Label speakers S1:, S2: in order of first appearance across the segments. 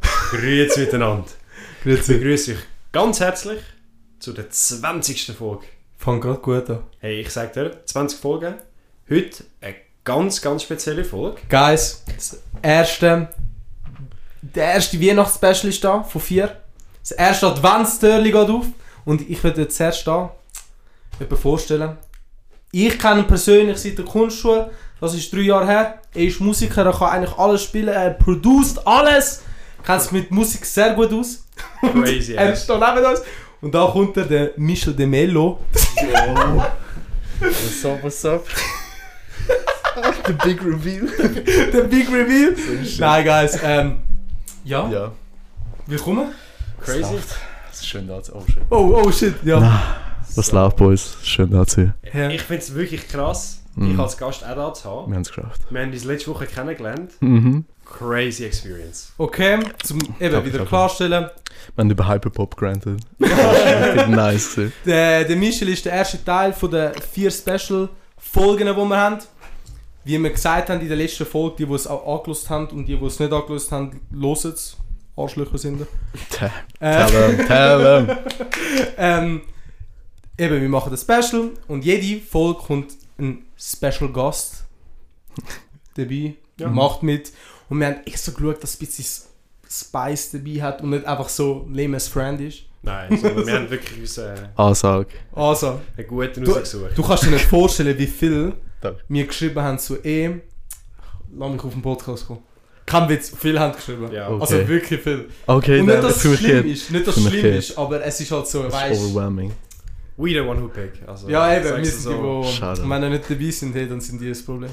S1: Grüezi miteinander. Ich
S2: Grüezi.
S1: begrüße euch ganz herzlich zu der 20. Folge.
S2: Fang gerade gut an.
S1: Hey, ich sag dir, 20 Folgen. Heute eine ganz, ganz spezielle Folge.
S2: Guys, das erste, der erste Weihnachtsspecial ist da, von vier. Das erste Adventstörli geht auf. Und ich würde jetzt zuerst da jemanden vorstellen. Ich kenne ihn persönlich seit der Kunstschule. Das ist drei Jahre her. Er ist Musiker, er kann eigentlich alles spielen. Er produziert alles. Kennt sich mit Musik sehr gut aus.
S1: Crazy,
S2: Er ist da neben uns. Und da kommt er, der Michel de Mello.
S3: What's up, what's up? The big reveal.
S2: der Big Reveal. Nein, Guys. Ähm, ja,
S3: Ja,
S2: willkommen.
S1: Crazy.
S3: es ist schön da zu Oh, shit.
S2: Oh, oh shit, ja.
S3: Was läuft, Boys? Schön da zu
S2: Ja.
S1: Ich finde es wirklich krass,
S3: Mhm.
S1: dich als Gast auch da zu haben.
S3: Wir haben es geschafft.
S1: Wir haben uns letzte Woche kennengelernt.
S3: Mhm.
S1: Crazy Experience.
S2: Okay, zum eben
S3: Top,
S2: wieder
S3: top.
S2: klarstellen.
S3: Wir haben über Hyperpop gerantet. Das war richtig nice. gewesen.
S2: Der, der Michel ist der erste Teil von den vier Special-Folgen, die wir haben. Wie wir gesagt haben in der letzten Folge, die, die es auch angelost haben und die, die es nicht angelost haben, hören es. Arschlöcher sind ihr.
S3: Tell
S2: Äh,
S3: them, tell them.
S2: ähm, eben, wir machen das Special und jede Folge kommt ein Special Gast dabei,
S1: Ja.
S2: macht mit. Und wir haben extra geschaut, dass es ein bisschen Spice dabei hat und nicht einfach so lame as friend ist.
S1: Nein, sondern wir haben wirklich uns äh,
S3: Ansage.
S2: Also,
S1: einen guten
S2: Du-
S1: rausgesucht.
S2: Du kannst dir nicht vorstellen, wie viel
S3: Danke.
S2: mir geschrieben haben zu eh, lass mich auf den Podcast kommen. Kein Witz, viel haben geschrieben.
S1: Ja.
S3: Okay.
S2: Also wirklich viel.
S3: Okay,
S2: Und
S3: dann
S2: nicht, dass
S3: tu
S2: es
S3: ich
S2: schlimm
S3: jetzt.
S2: ist, nicht, dass
S3: Tu
S2: es
S3: mich
S2: schlimm
S3: jetzt.
S2: ist, aber es ist halt so,
S3: Das
S2: weißt
S3: ist overwhelming.
S1: We the one who pick. eh, Also,
S2: Ja, eben, wir
S1: sag's
S2: sind die,
S3: Schade.
S2: die, wenn wir nicht dabei sind, hey, dann sind die das Problem.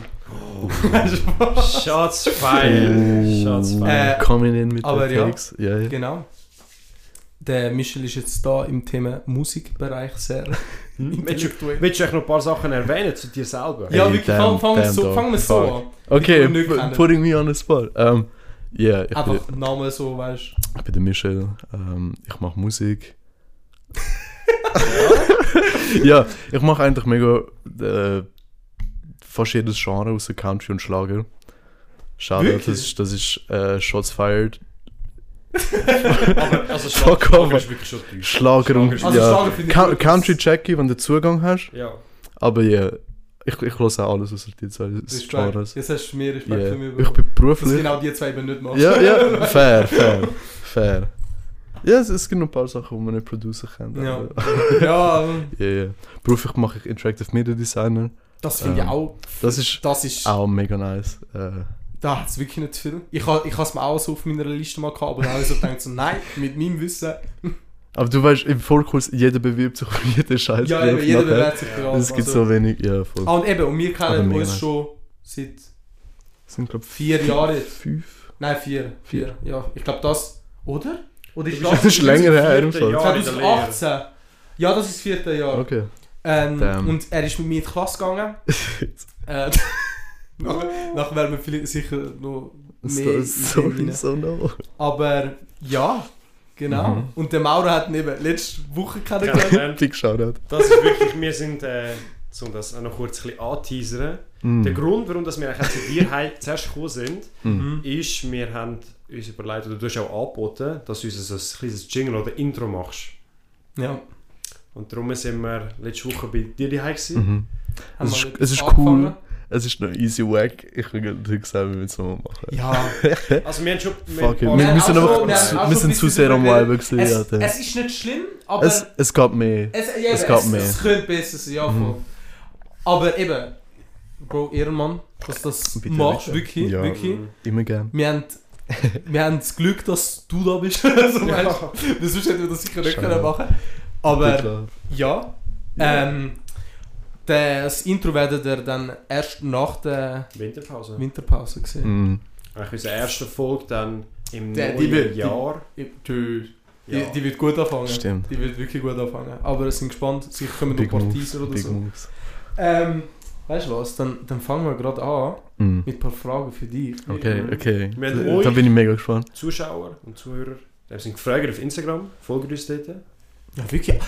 S1: Shots fired. Äh, Shots fired.
S2: Äh,
S3: Coming in mit
S2: aber
S3: den
S2: ja.
S3: Takes. Ja, ja.
S2: Genau. Der Michel ist jetzt da im Thema Musikbereich sehr intellektuell.
S1: Willst du euch noch ein paar Sachen erwähnen zu dir selber?
S2: Eh, Ja,
S3: Hey,
S2: wirklich, fangen
S3: damn,
S2: fang wir
S3: damn
S2: so,
S3: dog.
S2: fang so
S3: Fuck.
S2: an.
S3: Okay,
S2: die wir nicht
S3: pu-
S2: kennen.
S3: putting me on the spot. Um, yeah, ich bin,
S2: Einfach Namen so, weißt
S3: ich bin der Michel. Ähm, ich mache Musik. ja, ich mache eigentlich mega äh, fast jedes Genre außer Country und Schlager. Schade,
S2: Wirklich?
S3: das ist, das ist äh, Shots fired.
S1: Aber, also
S3: Fuck
S1: Schlager
S3: off.
S1: ist wirklich schon tief.
S3: Schlager und
S1: Schlager
S2: ist- Also
S3: ja.
S2: Schlager finde ich
S3: Cou-
S2: gut.
S3: Country checke, wenn du Zugang hast.
S1: Ja.
S3: Aber ja, ich, ich höre auch alles außer die zwei
S2: du.
S3: Genres.
S2: Respekt. Jetzt hast du mehr Respekt
S3: Yeah.
S2: für mich
S3: Ich bin
S2: Dass
S3: beruflich.
S2: genau die zwei eben nicht machen.
S3: Ja, ja, fair, fair, fair. Ja, es, es gibt noch ein paar Sachen, die man nicht produzieren kann.
S2: Ja.
S3: aber-
S2: ja ähm,
S3: Ja, ja. Äh, Beruflich mache ich Interactive Media Designer.
S2: das finde ich
S3: Ähm,
S2: auch.
S3: Das ist
S2: Das ist.
S3: auch mega nice. Äh,
S2: Da hat es wirklich nicht viel. Ich habe ich es mir auch so auf meiner Liste mal gehabt, aber dann habe ich so gedacht, so, nein, mit meinem Wissen.
S3: aber du weißt, im Vorkurs, jeder bewirbt sich für jeden Scheiß.
S2: Ja, eben, jeder bewährt sich
S1: Ja.
S2: gerade. also.
S3: Es gibt so wenig. Ja, voll.
S2: Ah, und eben, und wir
S3: Aber
S2: kennen
S3: mega
S2: uns
S3: nice.
S2: schon seit
S3: Es sind, glaube
S2: vier Jahren jetzt.
S3: fünf.
S2: Nein, vier. Vier. Ja, ich glaube das. Oder? Oder ist
S1: Du
S2: das
S3: Das ist länger her.
S1: Viertes
S3: im Fall.
S1: Jahr. in der Lehre.
S2: 2018? Ja, das ist das vierte Jahr.
S3: Okay.
S2: Ähm,
S3: Damn.
S2: und er ist mit mir in die Klasse gegangen. äh, nach- nachher werden wir vielleicht sicher noch mehr
S3: So,
S2: in dem
S3: sorry,
S2: hinein.
S3: so no.
S2: Aber ja, genau.
S3: Mhm.
S2: Und der Maurer hat ihn eben letzte Woche
S1: Ja,
S2: kennengelernt.
S1: dann,
S3: Big Shoutout.
S1: das ist wirklich, wir sind, äh, um das auch noch kurz ein bisschen anteasern,
S3: Mm.
S1: der Grund, warum dass wir eigentlich zu dir heim zuerst gekommen sind,
S3: Mm.
S2: Mhm.
S1: ist, wir haben uns überlegt, oder du hast auch angeboten, dass du uns so ein kleines Jingle oder Intro machst.
S2: Ja.
S1: Und darum sind wir letzte Woche bei dir daheim gewesen.
S3: Mhm.
S2: haben
S3: Es
S2: wir
S3: ist- es ist
S2: angefangen.
S3: cool. Es ist noch easy wack. Ich will gerade sagen, wie wir es mal machen.
S2: Ja.
S1: Also wir haben schon... wir
S3: Mhm. Fuck it.
S1: haben-
S3: Wir, wir,
S2: auch
S3: sind
S2: schon-
S3: einfach,
S2: also, wir haben auch
S3: zu- wir
S2: schon
S3: sind
S2: ein
S3: zu
S2: bisschen
S3: sehr am
S2: drüber
S3: Vibe gewesen.
S2: Es,
S3: ja, dann.
S2: es ist nicht schlimm, aber
S3: es,
S2: es,
S3: es gab mehr.
S2: es, eben,
S3: es
S2: es,
S3: geht
S2: es,
S3: mehr. Mhm.
S2: könnte besser sein. Ja, voll. Aber eben, Bro, Ehrenmann, dass du das
S3: Bitte,
S2: machst,
S3: bitte.
S2: wirklich,
S3: Ja.
S2: wirklich.
S3: Immer gern.
S2: Wir haben, wir haben das Glück, dass du da bist. Also,
S1: Ja.
S2: weißt, du, sonst hätten wir das sicher nicht
S3: Schade.
S2: können machen Aber
S3: Bitte.
S2: ja, ähm, das Intro werdet ihr dann erst nach der
S1: Winterpause.
S2: Winterpause sehen.
S3: Mm.
S1: Eigentlich unsere erste Folge dann im
S2: Der-
S1: neuen
S2: die wird- die-
S1: Jahr.
S2: Ich- Die,
S1: Ja.
S2: die, die wird gut anfangen.
S3: Stimmt.
S2: Die wird wirklich gut anfangen. Aber sind gespannt, sicher kommen noch ein
S3: Big
S2: paar Teaser
S3: Moves.
S2: oder
S3: Big
S2: so.
S3: Moves.
S2: Ähm, weißt du was, dann, dann fangen wir gerade an
S3: Mm.
S2: mit ein paar Fragen für dich.
S3: Okay, okay.
S1: Wir haben
S3: Da- Da
S1: euch-
S3: bin ich mega gespannt.
S1: Zuschauer und Zuhörer, die sind gefragt auf Instagram, folgt uns dort.
S2: Ja, wirklich.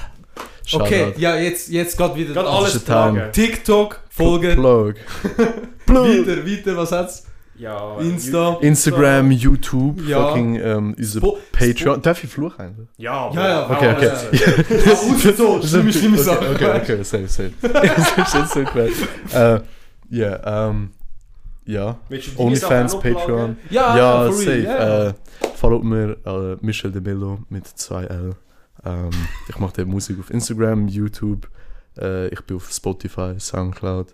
S3: Shoutout.
S2: Okay, ja, jetzt, jetzt geht wieder
S1: Gerade
S2: das.
S1: alles
S3: ist der Time.
S1: fragen.
S2: TikTok, Folgen.
S3: Plug.
S2: Weiter, weiter, was hat's?
S1: Ja.
S2: Insta.
S3: Instagram, YouTube,
S2: Ja.
S3: fucking ähm, unser
S2: Spo-
S3: Patreon. Darf ich Fluch eigentlich?
S1: Ja,
S2: Ja, ja. also,
S1: aber-
S3: Okay,
S1: aber-
S3: okay.
S2: Außen so,
S3: Das ist
S2: schlimme,
S3: ein-
S2: schlimme
S3: okay,
S2: Sache.
S3: Okay, okay, safe, safe. das ist jetzt so geil. Äh, Ja, ähm, ja.
S1: Willst du die
S3: OnlyFans,
S1: Sachen auch noch
S3: Patreon.
S1: pluggen?
S2: Ja,
S3: Ja,
S2: Ah, for
S3: safe.
S2: real, ja.
S3: Äh, followt mir äh, Michel de Mello mit 2L. Ähm, ich mache die Musik auf Instagram, YouTube. Äh, ich bin auf Spotify, Soundcloud.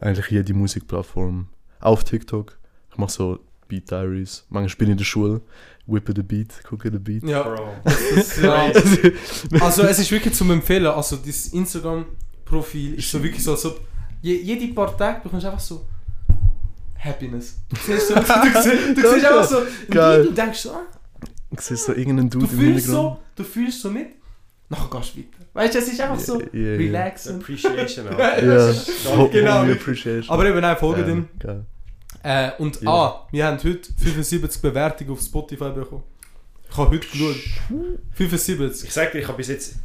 S3: Eigentlich jede Musikplattform. Auch auf TikTok. Ich mache so Beat Diaries. Manchmal bin ich in der Schule. Whippe the Beat, gucke the Beat.
S2: Ja,
S1: Bro.
S2: das, ja. Also es ist wirklich zum Empfehlen. Also das Instagram-Profil ist so wirklich so, als ob je, jede paar Tage bekommst du einfach so Happiness. Du siehst, so, du, siehst- du siehst einfach so ein
S3: Geil.
S2: Bild und denkst so, ah,
S3: Ich sehe so irgendeinen
S2: du
S3: Dude im
S2: fühlst
S3: Hintergrund.
S2: so, du fühlst so mit, nachher gehst du weiter. Weißt du, es ist einfach so
S3: Yeah, yeah, yeah.
S2: relaxing.
S1: Appreciation auch.
S3: Ja,
S2: Genau.
S3: genau. We appreciate it.
S2: Aber eben, nein, folge
S3: Ja,
S2: dem.
S3: geil.
S2: Äh, und
S3: Ja.
S2: ah, wir haben heute 75 Bewertungen auf Spotify bekommen. Ich habe heute geschaut. 75.
S1: Ich sag dir, ich habe bis jetzt.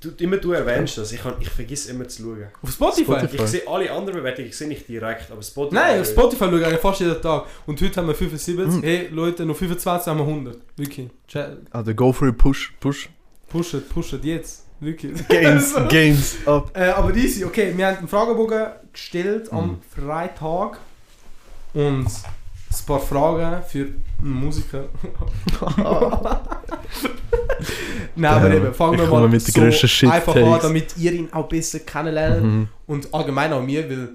S1: Du, immer du erwähnst das, ich, hab- ich vergesse immer zu schauen.
S2: Auf Spotify?
S3: Spotify.
S1: Ich sehe alle anderen Bewertungen, ich sehe nicht direkt, aber Spotify.
S2: Nein, auf Spotify schaue ich eigentlich fast jeden Tag. Und heute haben wir
S3: Hm.
S2: 75. Hey Leute, noch 25 haben wir 100. Wirklich. Che-
S3: Ah, der Go for a Push, Push.
S2: Pushet, pushet jetzt. Wirklich. Also,
S3: Gains, Gains, up.
S2: Äh, aber easy, okay, wir haben einen Fragebogen gestellt
S3: Hm.
S2: am Freitag. Und ein paar Fragen für einen Musiker. Nein, aber
S3: Ja,
S2: eben, fangen
S3: ich
S2: wir
S3: komme
S2: mal
S3: mit den grössten Shit
S2: einfach an,
S3: Takes.
S2: damit ihr ihn auch besser kennenlernt.
S3: Mhm.
S2: Und allgemein auch mir, weil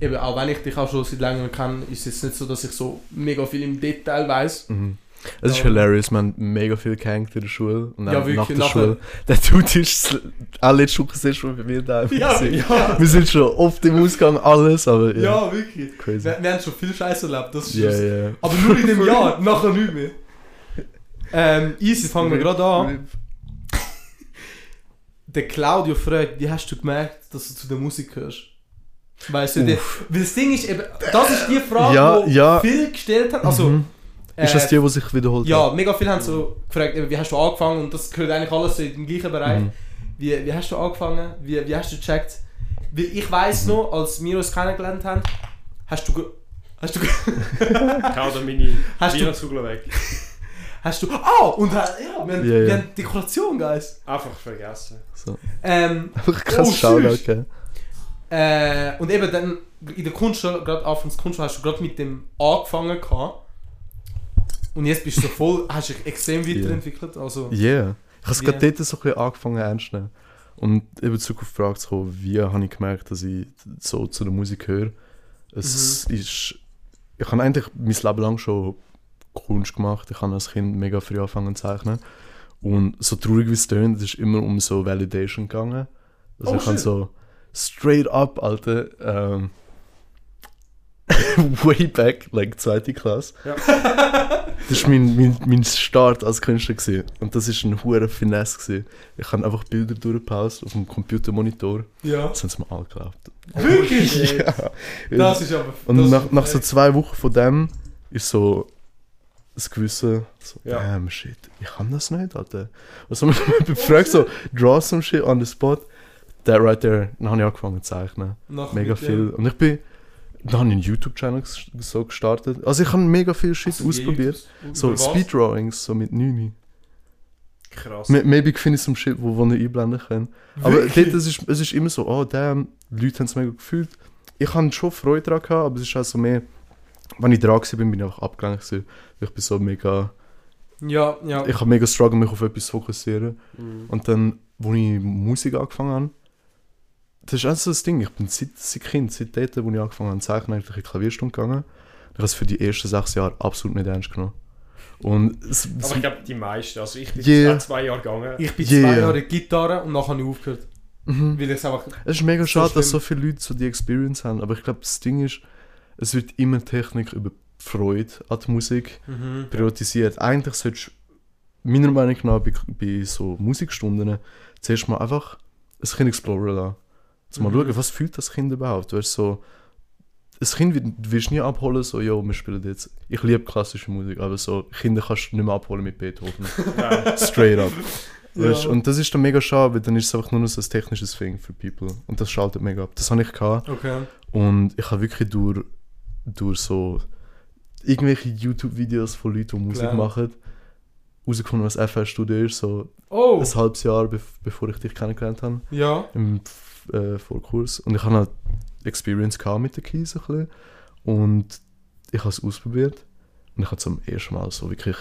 S2: eben, auch wenn ich dich auch schon seit längerem kenne, ist es jetzt nicht so, dass ich so mega viel im Detail weiß.
S3: Mhm. Es ist
S2: Ja.
S3: hilarious, man hat mega viel gehängt in der Schule und dann
S2: Ja,
S3: nach der
S2: wirklich,
S3: Schule. Der Dude ist alle letzte Woche sehr schon bei mir da.
S2: Ja, ja.
S3: Wir sind schon oft im Ausgang, alles, aber ja,
S2: Ja, wirklich.
S3: crazy.
S2: Wir, wir haben schon viel Scheiß erlebt, das ist
S3: Ja,
S2: es.
S3: ja.
S2: Aber nur in dem Jahr, nachher nicht mehr. Ähm, easy, fangen wir gerade an. Der Claudio fragt, wie hast du gemerkt, dass du zu der Musik hörst? Weißt du, der, weil das Ding ist eben, das ist die Frage,
S3: Ja,
S2: die
S3: ja.
S2: viel gestellt haben. Also,
S3: Mhm.
S2: äh,
S3: Ist das die, die sich wiederholt?
S2: ja,
S3: hat?
S2: mega viele haben so gefragt, eben, wie hast du angefangen? Und das gehört eigentlich alles so in den gleichen Bereich.
S3: Mhm.
S2: Wie, wie hast du angefangen? Wie, wie hast du gecheckt? Weil ich weiß noch, als wir uns kennengelernt haben, hast du. ge- Hast du. ge-
S1: Kau da meine
S2: Hast du-
S1: Viruskugel weg.
S2: Hast du. Ah! und äh, ja, wir haben,
S3: Ja, ja.
S2: wir haben Dekoration, Guys.
S1: Einfach vergessen.
S3: So.
S2: Ähm,
S3: Einfach krass
S2: Oh,
S3: Shoutout,
S2: süß.
S3: gell?
S2: äh, und eben dann in der Kunstschule, gerade anfangs Kunstschule, hast du gerade mit dem angefangen gehabt. Und jetzt bist du so voll, hast dich extrem weiterentwickelt. Also,
S3: Yeah. Ich habe
S2: Wie-
S3: gerade dort so ein bisschen angefangen ernst zu nehmen. Und in Bezug auf die Frage zu kommen, wie habe ich gemerkt, dass ich so zu der Musik höre. Es
S1: Mhm.
S3: ist... Ich habe eigentlich mein Leben lang schon Kunst gemacht. Ich habe als Kind mega früh angefangen zu zeichnen. Und so traurig wie es tönt, es ist immer um so Validation gegangen. Also
S1: Oh,
S3: ich habe
S1: shit.
S3: so straight up, Alter, ähm, way back, like zweite Klasse, das war mein, mein, mein Start als Künstler. Gewesen. Und das war ein hoher Finesse. Gewesen. Ich habe einfach Bilder durchgepaust auf dem Computermonitor.
S2: ja.
S3: Das haben sie mir angeglaubt.
S2: Wirklich?
S3: Ja.
S2: Das ist aber.
S3: Und
S2: das
S3: nach,
S2: ist-
S3: nach so zwei Wochen von dem ist so das Gewissen so,
S1: Ja.
S3: damn shit, ich kann das nicht, Alter. Und so mich befragt, so, draw some shit on the spot. That right there. Dann habe ich angefangen zu zeichnen.
S2: nach
S3: Mega
S2: mit äh, dem-
S3: viel. Und ich bin, dann habe ich einen YouTube-Channel ges- so gestartet. Also ich habe mega viel Shit
S2: Also,
S3: ausprobiert.
S2: YouTube-
S3: So
S2: über was?
S3: Speedrawings, so mit 9.
S1: Krass.
S3: Ma- Maybe finde ich so ein Shit, wo, wo ich einblenden kann. Aber
S2: Wirklich?
S3: dort, es ist, es ist immer so, oh damn, die Leute haben es mega gefühlt. Ich hatte schon Freude daran, gehabt, aber es ist auch so mehr, wenn ich dran war, bin ich einfach abgelenkt. gewesen. Weil Ich bin so mega,
S2: Ja, ja.
S3: ich habe mega struggle, mich auf etwas zu fokussieren.
S1: Mhm.
S3: Und dann, wo ich Musik angefangen habe, das ist auch so das Ding, ich bin seit, seit Kind, seit dort, wo ich angefangen habe zu zeichnen, eigentlich in die Klavierstunde gegangen. Ich habe es für die ersten sechs Jahre absolut nicht ernst genommen. Und es, es,
S1: Aber ich glaube, die meisten. Also ich bin
S3: Yeah.
S1: yeah. zwei Jahre gegangen.
S2: Ich bin
S3: Yeah.
S2: zwei Jahre Gitarre und nachher habe ich aufgehört.
S3: Mhm.
S2: Weil ich es einfach.
S3: Es ist mega
S2: So
S3: schade, dass so
S2: schlimm.
S3: viele Leute so die Experience haben, aber ich glaube, das Ding ist, es wird immer Technik über Freude an die Musik
S2: mhm.
S3: priorisiert. Eigentlich solltest du, meiner Meinung nach, bei, bei so Musikstunden zuerst mal einfach ein Kind exploren lassen. Jetzt mal
S2: Mhm.
S3: schauen, was fühlt das Kind überhaupt? Weißt du, so, ein Kind wird- wirst du nie abholen, so, jo, wir spielen jetzt. Ich liebe klassische Musik, aber so, Kinder kannst du nicht mehr abholen mit Beethoven.
S1: Ja.
S3: Straight up.
S2: Ja.
S3: Weißt, du, und das ist dann mega schade, weil dann ist es einfach nur noch so ein technisches Thing für People. Und das schaltet mega ab. Das habe ich gehabt.
S2: Okay.
S3: Und ich habe wirklich durch, durch so irgendwelche YouTube-Videos von Leuten, die Musik
S2: Klar.
S3: machen, herausgefunden, was FR-Studio ist, so
S2: Oh!
S3: ein halbes Jahr bev- bevor ich dich kennengelernt habe,
S2: Ja.
S3: im F- äh, Vorkurs. Und ich habe halt Experience gehabt mit den Keys ein bisschen. Und ich habe es ausprobiert. Und ich habe zum ersten Mal so wirklich.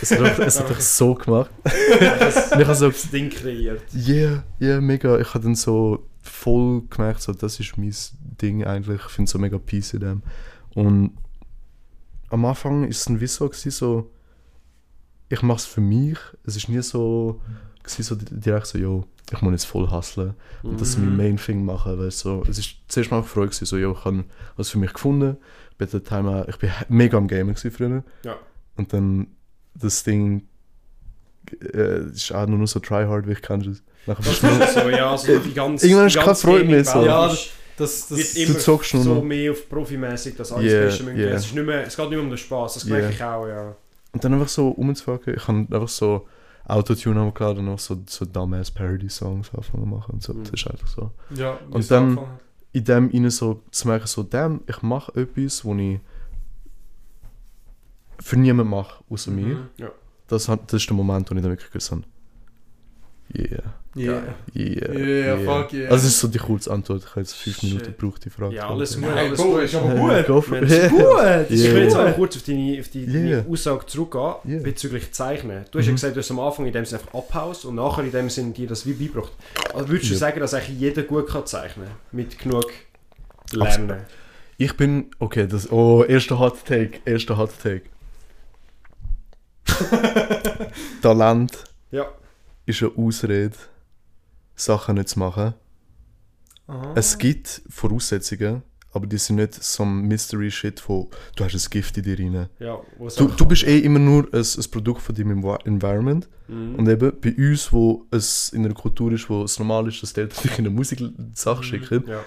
S3: Es hat einfach, es hat einfach so gemacht. Und ich habe so
S1: Das Ding kreiert.
S3: Yeah, yeah, mega. Ich habe dann so voll gemerkt, so, das ist mein Ding eigentlich. Ich finde so mega Peace in dem. Und am Anfang ist es dann wie so, gewesen, so ich mache es für mich. Es ist nie so, gewesen, so di- direkt so, yo, ich muss jetzt voll hustlen und das ist mein
S2: Mhm.
S3: Main Thing machen. Weißt, so. Es ist zuerst mal Freude, gewesen, so, yo, ich habe was für mich gefunden. Ich bin, der Time, ich bin he- mega am Gamen gewesen früher.
S1: Ja.
S3: Und dann das Ding äh, ist auch nur noch so tryhard, wie ich kann. Nachher
S1: Das
S3: bist
S1: ist
S3: du nur-
S1: nur so, ja, so die ganze.
S3: Irgendwann ist
S1: die
S3: keine
S1: ganze
S3: Freude mehr
S1: Szene
S3: so.
S2: Ja,
S1: ist-
S2: Das, das,
S1: wird
S3: du
S1: immer
S3: zockst nur
S1: so
S3: noch.
S1: mehr auf profimäßig, dass alles
S3: Yeah,
S1: yeah, besser
S3: yeah.
S1: es, ist nicht mehr, es geht nicht mehr um den Spaß, das
S3: Yeah.
S1: merke ich auch, ja.
S3: Und dann einfach so rumzufacken. Ich habe einfach so Autotune angeladen und auch so, so dumbass Parody-Songs angefangen zu machen. Und so.
S1: Mhm.
S3: Das ist einfach so.
S2: ja,
S3: Und
S2: wie
S3: dann-
S2: es angefangen hat.
S3: In dem Innen so zu merken, so, damn, ich mache etwas, wo ich für niemanden mache, außer mir.
S2: Mhm.
S3: Das, hat- das ist der Moment, wo ich dann wirklich gewusst habe. Yeah,
S2: Yeah.
S3: yeah,
S2: Yeah, fuck yeah.
S3: Also, das ist so die kurze Antwort. Ich habe jetzt fünf
S1: Shit.
S3: Minuten gebraucht, die Frage.
S1: Ja,
S3: zu
S1: alles gut,
S3: beantworten.
S2: Hey,
S1: alles
S2: go,
S1: gut.
S2: ist aber gut.
S3: Äh, Go for
S1: Mensch,
S3: it.
S2: Gut!
S1: Ich will jetzt
S2: Gut.
S1: aber kurz auf deine, auf deine,
S3: Yeah.
S1: deine Aussage zurückgehen
S3: Yeah.
S1: bezüglich Zeichnen. Du hast ja
S3: Mhm.
S1: gesagt, du hast am Anfang in dem Sinne einfach abhaust und nachher in dem Sinne dir das wie beibracht. Also würdest du
S3: Ja.
S1: sagen, dass eigentlich jeder gut kann zeichnen mit genug Lernen?
S3: Ich bin. Okay, das. Oh, erster Hot Take. Erster Hot Take. Talent
S1: Ja.
S3: ist eine Ausrede, Sachen nicht zu machen.
S2: Aha.
S3: Es gibt Voraussetzungen, aber die sind nicht so ein Mystery-Shit von du hast ein Gift in dir rein.
S1: Ja, wo es
S3: Du,
S1: einfach-
S3: du bist eh immer nur ein, ein Produkt von deinem Envi- Environment.
S1: Mhm.
S3: Und eben bei uns, wo es in einer Kultur ist, wo es normal ist, dass die Eltern dich in eine Musik-Sache
S2: Mhm.
S3: schicken,
S1: Ja,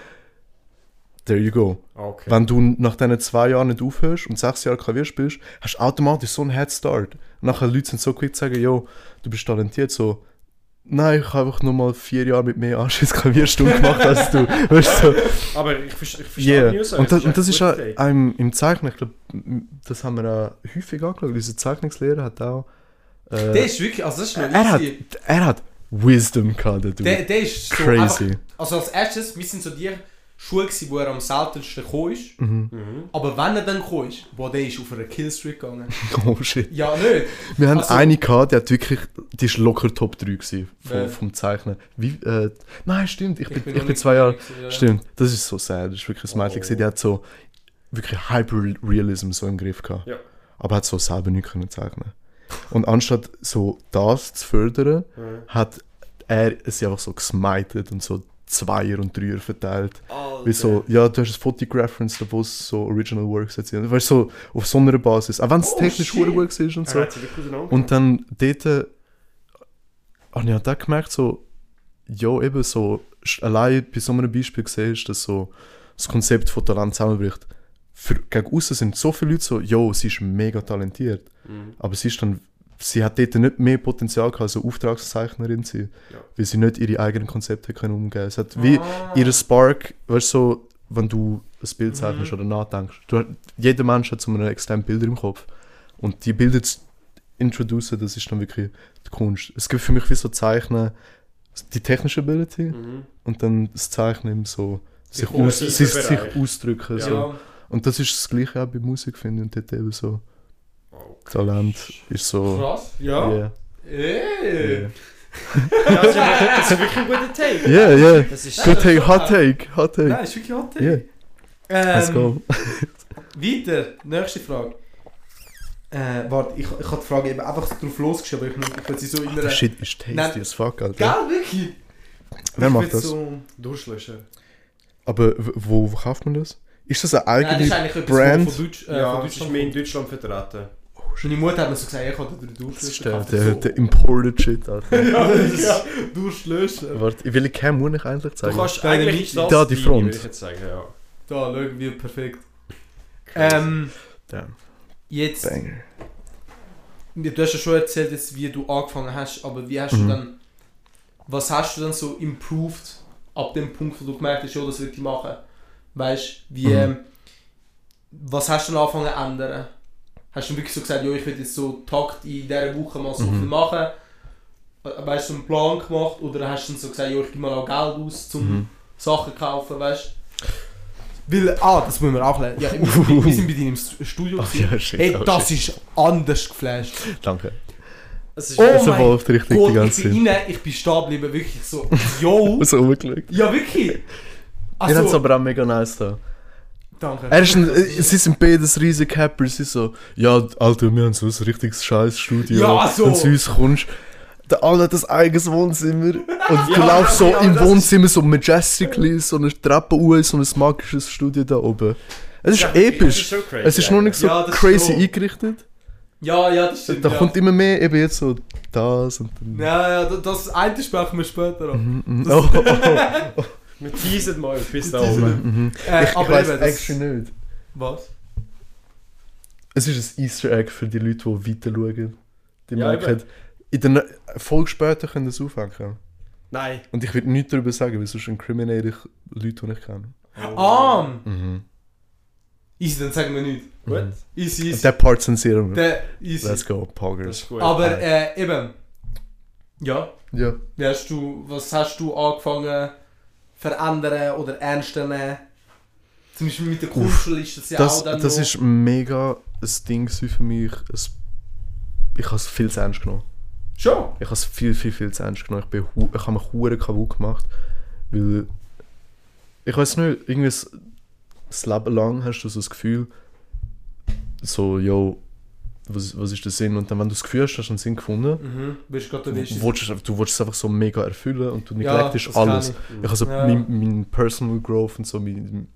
S3: there you go.
S1: okay.
S3: Wenn du nach diesen zwei Jahren nicht aufhörst und sechs Jahre Klavier spielst, hast du automatisch so einen Head Start. Und nachher Leute sind so quick zu sagen, jo, du bist talentiert, so, nein, ich habe einfach nur mal vier Jahre mit mehr Anschiss Klavierstunde gemacht als du. Weißt du, so,
S1: Aber ich, verste- ich verstehe
S3: yeah.
S1: die Aussage.
S3: Und das, und das
S1: echt
S3: ist
S1: ein
S3: auch
S1: guter Take.
S3: einem, im Zeichnen, ich glaube, das haben wir auch häufig angeschaut, unsere Zeichnungslehrer hat auch,
S2: Der
S3: äh,
S2: ist wirklich, also das ist noch
S3: er hat,
S2: easy.
S3: er hat Wisdom gehabt, der
S2: Der,
S3: Dude.
S2: der ist so einfach,
S3: Crazy.
S2: Also als erstes, wir sind so die Schule gewesen, wo er am seltensten gekommen ist.
S3: Mhm.
S1: Mhm.
S2: Aber wenn er dann gekommen ist, boah, der ist auf einer Killstreak gegangen.
S3: Oh shit.
S2: ja, nicht?
S3: Wir haben
S2: Also-
S3: eine gehabt, die hat wirklich, die ist locker Top 3 gewesen, vom,
S2: Wer?
S3: vom Zeichnen. Wie, äh, nein, stimmt, ich bin, ich bin,
S2: noch nicht äh,
S3: zwei Jahre,
S2: gewesen, ja.
S3: stimmt, das ist so sad, das ist wirklich ein Mädchen
S1: Oh.
S3: gewesen, die hat so wirklich Hyperrealism so im Griff gehabt.
S1: Ja.
S3: Aber hat so selber nicht können zeichnen. Und anstatt so das zu fördern,
S1: Mhm.
S3: hat er sie einfach so gesmited und so Zweier und Dreier verteilt. Wie so, ja, du hast ein Foto gereferenced, obwohl es so Original Works sind. Weißt du, so auf so einer Basis. Auch wenn es
S2: Oh,
S3: technisch
S2: shit.
S3: technisch Works ist und so.
S1: Er hat sie wirklich auseinander.
S3: Und dann dort äh, habe ich halt auch gemerkt, so, ja, eben so, sch- allein bei so einem Beispiel siehst du, dass so das Konzept von Talent zusammenbricht. Für, gegen außen sind so viele Leute so, jo, sie ist mega talentiert.
S1: Mhm.
S3: Aber sie ist dann, sie hat dort nicht mehr Potenzial gehabt, als eine Auftragszeichnerin zu sein,
S1: Ja.
S3: weil sie nicht ihre eigenen Konzepte können umgehen. Es hat wie
S2: Ah.
S3: ihre Spark, weißt du, so, wenn du ein Bild zeichnest
S2: Mhm.
S3: oder nachdenkst. Du, jeder Mensch hat so einen extremen Bilder im Kopf. Und die Bilder zu introducen, das ist dann wirklich die Kunst. Es gibt für mich wie so Zeichnen, die technische Ability
S1: Mhm.
S3: und dann das Zeichnen im so, sich,
S2: Im
S3: aus, sich,
S1: kreativen
S3: sich
S1: Bereich.
S3: ausdrücken.
S1: Ja.
S3: So. Und das ist das Gleiche auch bei Musik, finde ich. Und dort eben so,
S1: Okay.
S3: Talent ist
S2: Ja,
S3: so.
S2: krass. Ja.
S3: Yeah,
S2: Ey.
S3: yeah.
S1: Ja, das ist- das ist wirklich ein guter Take.
S3: Yeah, yeah.
S1: Das ist
S3: Good take, hot take, hot take.
S2: Nein, ist wirklich hot.
S3: Yeah, let's go.
S2: Ähm, Weiter, nächste Frage. Äh, warte, ich, ich habe die Frage eben einfach drauf losgeschrieben, aber ich, muss- ich will sie so in
S3: Der
S2: einer...
S3: Shit ist tasty
S2: Nein.
S3: as fuck, Alter.
S2: Gell, wirklich?
S3: Wer
S2: Ich
S3: macht
S2: will
S3: das?
S2: So,
S1: Durchlöschen.
S3: Aber w- wo, wo kauft man das? Ist das eine
S2: nein, das
S3: eigene
S2: ist eigentlich etwas
S3: Brand?
S2: Von, von Deutsch, äh,
S1: Ja,
S2: von
S1: das ist
S2: Deutschland.
S1: mehr in Deutschland vertreten.
S2: Meine Mutter hat mir so gesagt, ich habe den Durst
S3: der, der, der imported shit, Alter.
S2: Ja, Durst löschen.
S3: Warte, welche Cam muss ich eigentlich
S1: Du
S3: zeigen?
S1: kannst
S2: Deine
S1: eigentlich
S2: Mitte.
S1: das
S3: Da, die
S1: deine,
S3: Front.
S1: würde ich jetzt sagen, ja.
S2: Da, schau, wie perfekt.
S1: Crazy.
S2: Ähm,
S3: Damn,
S2: jetzt...
S3: banger.
S2: Ja, Du hast ja schon erzählt, jetzt, wie du angefangen hast, aber wie hast du
S3: Mhm.
S2: dann. Was hast du dann so improved ab dem Punkt, wo du gemerkt hast, ja, das will ich machen? Weißt du, wie.
S3: Mhm.
S2: Ähm, was hast du dann angefangen zu ändern? Hast du wirklich so gesagt, jo, ich will jetzt so Takt in dieser Woche mal so
S3: Mhm.
S2: viel machen? Äh, Weißt du, einen Plan gemacht? Oder hast du dann so gesagt, jo, ich gebe mal auch Geld aus, um
S3: Mhm.
S2: Sachen kaufen, weißt du? Weil, ah, das müssen wir auch lernen. Ja, wir, sind- wir sind bei dir im Stu- Studio.
S3: Ach
S2: gewesen.
S3: ja, shit.
S2: hey,
S3: oh,
S2: das
S3: shit.
S2: ist anders geflasht.
S3: Danke.
S1: Es ist
S2: Oh
S3: Es
S2: mein
S3: verfolgt richtig die
S2: Gott,
S3: ganze
S2: ich
S3: Zeit.
S2: bin rein, ich bin stehen geblieben, wirklich so, yo.
S3: So rumgeschaut.
S2: ja, wirklich.
S3: Also, Ihr habt es
S2: Also,
S3: aber auch mega nice da.
S2: danke.
S3: Er ist ein, äh, sie sind beides riesige Capper, sie so, ja, Alter, wir haben so ein richtiges scheiß Studio,
S2: Ja, so.
S3: wenn du zu uns kommst. Der Alle hat ein eigenes Wohnzimmer und du
S1: Ja,
S3: laufst so
S1: ja,
S3: im
S1: das ist-
S3: Wohnzimmer so majestically, so eine Treppe hoch, so ein magisches Studio da oben. Es ist
S1: Ja,
S3: episch.
S1: schon crazy
S3: Es ist noch nicht so
S2: Ja, das
S3: crazy
S2: schon.
S3: eingerichtet.
S2: Ja, ja, das stimmt.
S3: Da
S2: ja.
S3: kommt immer mehr eben jetzt so das und dann...
S2: Ja, ja, da- das eine sprechen wir später an.
S3: Mhm, mhm. Oh, oh, oh.
S1: eigentlich. Wir teasen mal bis da
S2: Wir teasen.
S1: oben.
S3: Mhm.
S2: Äh,
S3: Ich, ich
S2: aber
S3: weiß
S2: eben, das,
S3: eigentlich nicht.
S2: was?
S3: Es ist ein Easter Egg für die Leute, die weiter schauen. Die
S1: Ja,
S3: merken, halt, in der Ne- Folge später können das aufhängen.
S1: Nein.
S3: Und ich würde nichts darüber sagen, weil sonst inkriminiere ich Leute, die ich kenne.
S2: Ah,
S3: Mhm.
S2: easy, dann sagen wir nicht.
S1: Gut.
S2: Easy,
S3: Und
S2: easy.
S3: der Part zensieren wir.
S2: Der, easy.
S3: Let's go,
S1: Das
S3: Poggers.
S1: ist gut.
S2: Aber äh, eben, ja,
S3: Ja.
S2: wie hast du, was hast du angefangen verändern oder ernst zu nehmen? Zum Beispiel mit der Kuschel ist das ja
S3: Das,
S2: auch dann
S3: das
S2: noch-
S3: ist mega ein Ding gewesen für mich. Es, ich habe es viel zu ernst genommen.
S2: Schon?
S3: Ich habe es viel, viel, viel zu ernst genommen. Ich, bin, hu- ich habe mich hure kaputt gemacht, weil ich weiß nicht, irgendwie s- das Leben lang hast du so das Gefühl, so, yo, was, was ist der Sinn? Und dann, wenn du das Gefühl hast, hast du einen Sinn gefunden,
S2: Mhm, bist gerade
S3: du
S2: der Nächste.
S3: willst, es- du willst es einfach so mega erfüllen und du
S2: Ja,
S3: neglectest
S2: das kann
S3: alles.
S2: ich.
S3: Ich habe so
S2: Ja.
S3: mein, mein Personal Growth und so mein,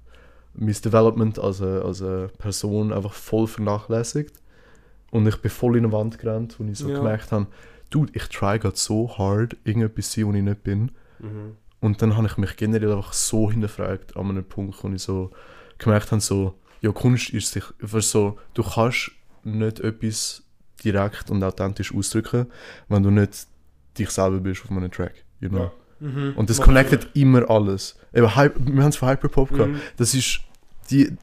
S3: mein Development als, äh, als äh, Person einfach voll vernachlässigt. Und ich bin voll in eine Wand gerannt, wo ich so
S2: Ja.
S3: gemerkt habe, dude, ich try grad so hard, irgendetwas zu sein, wo ich nicht bin.
S1: Mhm.
S3: Und dann habe ich mich generell einfach so hinterfragt an einem Punkt, wo ich so gemerkt habe, so, ja, Kunst ist sich, weißt, du, so, du kannst nicht etwas direkt und authentisch ausdrücken, wenn du nicht dich selber bist auf einem Track, you know?
S1: Ja.
S2: Mhm.
S3: Und das connectet immer alles. Eben, Hy- wir haben es von Hyperpop gehabt.
S1: Mhm.
S3: Das ist die,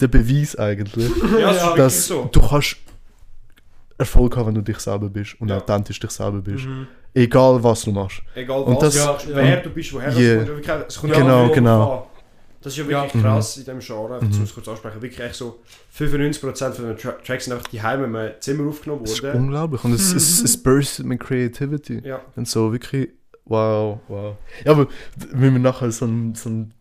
S3: der Beweis eigentlich,
S1: Ja, das ist wirklich
S3: dass
S1: so.
S3: du kannst Erfolg haben, wenn du dich selber bist und
S1: Ja.
S3: authentisch dich selber bist.
S2: Mhm.
S3: Egal was du machst.
S1: Egal
S3: Und
S1: was,
S3: das-
S1: ja,
S2: ja.
S1: wer du bist, woher
S3: Yeah.
S1: das kommt. wirklich- Es kommt
S2: Genau,
S1: ja voll
S3: genau.
S1: drauf an. Das ist ja wirklich
S3: Ja.
S1: krass in diesem Genre,
S3: Mhm.
S1: um es kurz ansprechen. Wirklich echt so 95% von den Tra Tracks sind einfach die Heime in einem Zimmer aufgenommen
S3: Das ist
S1: worden.
S3: unglaublich. Und es, es, es burstet mit Creativity.
S1: Ja.
S3: Und so wirklich, wow, wow. Ja, aber d- wenn wir nachher so ein, so ein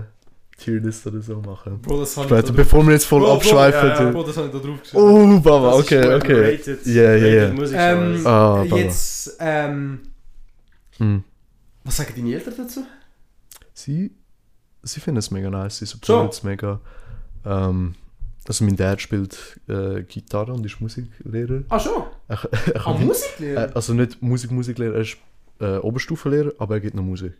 S3: Genre-Tierlist oder so machen.
S2: Bro, das habe ich da
S3: Später,
S2: drauf.
S3: bevor wir jetzt voll
S2: Bro, Bro,
S3: abschweifen.
S1: Oh, ja, ja.
S3: du-
S2: Bro, das habe ich da drauf geschrieben.
S3: Oh, Baba,
S1: Das ist
S3: okay,
S1: gut
S3: okay.
S1: rated-
S3: Yeah, yeah,
S1: rated
S3: yeah.
S1: Musik,
S2: Ähm,
S1: so.
S3: Ah, Baba.
S2: Jetzt, ähm,
S3: Hm.
S2: was sagen deine Eltern dazu?
S3: sie, sie finden es mega nice, sie supporten es mega. Ähm, also mein Dad spielt äh, Gitarre und ist Musiklehrer.
S2: Ah schon?
S3: Er, er
S2: Ah,
S3: kann, äh,
S2: Musiklehrer?
S3: also nicht Musik, Musiklehrer, er ist äh, Oberstufenlehrer, aber er gibt noch Musik.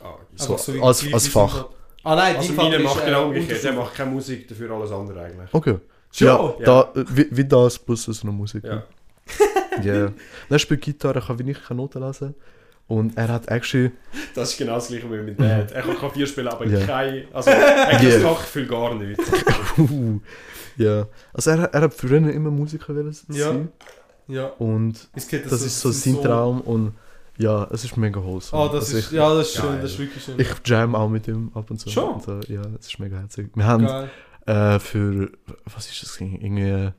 S1: Ah,
S3: so,
S2: Einfach wie-
S3: also als-
S2: wie-
S3: als
S2: wie-
S3: Fach.
S2: Ah nein,
S1: Also
S2: dein
S1: meine
S2: Vater Also, ist,
S1: macht
S2: äh,
S1: genau umgekehrt, der
S2: Unterstufe.
S1: macht keine Musik, dafür alles andere eigentlich.
S3: Okay.
S2: Schon?
S3: Ja,
S1: Ja.
S3: Da, äh, wie, wie das plus so eine Musik.
S1: Ja.
S3: Yeah. er spielt Gitarre, er kann wie ich keine Noten lesen. Und er hat actually
S1: Das ist genau das gleiche wie mit Dad. Er kann Klavier spielen, aber
S3: Mhm. Ja.
S1: kein... Also, er kann
S3: Yeah.
S1: das Fachgefühl gar nicht.
S3: Uh, ja. Also er, er hat früher immer Musiker wollen sein.
S2: Ja. Ja.
S3: Und
S2: Es geht
S3: das ist so sein Traum und ja, es ist mega wholesome.
S2: Ah, das
S3: Also
S2: ist,
S3: ich,
S2: ja, das ist schön,
S1: Geil.
S2: das ist wirklich schön.
S3: ich jam auch mit ihm ab und zu.
S2: Schon?
S3: Und, äh, ja, es ist mega herzig. Wir haben
S2: Geil.
S3: äh, für, was ist das, gewesen? irgendwie äh,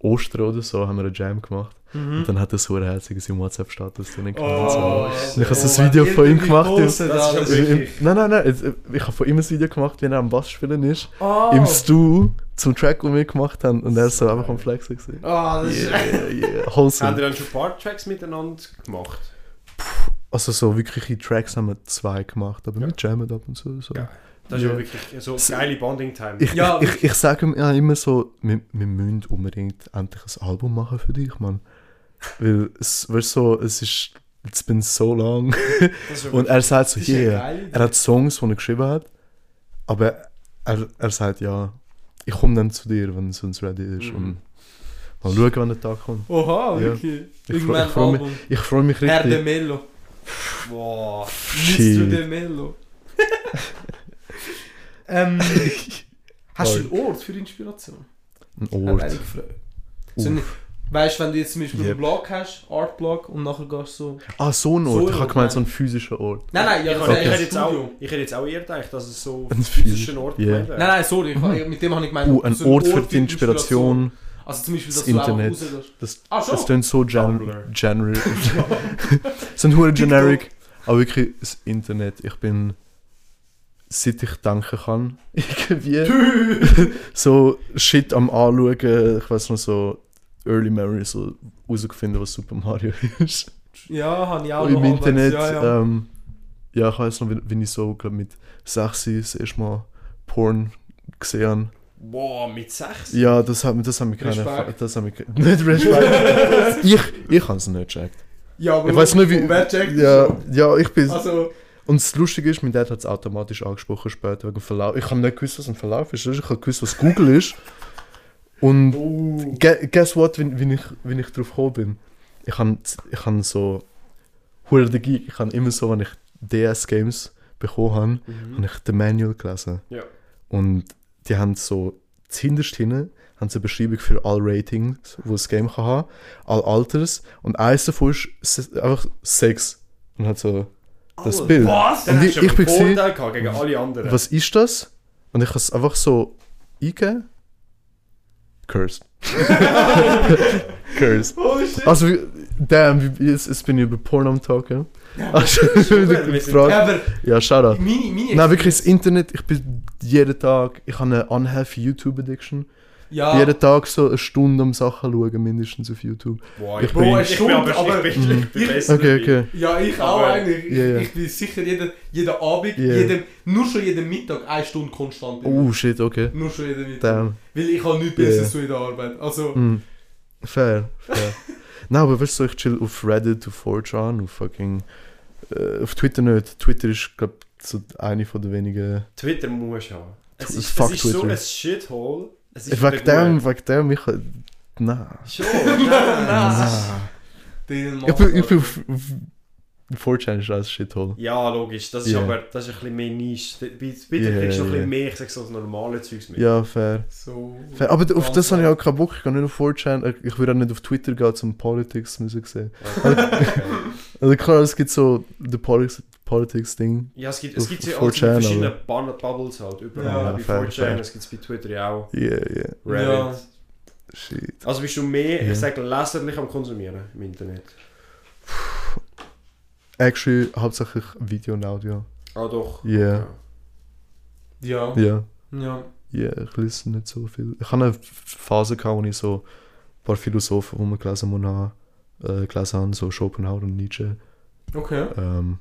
S3: Ostern oder so, haben wir einen Jam gemacht. Und
S2: Mhm.
S3: dann hat er so einen herzigen seinen WhatsApp-Status drin gehabt und
S1: Oh,
S3: so.
S1: shit.
S3: Und ich habe so
S2: Oh,
S3: ein Video
S2: wenn
S3: von ihm
S2: Eltern
S3: gemacht. im-
S2: posten,
S1: Das ist
S2: alles-
S1: ja
S3: im- im-
S1: Wirklich?
S3: Nein, nein, nein. jetzt, äh, Ich habe von ihm ein Video gemacht, wie er am Bass spielen ist.
S2: Ah.
S3: Im Stuhl zum Track, den wir gemacht haben. Und er ist so einfach am Flexen. gewesen.
S2: Ah, das ist
S3: Yeah, yeah,
S1: Haben die
S3: wholesome.
S1: dann schon ein paar Tracks miteinander gemacht?
S3: Also so wirkliche Tracks haben wir zwei gemacht, aber wir jammen ab und zu. So.
S1: Ja. Das ist ja
S3: Ja.
S1: wirklich so geile Bonding-Time.
S3: Ich,
S2: Ja,
S3: ich, ich, ich sage ihm ja immer so, wir, wir müssen unbedingt endlich ein Album machen für dich, Mann. Weil es, weißt, so, es ist, it's been so long.
S1: Das ist
S3: Und er sagt so,
S2: Das ist ja
S3: yeah.
S2: geil.
S3: Er hat Songs, die er geschrieben hat, aber er, er sagt, ja, ich komme dann zu dir, wenn es uns ready ist.
S1: Mhm.
S3: Und mal schauen, wann der Tag kommt.
S2: Oha,
S3: Ja.
S2: wirklich.
S3: freu-
S2: Irgendwann
S3: ich freu mich
S2: Album.
S3: Ich freue mich
S2: Herr de
S3: richtig.
S2: Mello.
S1: Wow.
S2: Mr. de Mello. ähm, Hast du einen Ort für Inspiration?
S3: Ein
S2: Hat mich
S3: Ort.
S2: gefreut. So nicht- Weißt du, wenn du jetzt zum Beispiel
S3: Yep.
S2: einen Blog hast, Artblog, und nachher gehst du so.
S3: Ah, so ein
S2: So
S3: Ort.
S2: ein
S3: ich habe
S2: Ort,
S3: gemeint, so
S2: nein.
S3: ein physischer Ort.
S2: Nein, nein,
S1: ich,
S2: ja,
S1: ich,
S2: das
S1: ich,
S2: ist
S1: hätte
S2: ein
S1: jetzt auch,
S2: Studio.
S1: ich hätte jetzt auch eher gedacht, dass es so
S3: Ein
S1: physischen Ort
S3: Yeah.
S1: gemeint wäre.
S2: Nein, nein, sorry, ich, mit dem habe ich gemeint.
S3: Uh, ein
S2: so
S3: Ort für die Inspiration.
S2: Also zum Beispiel, dass
S3: Das
S2: du einfach
S3: Internet.
S2: rausgehst.
S3: Das,
S2: Ah, schon?
S3: das klingt so gen
S1: Tumblr.
S3: general. so ein hoher generic. Aber wirklich, das Internet, ich bin, seit ich denken kann, irgendwie so Shit am Anschauen. Ich weiß noch so Early Memories, so herausgefunden, was Super Mario ist.
S2: Ja, habe ich auch
S3: Im
S2: noch halbwegs,
S3: Internet,
S2: Ja, ja.
S3: Ähm, ja, ich weiß noch, wie, wie ich so, glaub, mit 6 das erste Mal Porn gesehen habe.
S1: Boah, mit 6?
S3: Ja, das haben das haben wir keine
S2: Respekt.
S3: Erfahrung. Das haben wir ke- nicht Respekt. ich ich habe es nicht gecheckt.
S2: ja aber
S3: Ich weiß nicht, wie.
S2: Wer checkt das
S3: ja,
S2: schon?
S3: ja, ich bin.
S2: Also,
S3: und das Lustige ist, mein Dad hat es automatisch angesprochen später wegen dem Verlauf. Ich habe nicht gewusst, was ein Verlauf ist. Ich habe gewusst, was Google ist. Und
S2: oh.
S3: ge guess what, wenn, wenn, ich, wenn ich drauf gekommen bin? Ich habe ich hab so. Hure der Geek. Ich habe immer so, wenn ich DS-Games bekommen habe,
S2: Mhm.
S3: habe ich den Manual gelesen.
S1: Ja.
S3: Und die haben so hinterst hinten haben sie eine Beschreibung für alle Ratings, die das Game kann haben, alle Alters und eins davon ist se- einfach Sex. Und hat so, das
S1: Alles.
S3: Bild.
S1: Was?
S3: Und
S1: Dann hast
S3: ich-
S1: du
S3: ich
S1: einen
S3: bin gewesen-
S1: Vorteil gehabt gegen alle anderen.
S3: was ist das? Und ich habe es einfach so eingegeben. Cursed. Cursed.
S2: Holy shit.
S3: Also, wie- damn, wie- jetzt, jetzt bin ich über Porn am Talken. Also,
S1: super,
S3: wieder
S1: wir sind-
S3: gefragt.
S2: Aber
S3: Ja, shout out.
S2: meine, meine.
S3: Nein, wirklich, das Internet, ich bin jeden Tag, ich habe eine unhealthy YouTube-Addiction.
S2: ja,
S3: Jeden Tag so eine Stunde am Sachen schauen, mindestens auf YouTube.
S1: Boah,
S3: Ich
S1: ich,
S3: bin-
S1: bin,
S2: Bro,
S1: ich
S2: schon,
S1: bin aber,
S2: aber-
S1: ich bin, ich bin besser
S3: Okay,
S1: dabei.
S3: okay.
S2: ja, ich auch
S1: Aber-
S2: eigentlich. Ich,
S3: Ja, ja.
S2: ich bin sicher jeden, jeden Abend,
S3: Ja.
S2: jeden, nur schon jeden Mittag eine Stunde konstant. bin.
S3: Oh shit, okay.
S2: Nur schon jeden Mittag.
S3: Damn.
S2: Weil ich habe nichts
S3: Ja.
S2: Besseres zu in der Arbeit. Also,
S3: Mm. Fair, fair. Nein, aber weißt du, ich chill auf Reddit, auf 4chan, auf fucking. Äh, auf Twitter nicht. Twitter ist, glaub so eine von den wenigen.
S1: Twitter muss haben. Es
S3: Tw-
S1: ist,
S3: fuck
S1: es ist so
S3: Twitter.
S1: ein Shithole. Es ist
S3: Wegen
S1: wieder gut.
S3: dem, wegen dem, ich. Nein.
S1: Schon, nein.
S3: Nein.
S2: den halt.
S3: Ich bin, ich bin auf, auf 4chan ist alles Shithole.
S1: Ja, logisch. Das ist
S3: Yeah.
S1: aber das ist ein bisschen mehr Nische. Bei Twitter
S3: Yeah,
S1: kriegst du noch ein
S3: yeah.
S1: bisschen mehr, ich sag so, das normale Zeugs mit.
S3: Ja, fair.
S2: So.
S3: fair. Aber auf
S2: Ganz
S3: das habe ich
S2: fair.
S3: auch keinen Bock. Ich gehe nicht auf 4chan. äh, Ich würde auch nicht auf Twitter gehen, zum Politics Musik sehen. Also klar, es gibt so the Politics- Politics-Ding.
S1: Ja, es gibt,
S3: Auf
S1: es gibt ja auch
S3: 4chan,
S1: verschiedene Bun- Bubbles halt.
S2: Ja,
S1: Überall.
S3: fair,
S1: bei 4chan,
S3: fair.
S1: es gibt bei Twitter ja auch.
S3: yeah, yeah.
S1: Reddit.
S2: Ja.
S3: Shit.
S1: Also bist du mehr,
S3: Ja.
S1: ich sag, leserlich am Konsumieren im Internet.
S3: Actually, hauptsächlich Video und Audio.
S1: Ah, doch.
S3: Yeah,
S2: Ja.
S3: ja.
S2: Ja.
S3: Ja, ich lese nicht so viel. Ich habe eine Phase, gehabt, wo ich so ein paar Philosophen rumgelesen habe, äh, gelesen habe, so Schopenhauer und Nietzsche.
S2: Okay.
S3: Ähm,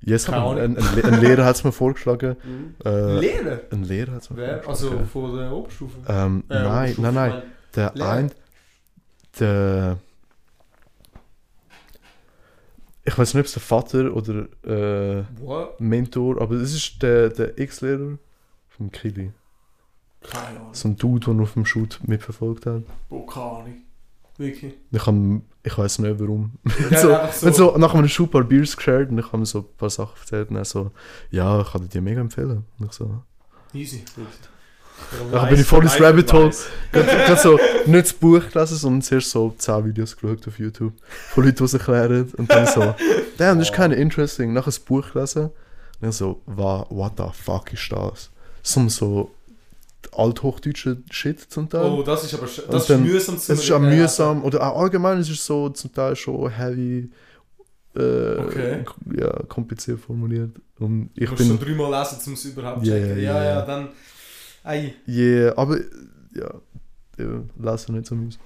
S3: jetzt
S2: Keine
S3: hat mir-
S2: Ahnung.
S3: ein, ein, Le- ein Lehrer hat es mir vorgeschlagen.
S1: Mhm.
S3: Äh,
S2: Lehren?
S3: ein Lehrer hat es mir
S2: Wer? Also
S3: vorgeschlagen.
S2: von der Oberstufe?
S3: ähm,
S2: Äh,
S3: nein,
S2: Oberstufe,
S3: nein, nein.
S2: meine
S3: Der
S2: Lehrer.
S3: ein. Der. Ich weiß nicht, ob es der Vater oder äh,
S2: ich. What?
S3: Mentor, aber es ist der, der Ex-Lehrer vom Kili.
S2: Keine Ahnung.
S3: So ein Dude, der ihn auf dem Shoot mitverfolgt hat.
S2: Boah, keine Ahnung. Wirklich.
S3: Ich, hab- ich weiß nicht warum.
S2: Ja,
S3: so,
S2: einfach
S3: so. Wenn so nach einem Shoot ein paar Beers geshared und ich habe so ein paar Sachen erzählt und er so, ja, ich kann dir die mega empfehlen. Und ich so,
S2: Easy.
S3: Ja, bin ich voll ins Rabbit Hole. Ganz- ganz so, nicht das Buch gelesen, sondern zuerst so 10 Videos geschaut auf YouTube von Leuten, die es erklären. Und dann so, damn, das ist keine interesting. Nachher das Buch gelesen. Und dann so, wa, what the fuck ist das? Zum so althochdeutscher Shit zum Teil.
S2: Oh, das ist aber sch-
S3: Und
S2: das
S3: dann-
S2: ist mühsam zu
S3: es ist auch
S2: reden.
S3: mühsam. Oder auch allgemein, es ist so zum Teil schon heavy. Äh,
S2: Okay.
S3: k- Ja, kompliziert formuliert. Und ich
S2: Du musst
S3: bin.
S2: schon dreimal lesen, um es überhaupt zu
S3: Ja,
S2: checken.
S3: ja,
S2: Ja,
S3: ja.
S2: ja, dann. Ei,
S3: Yeah, aber. Ja, ja lesen nicht so mühsam.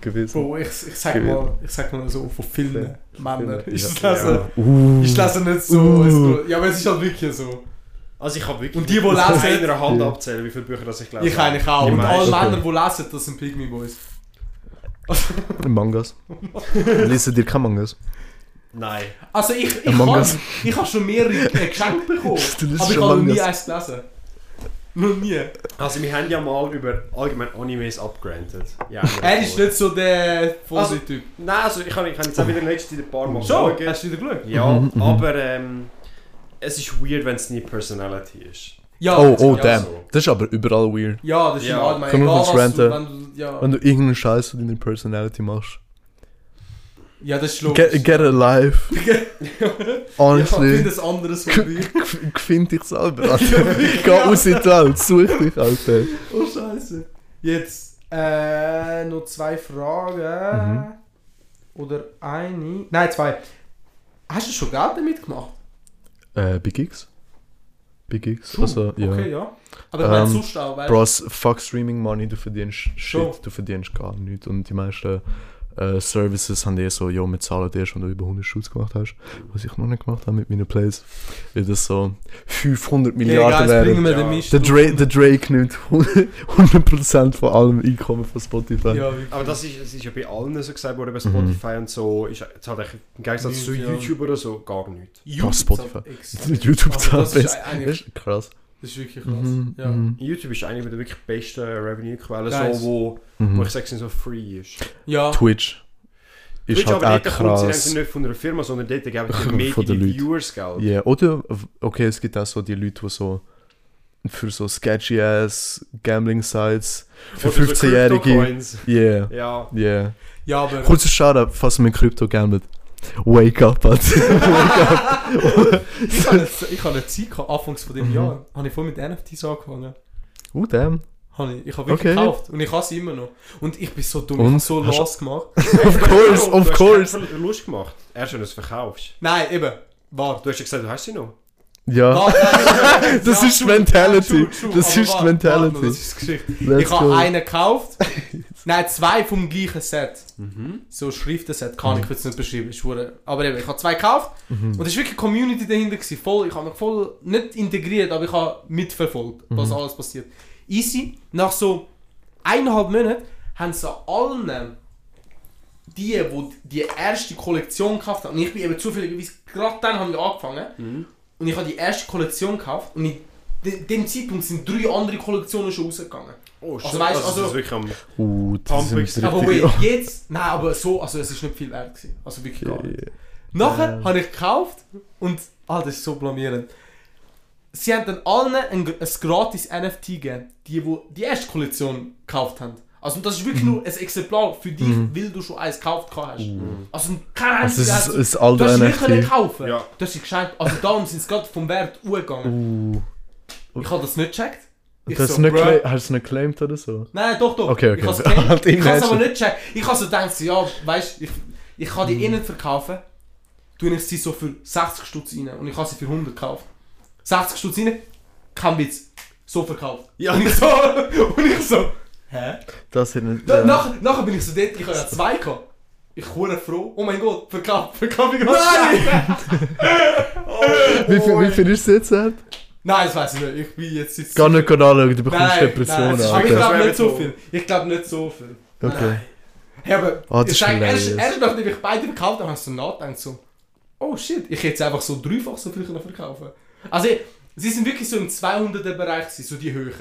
S3: Gewesen.
S2: Bro, ich, ich, sag
S3: Gewinn.
S2: mal, ich sag mal so, von vielen
S3: Ja.
S2: Männern ist das
S1: Ja.
S2: Lesen.
S3: Uh.
S2: Ich lese nicht so.
S3: Uh.
S2: es geht- Ja, aber es ist halt wirklich so.
S1: Also ich habe wirklich...
S2: Und die, die
S1: ich kann
S2: lesen-
S1: in einer Hand
S3: Ja.
S1: abzählen, wie viele Bücher das ich gelesen
S2: Ich eigentlich auch.
S1: Die
S2: Und alle
S1: meisten.
S2: Männer, die lesen, das sind Pygmy Boys.
S3: Mangas. Lesen dir kein Mangas.
S1: Nein.
S2: Also ich, ich,
S3: Among
S2: kann,
S3: Us.
S2: ich habe schon mehrere äh, Geschenke bekommen.
S3: Du liest
S2: aber ich
S3: schon
S2: habe noch
S3: Mangas.
S2: nie eins gelesen. Noch nie.
S1: Also wir haben ja mal über allgemein Animes abgerantet. Ja,
S2: Er ist nicht so
S3: Also,
S2: der Vorsitzende-Typ.
S1: Nein, also ich habe ich hab jetzt auch wieder letzte ein paar Mal
S2: Schon?
S1: geschaut.
S2: Hast du wieder Glück?
S1: Ja,
S3: Mhm, mhm.
S1: aber ähm, es ist weird, wenn es nie Personality ist.
S2: Ja,
S3: oh, oh,
S1: ja,
S3: damn.
S1: so.
S3: Das ist aber überall weird.
S2: ja, das ist
S1: Ja.
S2: im Allgemeinen.
S3: Können wir
S2: Egal,
S3: kurz
S2: was du,
S3: ranten?
S2: wenn du, ja.
S3: Wenn du irgendeinen Scheiß zu deiner Personality machst.
S2: ja, das ist logisch.
S3: Get, get a life.
S2: Ich
S3: Honestly.
S2: finde ein anderes Hobby.
S3: G- Find dich selber, Alter. Geh aus in die Welt, such dich, Alter.
S2: oh, Scheiße. Jetzt, äh, noch zwei Fragen.
S3: Mhm.
S2: Oder eine. Nein, zwei. Hast du schon Geld damit gemacht?
S3: Äh, Big X? Big X?
S2: Schon?
S3: Also, ja.
S2: Okay, ja. Aber ich meine,
S3: Ähm,
S2: sonst auch, weißt
S3: Bros, fuck Streaming Money, du verdienst
S2: Also Schon.
S3: shit, du verdienst gar nichts. Und die meisten äh, Services haben eh so, jo, wir zahlen dir schon, wenn du über 100 Schutz gemacht hast. Was ich noch nicht gemacht habe mit meinen Plays, weil das so 500 Milliarden
S2: Egal, jetzt bringen
S3: wären.
S2: wir
S1: Ja.
S2: den Mist.
S3: Der
S2: auf.
S3: Drake, der Drake nimmt 100% von allem Einkommen von Spotify.
S2: Ja, wirklich.
S1: Aber das ist, das ist ja bei allen so gesagt worden, bei
S3: Mhm.
S1: Spotify und so. Ist, jetzt hat ich im Gegensatz zu
S2: Ja.
S1: YouTube oder so gar nichts.
S2: YouTube
S3: Spotify.
S2: zahlt extrem.
S3: YouTube
S2: Also
S3: zahlt
S2: das ist
S3: besser. Das
S2: eigentlich,
S3: ist krass.
S2: das ist wirklich krass.
S3: Mhm,
S2: Ja.
S3: mhm,
S1: YouTube ist eine der wirklich besten Revenue-Quellen,
S2: Nice.
S1: so, wo, wo
S3: mhm.
S1: ich sage, so free ist.
S2: ja.
S3: Twitch ist
S1: Twitch
S3: halt
S1: aber
S3: auch
S1: dort kommt sie
S3: krass.
S1: eigentlich nicht von einer Firma, sondern dort geben
S3: Von
S1: die mehr
S3: den
S1: die
S3: Leuten.
S1: Viewers Geld.
S3: Ja, oder, okay, es gibt auch so die Leute, die so für so sketchy-ass Gambling-Sites, für
S1: Oder so
S3: 15-Jährige.
S1: Crypto-Coins.
S3: Yeah,
S1: Ja.
S3: yeah.
S2: ja, aber
S3: Kurzer Shoutout, falls ihr mit Krypto gambelt. Wake up, Alter.
S2: ich habe eine, ich habe eine Zeit gehabt, anfangs von dem
S3: Mhm.
S2: Jahr, habe ich voll mit NFTs angefangen.
S3: Oh, damn.
S2: Habe ich, ich habe wirklich
S3: Okay.
S2: gekauft und ich habe sie immer noch. Und ich bin so dumm,
S3: Und?
S2: ich habe so
S3: Hast-
S2: los gemacht.
S3: Of course, of
S1: du
S3: course.
S1: Du hast Lust gemacht. Erst wenn du es verkaufst.
S2: Nein, eben, warte.
S1: Du hast ja gesagt, du hast sie noch.
S3: Ja,
S2: Warte, nein,
S3: Das
S2: ja,
S3: ist
S2: true,
S3: Mentality.
S2: ja, true, true,
S3: Das
S2: aber
S3: ist
S2: warte,
S3: Mentality.
S2: warte, Das ist Geschichte.
S3: let's
S2: Ich habe
S3: go.
S2: einen gekauft, nein, zwei vom gleichen Set.
S3: Mhm.
S2: so Schriftenset, kann ich jetzt nicht beschreiben, ist hure- aber eben, ich habe zwei gekauft
S3: Mhm.
S2: und es war wirklich Community dahinter, gewesen, voll, ich habe mich voll, nicht integriert, aber ich habe mitverfolgt, was
S3: Mhm.
S2: alles passiert. Easy, nach so eineinhalb Monaten haben sie allen, die, die die erste Kollektion gekauft haben, und ich bin eben zufälligerweise, gerade dann haben wir angefangen,
S3: Mhm.
S2: und ich habe die erste Kollektion gekauft und in de- dem Zeitpunkt sind drei andere Kollektionen schon rausgegangen.
S1: Oh,
S2: Also
S1: shit.
S2: weißt-
S1: das ist
S2: also-
S1: wirklich am...
S3: Uh, das
S1: Pumping
S3: sind
S2: Aber
S3: richtig...
S2: oh,
S3: Oh,
S2: wait, jetzt, nein, aber so, also es ist nicht viel wert gewesen, also wirklich gar nicht.
S3: Yeah.
S2: Nachher
S3: Ähm.
S2: habe ich gekauft und. Ah, das ist so blamierend. Sie haben dann allen ein, gr- ein gratis NFT gegeben, die wo die erste Kollektion gekauft haben. Also das ist wirklich nur ein Exemplar für dich,
S3: Mhm.
S2: weil du schon eins gekauft gehabt hast. Also kein
S3: Also,
S2: einziger
S3: es
S2: hat
S3: ist,
S2: so-
S3: es ist all
S2: Du hast nicht können
S3: NFT.
S2: kaufen.
S1: Ja.
S2: Das ist gescheit. Also darum sind sie gerade vom Wert hochgegangen.
S3: Uh.
S2: Ich habe das nicht gecheckt. Ich
S3: Und Hast
S2: so,
S3: du nicht
S2: bruh.
S3: cla- hast du nicht geclaimed oder so?
S2: Nein, doch, doch.
S3: Okay, okay.
S2: Ich habe es
S3: Halt,
S2: ich hab's
S3: imagine.
S2: aber nicht gecheckt. Ich habe so gedacht, so, ja, weißt du, ich, ich kann
S3: Hm.
S2: die eh nicht verkaufen. Tue ich sie so für 60 Stutz rein und ich habe sie für 100 gekauft. 60 Stutz rein, kein Witz. So verkauft.
S1: Ja.
S2: Und ich so, und ich so, hä?
S3: Das sind nicht...
S2: Da,
S3: äh,
S2: nach, nachher bin ich so dort, ich habe ja zwei gehabt. Ich wurde froh, oh mein Gott, verkauft, verkauft, ich Nein!
S3: Wie viel, wie viel ist es jetzt? Ed?
S2: Nein, das weiß ich nicht, ich bin jetzt... jetzt
S3: Gar nicht anschauen, du bekommst
S2: nein, nein,
S3: Depressionen,
S2: aber ich
S3: Alter.
S2: glaube nicht so viel. Ich glaube nicht so viel.
S3: Okay.
S2: Hey, aber
S3: Ah, das
S2: ich
S3: ist
S2: sage, erst,
S3: hilarious.
S2: erst nachdem ich beide verkauft habe, habe ich so nachgedacht, so, oh shit, ich hätte jetzt einfach so dreifach so viel können verkaufen Also, ich- sie sind wirklich so im 200er-Bereich, so die Höhen.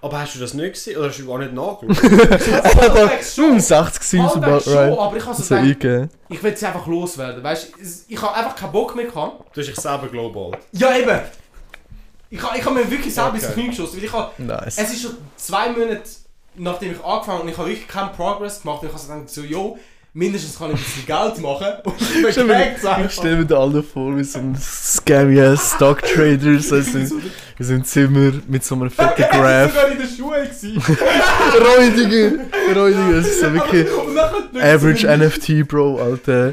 S1: Aber hast du das nicht gesehen? Oder hast du gar nicht nachgeschaut?
S2: Halbwegs schon,
S3: Um 60 sind sie
S2: halbwegs
S3: bald,
S2: Oh, schon,
S3: right?
S2: aber ich habe
S3: So
S2: so gedacht,
S3: eingehen.
S2: ich will sie einfach loswerden, weißt du, Es- ich habe einfach keinen Bock mehr gehabt.
S1: du hast dich selber global.
S2: Ja, eben! Ich habe, ich habe mir wirklich selber ins
S1: Okay.
S2: Knie geschossen, weil ich habe
S3: Nice.
S2: Es ist schon zwei Monate, nachdem ich angefangen habe und ich habe wirklich keinen Progress gemacht. Ich habe so gedacht, so, yo, mindestens kann ich ein bisschen Geld machen. Und ich bin gemerkt,
S3: Ich stelle mir da alle vor, wie so ein scammy-ass Stock-Trader, so in in seinem Zimmer mit so einem fetten
S2: Äh, war
S3: Graph.
S2: sogar in der Schule. gewesen.
S3: Räudiger! Räudiger, das ist so wirklich
S2: Und nachher schaut sie
S3: average
S2: mir-
S3: NFT, Bro, Alter.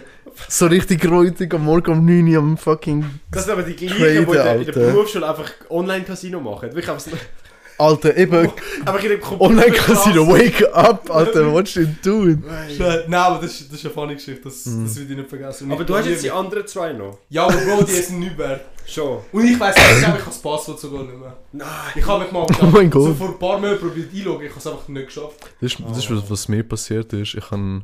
S3: So richtig räudig am Morgen um 9 Uhr am fucking...
S1: Das sind aber die gleichen,
S3: Trade,
S1: die in der, in der
S3: Alter.
S1: Berufsschule einfach Online-Casino machen. Wirklich einfach,
S3: Alter, eben...
S1: einfach in dem
S2: Oh,
S1: Computer...
S3: Online-Casino, wake up, Alter, what you doing?
S2: Nein, aber das ist, das ist eine funny Geschichte, das,
S3: Mhm.
S2: das will ich nicht vergessen. Und
S1: Aber
S2: ich
S1: du hast
S2: probiere
S1: jetzt die anderen zwei noch.
S2: mich- Ja, aber Bro, die sind nicht wert.
S1: Schon.
S2: Und ich weiss nicht, ich glaube, ich habe das Passwort sogar nicht mehr.
S1: Nein.
S2: Ich habe mich mal
S3: Oh mein
S2: so
S3: Gott.
S2: vor ein paar Monaten probiert einzuloggen, ich habe es einfach nicht geschafft.
S3: Das ist, das ist
S2: Ah.
S3: was, was mir passiert ist. Ich habe,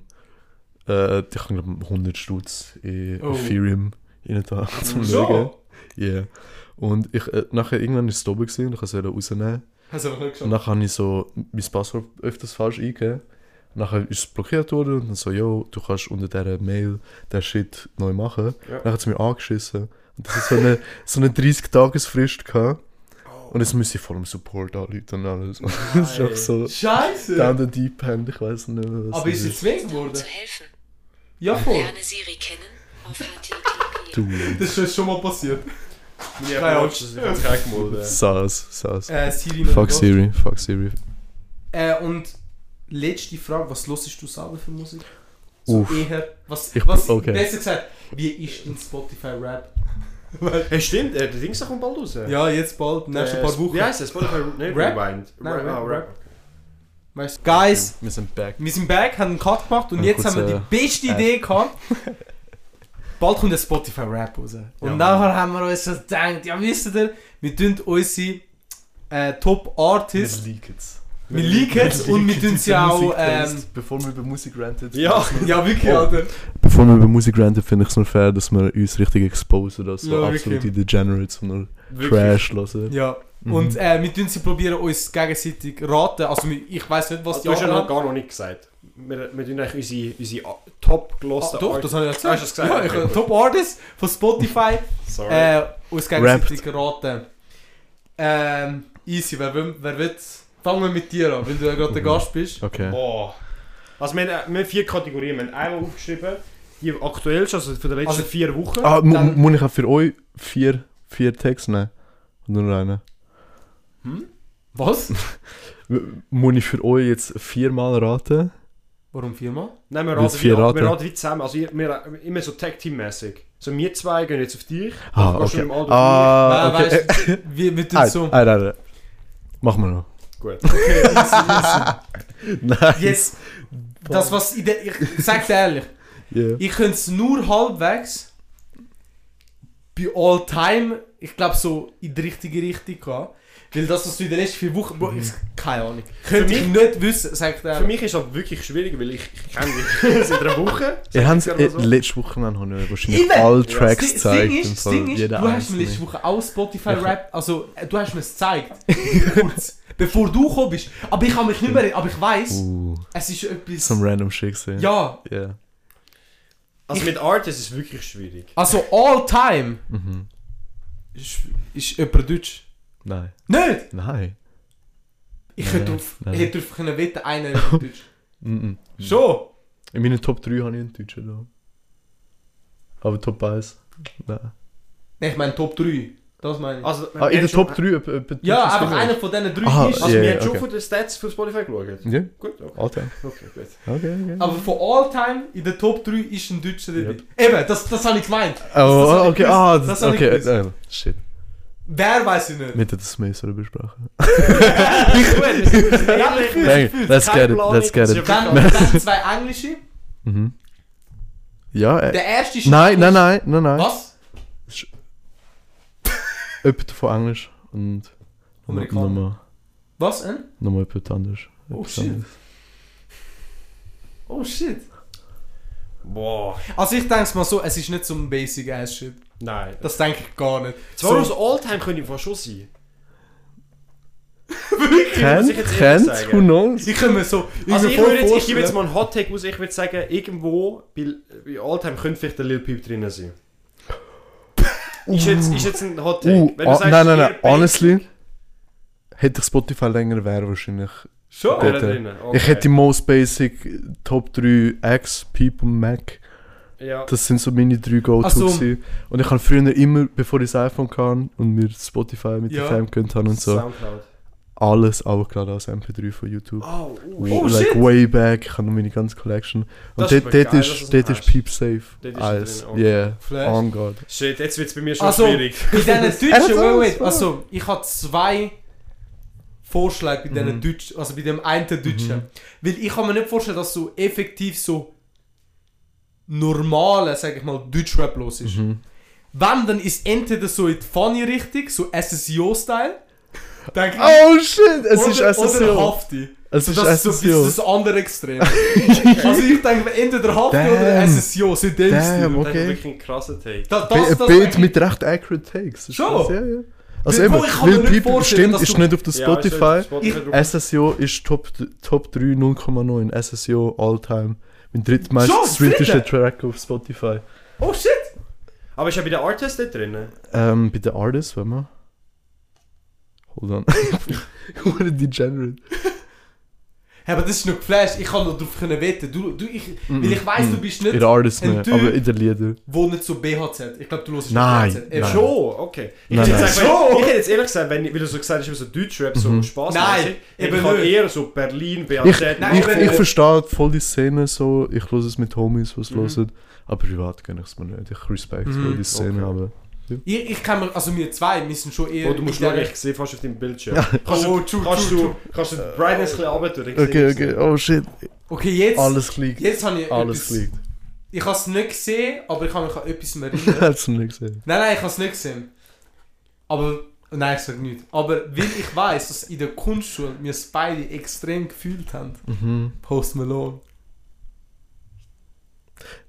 S3: äh, ich hab, glaub, 100 Stutz in
S2: Oh.
S3: Ethereum in da zum
S2: So?
S3: Schauen. Yeah. Und ich, äh, nachher irgendwann ist es oben gewesen und ich habe es rausnehmen.
S2: Hast du einfach nicht
S3: Und
S2: geschafft.
S3: nachher habe ich so mein Passwort öfters falsch eingegeben. Nachher ist es blockiert worden und dann so, yo, du kannst unter dieser Mail den Shit neu machen.
S1: Ja.
S3: Dann hat es mich angeschissen. Und das ist so eine, so eine 30-Tages-Frist gehabt. Und jetzt müsste ich vor dem Support anrufen und alles. das ist
S2: Oh. Nein.
S3: auch so
S2: Scheiße!
S3: down the deep end, ich weiß nicht mehr, was
S2: Aber
S3: das
S2: ist jetzt weg geworden?
S4: zu helfen.
S2: Ja, voll.
S4: Lerne Siri kennen auf http
S3: Du,
S2: Das ist schon mal passiert.
S1: Meine
S2: Keine Ahnung.
S1: Apple Watch ist einfach dreck gemolden.
S3: Sass, Sass.
S2: Äh, Siri
S3: Fuck
S2: Gott.
S3: Siri, fuck Siri.
S2: Äh, und letzte Frage, was hörst du selber für Musik? So
S3: Uff.
S2: eher, was,
S3: Ich-
S2: was
S3: okay.
S2: besser gesagt, wie ist dein Spotify-Rap?
S1: Hey, stimmt, äh, der Dings da kommt bald raus.
S2: ja, jetzt bald, nächste
S1: Äh,
S2: paar Wochen.
S1: Wie heißt das? Spotify Rewind.
S2: Rap?
S1: Rewind.
S2: Nein,
S1: Ra- ah,
S2: Rap.
S1: Rap.
S2: Weißt du, Guys,
S3: Wir sind back.
S2: wir sind back, haben einen Cut gemacht und
S3: Mal
S2: jetzt
S3: kurz,
S2: haben wir die beste
S3: äh,
S2: Idee gehabt. bald kommt ein Spotify-Rap raus. Und
S1: Ja.
S2: nachher haben wir uns so gedacht, ja wisst ihr, wir tun unsere äh, Top-Artists
S3: leaken's.
S2: Wir leaken's und wir tun's ja auch, ähm,
S3: bevor wir über Musik rantet.
S1: Ja.
S2: Ja, wirklich,
S3: Oh.
S2: Alter.
S3: Bevor wir über Musik rantet, finde ich es nur fair, dass wir uns richtig exposen als so
S2: Ja,
S3: absolute
S2: wirklich.
S3: Degenerates und nur
S1: Wirklich.
S3: Trash hören.
S2: Ja.
S3: Mhm.
S2: Und äh, wir tun sie probieren, uns gegenseitig raten. Also, wir- ich weiß nicht, was
S1: Ah, Du hast
S2: die
S1: ja noch
S2: anderen.
S1: gar noch nicht gesagt. Wir, wir tun eigentlich unsere, unsere a- top
S2: Ah,
S1: gelosten
S2: doch, das habe ich ja
S1: Ah,
S2: gesagt.
S1: hast du das gesagt?
S2: Ja, ich,
S1: Okay, gut.
S2: Top Artists von Spotify
S1: Sorry.
S2: äh, uns gegenseitig raten. Ähm, easy, wer, will- wer will? Fangen wir mit dir an, weil du ja gerade der
S3: Mhm.
S2: Gast bist.
S3: Okay.
S1: Boah. Also wir haben, wir haben vier Kategorien. Wir haben einmal aufgeschrieben, die aktuellste, also von den letzten
S2: Also-
S1: vier Wochen.
S3: Ah, mu
S2: Dann-
S3: muss ich auch für euch vier, vier Texte nehmen? Oder nur einen?
S2: Was?
S3: M- Muss ich für euch jetzt viermal raten?
S2: Warum viermal?
S1: Nein, wir
S3: Weil
S1: raten,
S3: es vier
S1: wir, raten. wir
S3: raten.
S1: raten wie zusammen. Also wir, wir, immer so Tag-Team-mäßig. So wir zwei gehen jetzt auf dich.
S3: Ah,
S1: Du gehst
S3: okay.
S1: schon im Alter
S3: Ah,
S2: Nein,
S3: okay.
S2: weißt du, wir, wir tun
S3: Nein,
S2: so.
S3: nein, nein, nein. Machen wir halt. noch.
S1: Gut. dus
S3: Nein.
S2: Jetzt, das, was in der. Ich sag's ehrlich.
S3: Yeah.
S2: Ich könnte es nur halbwegs bei all time, ich glaube so in die richtige Richtung gehen. Weil das, was du in den letzten vier Wochen... Bro, ich, keine Ahnung. Könnte ich
S1: Mhm. mich-
S2: nicht wissen, sagt er.
S1: Für mich ist das wirklich schwierig, weil ich, ich kenne dich seit einer Woche.
S3: Ihr habt
S1: Sag ich
S3: äh,
S1: jetzt mal so.
S3: letzte Woche haben wir wahrscheinlich
S2: Eben.
S3: alle
S1: Ja.
S2: das
S3: Tracks
S2: Ding- das
S3: gezeigt.
S2: Ding
S3: im
S2: ist, das
S3: Fall,
S2: Ding ist
S3: jeder
S2: du hast mir
S3: einzelne.
S2: letzte Woche auch
S3: Ja.
S2: Spotify-Rap, also äh, du hast mir es gezeigt. Kurz, bevor du gekommen bist. Aber ich kann mich nicht mehr... Aber ich weiss,
S3: Uh,
S2: es ist etwas...
S3: some random shit gesehen.
S2: ja,
S3: Yeah.
S1: Also
S2: Ich-
S1: mit Artists ist es wirklich schwierig.
S2: also all time
S3: Mhm.
S2: ist, ist jemand deutsch.
S3: Nein.
S2: Nicht!
S3: Nein.
S2: Ich
S3: Nein,
S2: hätte
S3: nein,
S2: auf,
S3: nein.
S2: ich hätte darauf können wetten, einer ist deutsch.
S3: Mhm.
S2: Schon?
S3: In meinen Top 3 habe ich einen Deutschen da. Aber Top 1? Nein.
S2: Nein, ich meine Top 3. Das meine ich.
S1: Also,
S3: Ah, in der
S1: schon-
S3: Top 3? Ob, ob, ob
S2: ja,
S3: Deutsches
S2: einfach
S3: Film?
S2: einer von diesen drei
S3: Aha,
S2: ist.
S1: Also
S3: Ja,
S1: wir
S3: ja,
S1: haben schon
S3: okay.
S1: von den Stats für Spotify geschaut.
S3: Ja, Oh.
S1: Gut, okay.
S3: Alltime.
S1: okay gut.
S3: Okay, okay.
S2: Aber Also von Alltime in der Top 3 ist ein Deutscher dabei.
S3: Yep.
S2: Eben, das, das habe ich gemeint. das hab
S3: Oh,
S2: ich
S3: okay,
S2: gewusst,
S3: ah,
S2: das
S3: das,
S2: hab ich
S3: okay,
S2: gewusst.
S3: äh, shit.
S2: Wer weiß ich nicht.
S3: Wir hätten das mehr so besprochen.
S1: Ja,
S3: Hey, let's get it, let's get it.
S2: Dann, dann zwei Englische.
S3: Mhm. Ja, äh,
S2: Der erste ist.
S3: nein, nein, nein, nein, nein.
S2: Was?
S3: Jemand von Englisch und nochmal,
S2: Amerikaner.
S3: nochmal,
S2: Was? Äh?
S3: nochmal jemand anderes.
S2: Oh
S3: Etwas
S2: shit.
S3: anderes.
S2: Oh shit.
S1: Boah.
S2: Also ich denke mal so, es ist nicht so ein basic ass shit.
S1: Nein.
S2: Das denke ich gar nicht.
S1: Zwar aus
S2: so,
S1: Alltime könnte ich fast schon sein. muss ich
S3: Kennt,
S1: jetzt ehrlich
S3: kennt,
S1: sagen.
S3: who knows?
S2: ich kann mir so.
S1: Also
S2: mir
S1: ich,
S2: voll
S1: würde jetzt, ich
S2: vorstellen-
S1: gebe jetzt mal einen Hot Take aus. Ich würde sagen, irgendwo bei, bei Alltime könnte vielleicht der Lil Peep drin sein. Ist jetzt, ist jetzt ein Hot Take.
S3: Uh,
S1: Wenn du
S3: ah,
S1: sagst,
S3: nein, nein,
S1: ihr
S3: nein,
S1: beide-
S3: honestly, hätte ich Spotify länger, wäre wahrscheinlich.
S2: Schon?
S1: Wäre
S3: Dort, äh,
S1: drin, okay.
S3: Ich hätte die Most Basic äh, Top 3 X, Peep und Mac.
S1: Ja.
S3: Das sind so meine drei go to
S2: Also-
S3: Und ich habe früher immer, bevor ich das iPhone kann und mir Spotify mit
S2: Ja.
S3: der Fam gönnt haben und so,
S1: Soundcloud.
S3: alles auch gerade als MP3 von YouTube.
S1: Oh, uh.
S3: Way-
S2: Oh,
S3: like
S2: shit.
S3: way back, ich habe noch meine ganze Collection. Und
S1: Das ist
S3: dort
S1: aber geil,
S3: dort
S1: dass du
S3: ist,
S1: das
S3: dort ist
S1: hast.
S3: Peep safe.
S1: Dort ist er
S3: Alles.
S1: drin, okay.
S3: Yeah. Oh
S2: Flash.
S3: On God.
S1: Shit, jetzt wird es bei mir schon
S2: Also-
S1: schwierig.
S2: Bei diesen Deutschen,
S3: hat's
S2: wait,
S3: alles,
S2: wait,
S3: ja.
S2: also ich habe zwei Vorschläge bei diesen
S3: Mhm.
S2: Deutschen, also bei dem einen Deutschen. Weil ich kann mir nicht vorstellen, dass so effektiv so normale, sag ich mal, Deutschrap los ist.
S3: Mhm.
S2: Wenn, dann ist entweder so in die Funny-Richtung, so SSIO-Style. Denk ich.
S3: Oh shit, es
S2: oder,
S3: ist
S2: Oder
S3: SSO.
S2: Hafti.
S3: Es
S2: So,
S3: ist
S2: das ist so ein bisschen
S3: SSO.
S2: das andere Extrem. Also ich denke, entweder Hafti oder
S3: Damn.
S2: SSIO, so in dem
S3: Damn,
S2: Stil.
S1: Das ist
S3: okay.
S1: wirklich ein krasser Take.
S2: Das,
S3: Bi-
S2: das,
S3: Ein
S2: das
S3: Bild mit recht accurate Takes. Ist
S2: Schon?
S3: krass, Ja, ja. Also
S2: Weil,
S3: eben,
S2: Bro, ich kann mir
S3: Lil
S2: nicht
S3: Peep
S2: vorstellen,
S3: stimmt,
S2: dass
S3: ist
S2: du-
S3: nicht auf der
S1: Ja, ist
S3: Spotify.
S1: auf Spotify
S2: Ich-
S1: drauf.
S3: SSO ist Top, Top 3 0,9. SSO All-Time. Mein drittmeist
S2: Schon,
S3: gestreamtester
S2: dritte?
S3: Track auf Spotify.
S2: Oh shit!
S1: Aber ist ja bei den Artists nicht drin.
S3: Ähm, bei den Artists, wenn man. Hold on. Hure degenerate.
S2: Hey, aber das ist noch geflasht. Ich kann noch darauf können wetten. Du, du, ich,
S3: Mhm.
S2: Weil ich weiss, du
S3: Mhm.
S2: bist
S3: In
S2: nicht,
S3: der Artist
S2: ein
S3: nicht,
S2: Typ-
S3: aber in den Liedern.
S2: wo nicht so BHZ. Ich glaube, du hörst
S3: Nein,
S2: BHZ. Äh,
S3: nein.
S2: Schon?
S1: Schon, okay. Ich
S3: Nein,
S1: hätte jetzt,
S2: nein.
S1: gesagt,
S2: Schon?
S1: ich hätte jetzt ehrlich gesagt, wenn, ich- weil du so gesagt hast, immer so Deutschrap, so
S3: Mhm.
S1: Spaß.
S2: Nein,
S1: ich
S2: eben
S1: habe
S2: nicht.
S1: eher so Berlin, BAZ.
S3: Ich,
S2: nein,
S3: ich,
S2: aber-
S3: ich verstehe voll die Szene so, ich höre es mit Homies, was
S1: Mhm.
S3: hören, aber privat kann ich es mir nicht. Ich respekt
S2: Mhm.
S3: voll die
S1: Okay.
S3: Szene, aber...
S2: Ich, ich kann mir, also wir zwei, wir sind schon eher...
S1: Oh, du musst
S2: in
S1: schauen,
S2: der-
S1: ich sehe fast auf deinem Bildschirm. Kannst, du,
S2: Oh, true,
S1: kannst,
S2: true,
S1: du, kannst du die Brightness ein bisschen runter?
S3: Okay, okay, oh shit,
S2: Okay, jetzt...
S3: alles geleakt.
S2: Jetzt habe ich
S3: Alles
S2: etwas...
S3: geleakt.
S2: Ich habe es nicht gesehen, aber ich kann mich an etwas erinnern.
S3: Hättest du nicht gesehen.
S2: Nein, nein, ich habe es nicht gesehen. Aber, nein, ich sage nicht. Aber weil ich weiß, dass in der Kunstschule wir es beide extrem gefühlt haben.
S3: Mhm.
S2: Post Malone.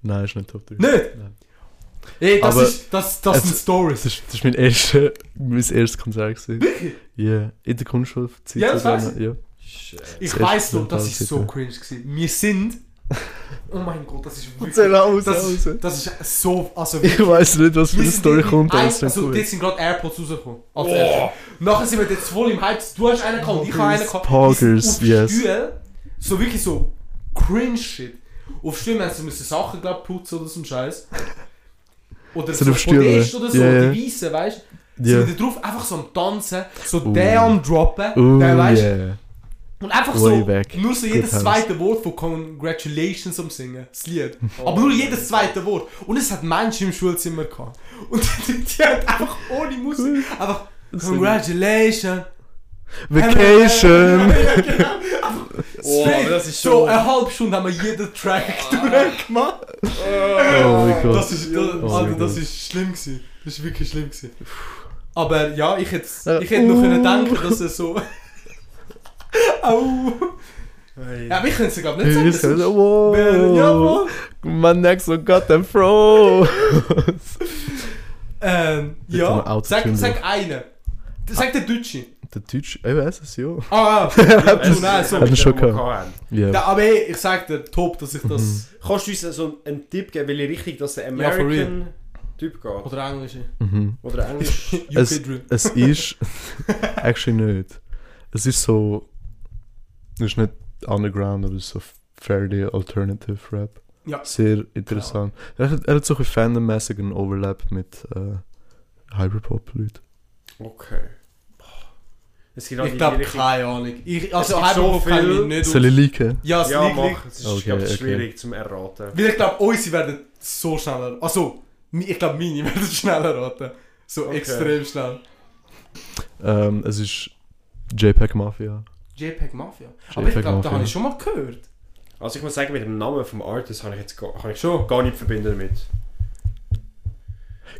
S3: Nein, ist nicht Top 3.
S2: Nicht?
S3: Nein.
S2: Ey, das,
S3: Aber
S2: ist, das, das
S3: es-
S2: sind Stories.
S3: Das ist, das ist mein, erster, mein erstes Konzert. Wirklich? Ja, in der Kunstschule.
S2: Ja, das weiss
S3: ich. Ja.
S2: Ich
S3: das
S2: weiß
S3: erste
S2: doch, das
S3: Mal
S2: ist so
S3: sicher.
S2: cringe gewesen. Wir sind... Oh mein Gott, das ist
S3: Erzähl
S2: wirklich...
S3: aus,
S2: Das
S3: aus.
S2: ist, das ist so... Also,
S3: Ich weiß nicht, was für
S2: Wir
S3: eine
S2: sind
S3: Story
S2: dort
S3: kommt,
S2: mit
S3: aber
S2: ein-
S3: es ist
S2: Also,
S3: cool.
S2: dort sind gerade Airpods rausgekommen. Als erstes. Nachher sind wir jetzt voll im Hype. Du hast einen gehabt und ich habe einen gehabt.
S3: Poggers,
S2: Wir sind auf
S3: yes.
S2: Stühle, so wirklich so cringe shit. Auf Stühlen haben sie müssen Sachen glaub, putzen oder so ein Scheiß. Oder
S3: So
S2: so,
S3: auf Stühle.
S2: Podest oder so,
S3: Ja, ja.
S2: die Weißen, weißt du? Sie
S3: Ja.
S2: sind da drauf einfach so am Tanzen, so
S3: Uh.
S2: der am Droppen,
S3: Oh,
S2: der weißt
S3: yeah.
S2: Und einfach
S3: Way
S2: so,
S3: back.
S2: nur so jedes
S3: Good times.
S2: zweite Wort von Congratulations am Singen, das Lied.
S3: Oh
S2: Aber nur jedes zweite Wort. Und es hat Menschen im Schulzimmer gehabt. Und die, die hat einfach ohne Musik, einfach Congratulations.
S3: Vacation!
S2: Ja, genau.
S1: Oh,
S2: Straight.
S1: aber das ist
S2: So
S1: schon... Ah.
S2: eine halbe Stunde haben wir jeden Track durchgemacht.
S3: Oh mein Gott.
S2: Das ist, das,
S3: Oh
S2: Alter,
S3: mein
S2: das
S3: Gott.
S2: ist schlimm gewesen. Das ist wirklich schlimm gewesen. Aber ja, ich hätte,
S3: Äh,
S2: ich hätte noch
S3: uh.
S2: können denken, dass er so... Au!
S1: Hey.
S2: Ja, aber ich könnte es glaube nicht
S3: Ich
S2: sagen.
S3: weiß
S2: dass es-
S3: gar nicht.
S2: Jawohl.
S3: Wow! Man next so goddamn froh!
S2: Ähm,
S3: Mit dem
S2: ja, sag,
S3: Autotune
S2: sag einen. Sag den Deutschen.
S3: Der Deutsch, ich weiß es ja.
S2: Ah, ah, ja, du, nein, so.
S3: Hat er schon gehabt.
S1: gehabt.
S3: Ja.
S2: Ja, aber hey, ich sag dir, top, dass ich das...
S1: Kannst du uns so einen Tipp geben, welche Richtung dass der
S2: Ja, for real.
S1: American-Typ geht?
S2: Oder Englische.
S3: Mhm.
S1: Oder Englisch?
S2: UK
S3: Es,
S2: Dream.
S3: es ist. actually nicht. Es ist so. Es ist nicht Underground, aber es ist so fairly alternative Rap.
S2: Ja.
S3: Sehr interessant. Er hat, er hat so ein fandommäßigen Overlap mit äh, Hyperpop-Leuten.
S1: Okay. Es gibt auch
S2: Ich
S1: die
S2: glaube,
S1: Richtung-
S2: keine Ahnung. Ich, also,
S1: gibt so
S2: Hyperpop kann ich
S1: viel-
S2: nicht...
S3: Soll ich liken?
S2: Ja, es
S1: Ja,
S2: liegt
S1: mach.
S2: liegt.
S1: Es ist
S3: Okay,
S1: glaub,
S3: okay.
S1: schwierig zum Erraten.
S2: Weil ich glaube, unsere werden so schneller... Also, mi- ich glaube, meine werden schneller raten. So
S1: Okay.
S2: extrem schnell.
S3: Ähm, es ist JPEG Mafia.
S2: JPEG Mafia. Ah, aber ich glaube,
S3: JPEG
S2: da
S3: Mafia.
S2: habe ich schon mal gehört.
S1: Also ich muss sagen, mit dem Namen vom Artist habe ich jetzt gar, kann ich
S2: Schon.
S1: gar nicht verbinden damit.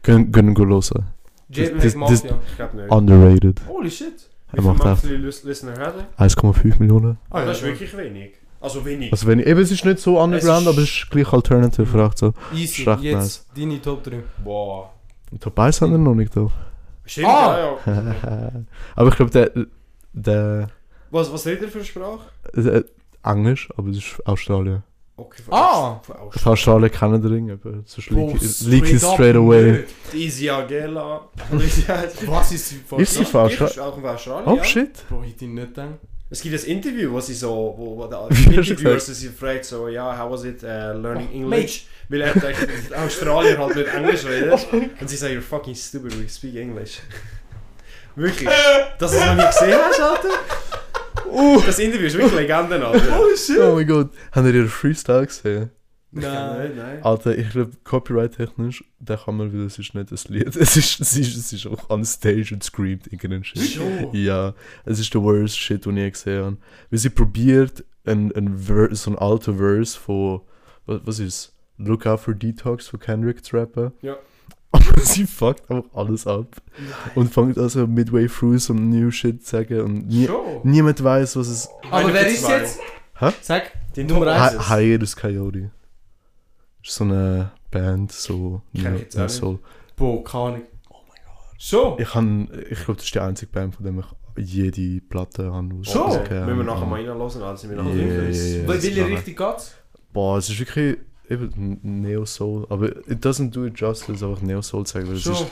S3: Können können go hören.
S2: JPEG
S3: das- das-
S2: Mafia.
S1: Ich glaube nicht.
S3: Underrated.
S2: Holy shit.
S1: Wie
S3: Er
S1: viele
S3: macht das.
S1: monthly Lis- Listener hat er?
S3: 1,5 Millionen.
S1: Ah, das ist wirklich wenig. Also wenig.
S3: Also wenn ich, eben, es ist nicht so Underground,
S1: ist-
S3: aber es ist gleich Alternative, fragt so.
S2: Easy,
S3: Schlag
S2: jetzt deine Top 3.
S1: Boah.
S3: Top 1 haben wir noch nicht da.
S1: Stimmt,
S2: Ah!
S1: ja, ja.
S3: aber ich glaube, der, der,
S1: Was, was redet er für Sprache?
S3: der äh, Englisch, aber es ist Australien.
S1: Okay, von
S2: Ah!
S1: Aus- von
S3: Aus
S1: Aus-
S3: Australien kennen den Ring, aber sonst leak
S2: Bro,
S3: leak ich
S2: up
S3: straight away.
S2: nicht.
S1: Easy Agela. Oder Easy heißt-
S2: Was ist sie von
S3: Ist sie
S1: Ja,
S3: von
S1: die ist
S3: Australien?
S1: auch von Australien?
S3: Oh
S1: ja.
S3: shit.
S2: Bro, ich hätte ihn nicht gedacht.
S1: Es gibt ein Interview, wo sie so, wo, wo der
S3: Wie hast du
S1: Interviewer
S3: gesagt?
S1: sie fragt so, ja, how was it äh, learning
S2: Oh,
S1: English? Weil er denkt, dass Australier halt nicht Englisch
S3: Oh
S1: redet. Und sie sagt, you're fucking stupid, we speak English. Wirklich. Dass du es noch nie gesehen hast, Alter? Das Interview ist wirklich Legende, Alter.
S2: Oh shit!
S3: Uh. Oh mein Gott. Haben ihr ihren Freestyle gesehen?
S2: Nein.
S1: nein.
S3: Alter, ich glaube, copyright-technisch, da kann man wieder, es ist nicht das Lied. Es ist, es ist, es ist einfach on stage und screamt irgendeinen Shit.
S2: Schon.
S3: Ja, es ist der worst Shit, den ich je gesehen habe. Weil sie probiert, ein, ein Ver so einen alten Verse von, was, was ist Look Out for Detox von Kendrick zu rappen.
S1: Ja.
S3: Aber sie fuckt einfach alles ab. Und fängt also midway through so new Shit zu sagen und nie,
S2: Schon.
S3: niemand weiß, was es...
S2: Aber
S1: Meine
S2: wer
S1: Top
S2: ist
S1: zwei.
S2: jetzt?
S3: Hä?
S2: Sag.
S1: Die
S2: Nummer
S1: Top-
S2: eins.
S1: Hi- hi.
S3: Hiatus Coyote. Ist so eine Band, so...
S1: Kenn
S3: Neo-
S1: ich jetzt auch nicht.
S3: Soul.
S2: Bro, keine Ahnung. Oh mein Gott. Schon.
S3: Ich, han- ich glaube, das ist die einzige Band, von der ich jede Platte habe. die
S2: Schon?
S3: ich
S1: Okay,
S3: gerne
S1: Müssen wir nachher
S3: habe.
S1: mal reinlassen, also sind wir
S3: Dus, eh, Ja,
S1: nachher
S3: ja, ja,
S1: yeah,
S3: ja.
S2: Weil
S3: das
S2: welche
S3: kann ich.
S2: Richtung geht's?
S3: Boah, es ist wirklich. eben Neo Soul, aber it doesn't do it justice, einfach Neo Soul sagen, weil es
S2: Schon.
S3: ist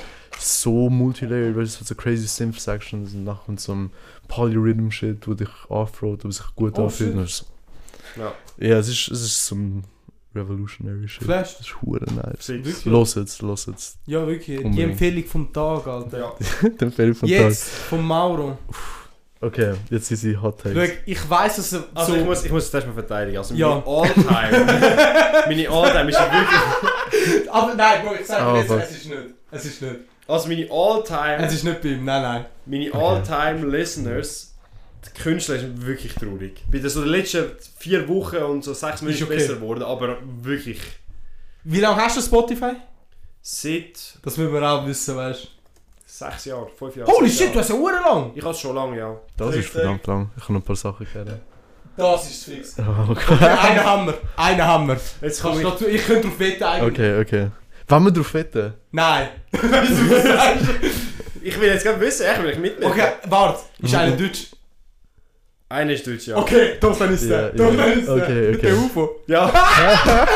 S3: so multilayered, weil es hat so crazy Synth Sections und nach und so einem Polyrhythm Shit, wo dich offroad, aber sich gut
S2: Oh,
S3: anfühlt.
S2: shit.
S3: und es-
S1: Ja,
S3: Ja, es ist, es ist so ein Revolutionary Shit.
S2: Flash.
S3: Das ist hure nice.
S1: fix.
S3: Los jetzt, los jetzt.
S2: Ja, wirklich. Die
S3: Unbedingt.
S2: Empfehlung vom Tag, Alter.
S1: Ja.
S3: Den Fell von
S2: Jetzt, vom Mauro.
S3: Tag. Okay, jetzt sind sie Hot
S2: Schau,
S3: Takes.
S2: ich weiss, dass er
S1: Also
S2: so-
S1: ich muss, ich muss es erstmal verteidigen. Also
S2: Ja.
S1: meine All-Time. meine All-Time ist wirklich.
S2: Aber nein, Bro, ich sag
S3: Oh,
S2: dir jetzt,
S3: fuck.
S2: es ist nicht. Es ist nicht.
S1: Also meine All-Time.
S2: Es ist nicht bei ihm, nein, nein.
S1: Meine All-Time Listeners. Die Künstler sind wirklich traurig. Bei den so den letzten vier Wochen und so sechs Monate
S2: okay.
S1: besser geworden, aber wirklich.
S2: Wie lange hast du Spotify?
S1: Seit
S2: Das müssen wir auch wissen, weißt du.
S1: sechs Jahren, fünf Jahren.
S2: Holy
S1: sechs
S2: shit, du
S1: Jahren.
S2: hast ja Uhren lang.
S1: Ich hab's schon lange, ja.
S3: Das ist
S1: Richtig.
S3: verdammt lang. Ich habe noch ein paar Sachen gehört.
S2: Das ist fix.
S3: Oh Gott.
S2: Einen Hammer, einen Hammer.
S1: Jetzt
S2: Kannst
S1: komme
S2: du
S1: ich.
S2: dazu, ich könnte drauf wetten eigentlich.
S3: Okay, okay. Wollen wir drauf wetten?
S2: Nein. Weißt du, was du sagst?
S1: Ich will jetzt gerne wissen, ich will euch mitnehmen.
S2: okay, warte. Ist
S3: Mhm.
S2: einer Deutsch?
S1: Einer ist Deutsch, ja.
S2: Okay, doch, dann ist
S3: Ja,
S2: der. Doch,
S3: ja.
S2: dann ist der.
S3: Okay,
S2: Mit
S3: okay.
S2: der UFO.
S1: Ja.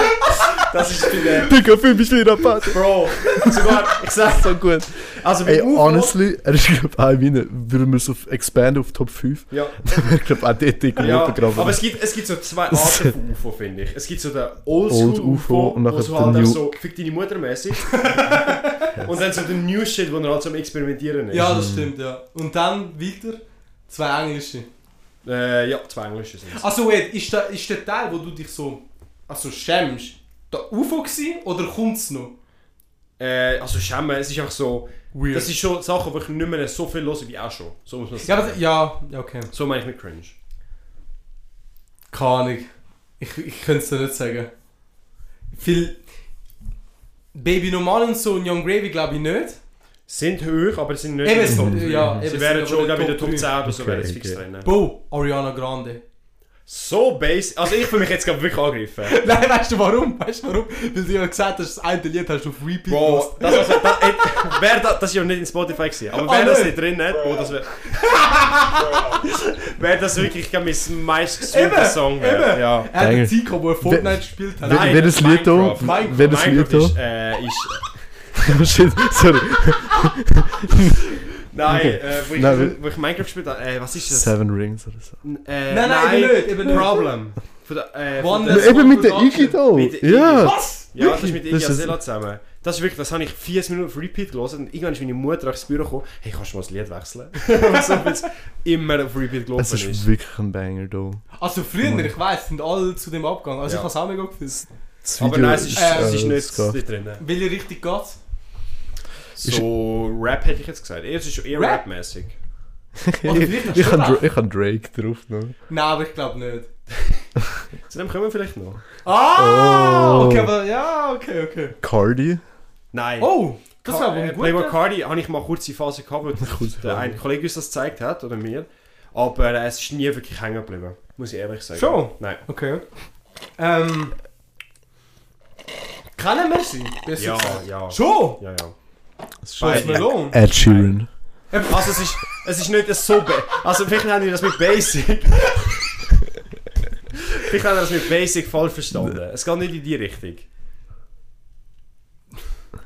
S1: das ist die äh,
S3: Digga, fühl mich wieder Party.
S1: Bro. Sogar, ich sag's
S3: So gut.
S1: Also bei
S3: Ey,
S1: UFO.
S3: honestly, er ist, glaube ich, auch meiner. Würden wir so f- expanden auf Top 5,
S1: Ja.
S3: dann wäre, glaube ich, auch der dicke
S1: Ja,
S3: runtergraben.
S1: aber es gibt, es gibt so zwei Arten von UFO, finde ich. Es gibt so den Oldschool
S3: Old UFO
S1: UFO,
S3: und
S1: wo
S3: nachher
S1: so
S3: den
S1: halt auch
S3: New-
S1: so fick deine Mutter mäßig. und dann so den New Shit, wo er halt so am Experimentieren ist.
S2: Ja,
S3: Mhm.
S2: das stimmt, ja. Und dann weiter. Zwei Englische.
S1: Äh, ja, zwei Englische sind es.
S2: Also wait, ist, der, ist der Teil, wo du dich so also schämst, da UFO gsi oder kommt's noch?
S1: Äh, also Schämen, es ist einfach so.
S2: Weird.
S1: Das ist schon Sachen, wo ich nicht mehr so viel höre wie auch schon. So muss man
S2: ja,
S1: sagen.
S2: aber, ja, ja, okay.
S1: so meine ich mit Cringe.
S2: Keine Ahnung. Ich, ich könnte es dir nicht sagen. Viel Baby Normal und so und Young Gravy glaube ich nicht.
S1: Sind hoch, aber sind nicht.
S2: Eben, es-
S1: so.
S2: ja, eben,
S1: Sie
S2: es
S1: wären
S2: sind
S1: schon
S2: aber
S1: glaub ich, in der
S2: nicht
S1: Top 10 oder so,
S3: Okay,
S1: wären es fix
S3: okay.
S1: drin.
S2: Bo, Ariana Grande.
S1: So basic. Also ich fühle mich jetzt gerade wirklich angegriffen.
S2: Nein, weißt du warum? Weißt du warum? Weil du ja gesagt hast, das eine Lied hast du auf Repeat
S1: Bro,
S2: gemacht.
S1: das, also, das, ey, wer da, das ist ja nicht in Spotify gewesen, aber
S2: Ah,
S1: wer das
S2: nicht?
S1: nicht drin hat, Bro, das wäre... wäre das wirklich glaub ich, mein meist
S2: Eben,
S1: sweeter Song wäre.
S2: eben.
S1: Ja.
S2: Er hat eine
S3: Dang.
S2: Zeit gehabt, wo er Fortnite gespielt hat.
S3: Wer-
S1: Nein,
S3: wer das Lied da?
S1: Minecraft.
S3: Wer das Lied
S1: Minecraft
S3: da?
S1: ist, äh, ist...
S3: Oh, Shit, sorry.
S1: Nein,
S3: Okay.
S1: äh, wo, ich,
S3: Nein, wir-
S1: wo ich Minecraft gespielt habe, äh, was ist das?
S3: Seven Rings oder so.
S1: N- Äh,
S2: Nein, nein, eben nicht, eben nicht.
S1: Problem. Von der, äh, von
S2: One
S1: der,
S2: Night-
S3: Eben mit der
S2: Production.
S3: Iggy da.
S1: Mit der
S3: Ja.
S2: Was?
S1: ja, das ist mit Iggy
S3: Das ist-
S1: Azalea zusammen. Das ist wirklich, das habe ich 40 Minuten auf Repeat gelesen und irgendwann ist meine Mutter ins Büro gekommen, hey, kannst du mal das Lied wechseln? Weil es so viel- immer auf Repeat gelaufen
S3: Es
S1: ist.
S3: ist wirklich ein Banger da.
S2: Also früher, ich weiss, sind alle zu dem abgegangen. Also
S1: Ja.
S2: ich hab's auch mega gefühlt.
S3: Das
S1: Aber
S3: Video
S1: nein, es ist,
S2: äh,
S1: es ist
S3: äh,
S1: nicht,
S3: geil.
S1: nicht drin.
S2: Welche Richtung geht's?
S1: So Rap hätte ich jetzt gesagt. Es ist eher
S2: Rap?
S1: Rap-mäßig.
S2: Oder Also vielleicht noch
S3: Ich
S2: schon
S3: habe
S2: drauf.
S3: Dra ich hab Drake drauf. Ne?
S2: Nein, aber ich glaube nicht.
S1: Zu dem kommen wir vielleicht noch.
S2: Ah!
S3: Oh.
S2: Okay, aber ja, okay, okay.
S3: Cardi.
S1: Nein.
S2: Oh! Das war
S1: Ka-
S2: aber
S1: äh,
S2: ein
S1: Playboy
S2: guter.
S1: Cardi habe ich mal kurz die Phase gehabt, weil
S3: Kurze
S1: der
S3: Phase.
S1: ein Kollege uns das gezeigt hat, oder mir. Aber äh, es ist nie wirklich hängen geblieben. Muss ich ehrlich sagen.
S2: Schon?
S1: Nein.
S2: Okay. Ähm. Kennen wir sie? Besser
S1: Ja,
S2: gesagt.
S1: ja.
S2: Schon?
S1: Ja, ja.
S3: Das ist
S1: Beide.
S2: Post Malone?
S3: Ed Sheeran.
S1: Also es ist, es ist nicht so... Ba also vielleicht haben die das mit Basic... vielleicht haben die das mit Basic falsch verstanden. Es geht nicht in die Richtung.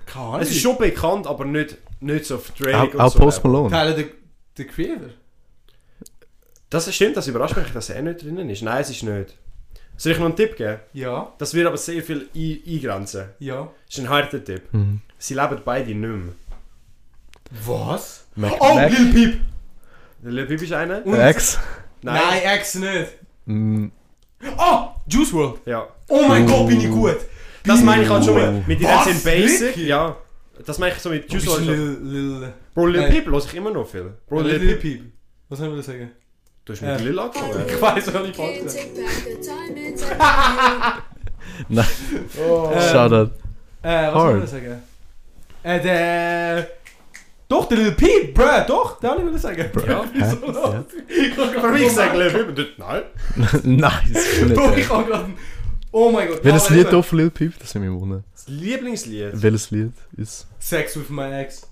S2: Keine Ahnung.
S1: Es ist schon bekannt, aber nicht, nicht so auf Drake
S3: Auch, auch
S1: so.
S3: Post Malone.
S2: Teile der, der Creator.
S1: Das stimmt, das überrascht mich, dass er nicht drinnen ist. Nein, es ist nicht. Soll ich noch einen Tipp geben?
S2: Ja,
S1: Das wird aber sehr viel ein eingrenzen.
S2: ja.
S1: Das ist ein harter Tipp.
S3: Mhm.
S1: Sie leben beide nicht mehr.
S2: Was?
S3: Mac
S2: oh,
S3: Mac
S2: Lil Peep!
S1: Der Lil Peep ist einer?
S2: Und-
S3: X.
S2: Nein, Ex nicht.
S1: Ähm.
S3: Mm,
S2: Oh! Juice World!
S1: Ja.
S2: Oh mein
S3: Oh.
S2: Gott, bin ich gut!
S1: Das meine ich halt schon mit, mit
S2: Was?
S1: den Basic.
S2: Wirklich?
S1: Ja. Das meine ich so mit
S2: Du
S1: Juice WRLD.
S2: bist Lil, Lil,
S1: Bro, Lil
S2: Nein.
S1: Peep höre ich immer noch viel. Bro,
S2: Lil,
S1: Lil
S2: Lil
S1: Peep.
S2: Peep. Was soll ich sagen?
S1: Du hast mit
S2: Ja.
S1: Lil angefangen.
S2: Ich weiß auch nicht,
S4: Can't
S2: was
S4: take back the time and take
S3: nein,
S2: Ähm,
S3: Shoutout.
S2: Äh, was
S3: Eh, Hard.
S2: soll ich sagen? Äh, der... Doch, der Lil Peep, bruh, doch, den wollte ich sagen. Ja, wieso
S3: Ja.
S1: Für mich sagt
S2: Oh
S1: Lil Peep, du- nein.
S3: nice.
S2: Bro,
S3: nicht,
S2: ich
S3: ey.
S2: hab grad... Oh mein Gott.
S3: Welches
S2: aber
S3: Lied
S2: eben,
S3: da von Lil Peep? Das sind wir wundern.
S1: Das Lieblingslied.
S3: Welches Lied ist.
S2: Sex with my ex.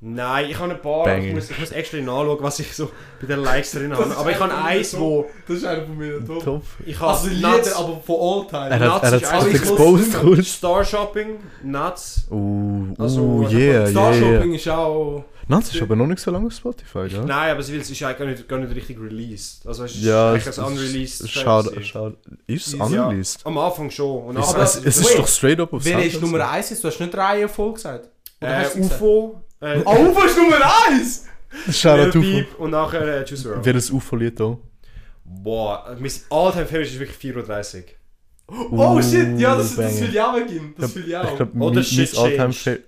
S1: Nein, ich habe ein paar.
S3: Banger.
S1: Ich muss, ich muss extra nachschauen, was ich so bei den Likes drin habe. Aber ich habe eins, wo.
S2: Das ist einer von mir Top.
S3: Top.
S1: Ich habe
S2: Also Lieder,
S1: Nuts,
S2: aber von Alltime.
S3: Er hat
S1: Nazi-
S3: er hat's
S1: also
S3: gerade
S1: ich muss-
S3: exposed kurz.
S1: Star Shopping, Nuts.
S3: Uh,
S1: Also,
S3: uh,
S1: was
S3: yeah,
S2: Star
S3: yeah, yeah.
S2: Shopping ist auch.
S3: Nanz ist aber noch nicht so lange auf Spotify, gell?
S1: Nein, aber es will- es ist eigentlich gar nicht, gar nicht richtig released. Also es ist
S3: Ja,
S1: eigentlich als
S3: es- es-
S1: unreleased.
S3: Schade,
S1: Track
S3: schade. Ist es
S1: Ja.
S3: unreleased?
S1: gewesen. Am Anfang schon. Und
S3: Es,
S1: nachher-
S3: es, es ist
S2: Wait.
S3: doch straight up auf
S2: Wer ist
S3: Soundcloud.
S2: Nummer 1 ist? Du hast nicht Reihe voll gesagt. Oder hast
S1: äh,
S2: du gesagt?
S1: UFO. Äh,
S2: Ah, UFO ist Nummer 1!
S3: Shoutout
S1: Lil
S3: UFO.
S1: Peep und nachher äh, Juice WRLD.
S3: Wer das UFO-Lied da?
S2: Oh,
S1: Boah, mein Alltime Favorite ist wirklich 4.30 Uhr.
S2: Oh shit, ja, das, das
S3: Uh, Banger.
S2: will ich auch gehen. Das will ich
S3: Ich
S2: auch.
S3: glaube,
S1: Oder
S3: mein, mein
S1: Shit
S3: Alltime
S1: Change.
S3: Favorite.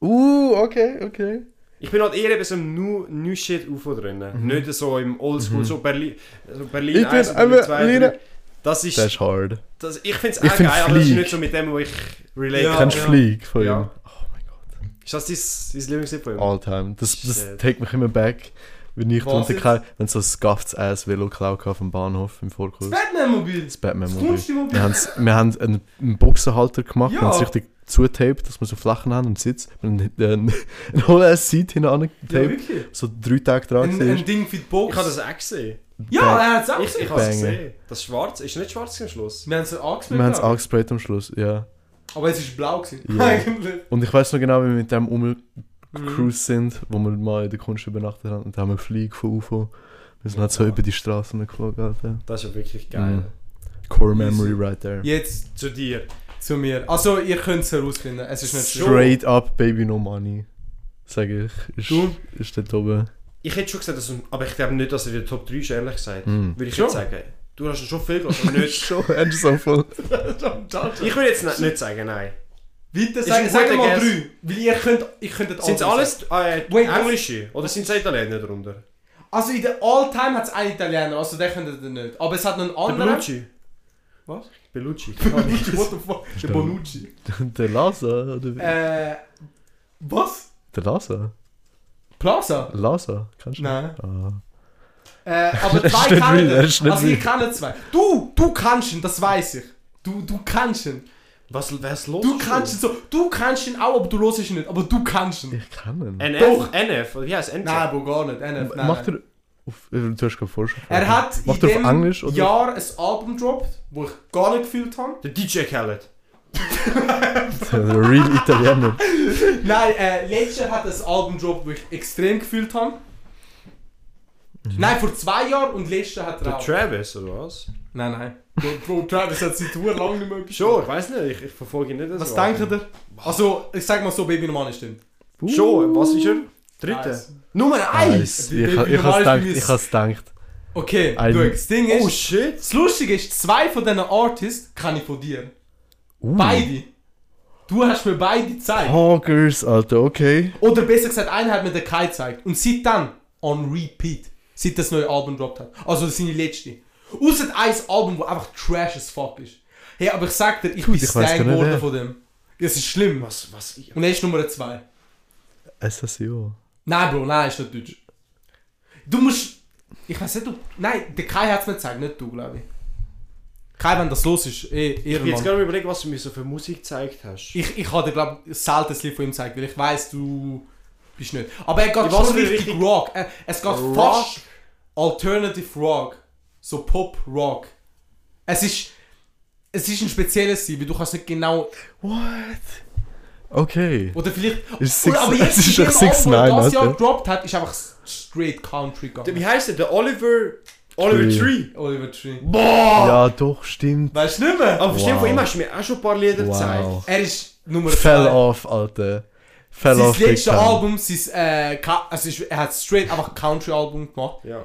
S3: Uh, okay, okay.
S1: Ich bin halt eher eben so im nu, nu shit UFO drin. Nicht so im Oldschool, so Berlin, so Berlin
S3: Mhm. Ich bin
S1: 1 Berlin
S3: ein
S1: 2,
S3: Berliner.
S1: 3. Das ist,
S3: Das ist hard.
S1: das, ich finde es
S3: Ich
S1: auch
S3: find
S1: geil, aber das ist
S3: Flieg.
S1: nicht so mit dem, wo ich relate
S2: Ja.
S1: kann.
S3: Kennst du Flieg von
S1: Ja.
S3: ihm? Oh mein Gott.
S1: Ist das dein, dein Lieblingslied von ihm?
S3: Alltime. Das, das
S1: Shit.
S3: take mich immer back, wenn ich
S2: Was
S3: drunter kann, wenn so ein scuffed ass Velo klaut vom Bahnhof im Vorkurs.
S2: Batman-Mobil!
S3: Das Batman
S2: Das
S3: Movie.
S2: Kunstmobil!
S3: Wir, haben's, wir haben einen, einen Boxenhalter gemacht,
S2: Ja.
S3: wir haben es richtig zutaped, dass wir so Flächen haben und Sitz. Wir haben einen, einen hohen Seat hinten
S2: Ja,
S3: angetaped,
S2: wirklich.
S3: so drei Tage dran
S2: Ein, ein
S3: gewesen.
S2: Ding für die
S1: Ich
S2: Box.
S1: habe das auch gesehen.
S2: ja, er hat es auch
S1: Ich, ich
S2: gesehen.
S1: habe es
S3: Banger.
S1: gesehen. Das Schwarz ist nicht schwarz am Schluss.
S2: Wir haben es
S3: Wir haben es
S2: angespielt.
S3: angesprayt am Schluss, ja.
S2: Aber es war blau. Gewesen.
S3: Ja.
S2: Eigentlich.
S3: Und ich weiß noch genau, wie wir mit dem umgecruised
S2: Mhm.
S3: sind, wo wir mal in der Kunst übernachtet haben. Und da haben wir Flieg von UFO. Wir sind halt so über die Straßen geflogen, Alter.
S1: Das ist ja wirklich geil.
S3: Mhm. Core
S2: Easy.
S3: Memory right there.
S2: Jetzt
S1: Zu dir.
S2: zu mir. Also, ihr könnt es herausfinden. Es ist nicht schlimm.
S3: Straight up, Baby No Money. Sag ich. Ist,
S2: Du?
S3: ist dort oben.
S1: Ich hätte schon gesagt, dass, aber ich glaube nicht, dass er in der Top 3 ist, ehrlich gesagt.
S3: Mhm.
S1: Würde ich
S2: Schon?
S1: jetzt sagen. Du hast ihn schon viel gelassen, aber nicht.
S3: Schon, hast du so voll.
S1: Ich würde jetzt nicht, nicht sagen, nein.
S2: Weiter
S1: Ist
S2: sagen,
S1: ein
S2: sagen
S1: guter
S2: mal
S1: Guess.
S2: drei. Weil ihr könnt, ihr könntet
S1: Sind es
S2: alle
S1: alles äh,
S2: Oh, Wait, was?
S1: Englische? Oder sind es Italiener darunter?
S2: sagen. Also in der All-Time hat es einen Italiener, also den könnt ihr nicht. Aber es hat noch einen
S1: Der
S2: anderen.
S1: Bellucci.
S2: Was?
S1: Bellucci.
S2: Bonucci, what the fuck? Der Bonucci.
S3: Der Lasa, oder wie?
S2: Äh. Was?
S3: Der Lasa?
S2: Plaza?
S3: Lasa, kannst du?
S2: Nein.
S3: Ah.
S2: Äh, aber
S3: ist
S2: zwei
S3: nicht real,
S2: kennen
S3: er ist
S2: ihn.
S3: nicht
S2: Also ihr
S3: real.
S2: kennt zwei. Du, du kannst ihn, das weiß ich. Du, du kannst ihn.
S1: Was, was los?
S2: Du kannst ihn so. Du kannst ihn auch, aber du hörst ihn nicht. Aber du kannst ihn.
S3: Ich kann ihn.
S1: NF?
S2: Doch.
S1: NF? Oder wie heißt NF?
S2: Nein, Bro, gar nicht. NF, nein,
S3: Macht
S2: nein.
S3: er auf, äh, du hast gerade vorher schon
S2: Er
S3: gefragt.
S2: hat
S3: Macht
S2: in
S3: er auf
S2: dem
S3: Englisch oder?
S2: Jahr ein Album gedroppt, wo ich gar nicht gefühlt habe.
S1: Der DJ Khaled.
S3: Der äh, Real Italiener.
S2: Nein, äh, letztes Jahr hat er ein Album gedroppt, das ich extrem gefühlt habe.
S3: Mhm.
S2: Nein, vor zwei Jahren und letztes Jahr hat er
S1: Der
S2: auch.
S1: Travis, oder was?
S2: nein, nein. Bro, Bro Travis hat seit Tour lang nicht mehr etwas
S1: Schon, ich weiß nicht, ich, ich verfolge ihn nicht.
S2: gemacht. Was
S1: so.
S2: denkt ihr? Also, ich sag mal so, Baby Normal ist stimmt.
S1: Schon, was ist er? Dritte.
S2: Nice.
S1: Nummer
S3: Nice.
S1: 1!
S3: Ich, ich, ich hab's gedacht, ich hab's gedacht.
S2: Okay,
S3: Ein-
S2: du, das Ding ist,
S1: Oh shit!
S2: das Lustige ist, zwei von diesen Artists kann ich von dir.
S3: Uh.
S2: Beide. Du hast mir beide gezeigt.
S3: Hoggers, Alter, okay.
S2: Oder besser gesagt, einer hat mir den Kai gezeigt. Und seit dann, on repeat, seit das neue Album gedroppt hat. Also das sind die letzte. Außer ein Album, wo einfach trash as fuck ist. Hey, aber ich sag dir, ich bin
S3: ich weiss
S2: stank
S3: gar nicht,
S2: geworden
S3: wer.
S2: von dem. Das ist schlimm. Was?
S1: Was, was?
S2: Und er ist Nummer 2.
S3: SSIO.
S2: Nein, Bro, nein, ist nicht deutsch. Du musst... Ich weiß nicht, du... Nein, der Kai hat es mir gezeigt, nicht du, glaube ich. Kai, wenn das los ist, eh,
S1: Ich bin jetzt
S2: Ehrenmann.
S1: gerade überlegen, was du mir so für Musik gezeigt hast.
S2: Ich, ich habe dir, glaube ich, selten das Lied von ihm gezeigt, weil ich weiß, du bist nicht. Aber er geht
S1: Ich weiss
S2: schon
S1: nicht,
S2: richtig,
S1: richtig-
S2: Rock. Er, es geht
S1: Rock?
S2: fast Alternative Rock. So Pop-Rock. Es ist... Es ist ein spezielles Lied, weil du kannst nicht genau...
S3: What? Okay.
S2: Oder vielleicht...
S3: Ist
S2: oder,
S3: six- es ist
S2: in
S3: doch
S2: dem Album,
S3: 6ix9ine,
S2: wo er das Jahr
S3: Alter.
S2: gedroppt hat, ist einfach straight Country
S1: Der- Wie
S2: gegangen.
S1: heißt der? Der Oliver. Oliver
S3: Tree.
S1: Tree.
S2: Oliver Tree.
S1: Boah!
S3: Ja, doch, stimmt.
S2: Weißt du nicht mehr?
S1: Aber bestimmt von
S3: Wow.
S1: ihm hast du mir auch schon ein paar Lieder
S3: Wow.
S1: gezeigt.
S2: Er ist Nummer
S3: Fell
S2: zwei.
S3: off, Alter. Fell
S2: Sein
S3: off. big
S2: letztes
S3: time.
S2: Album, sein, äh, Ka- also ist- er hat straight einfach ein Country-Album gemacht.
S1: Ja.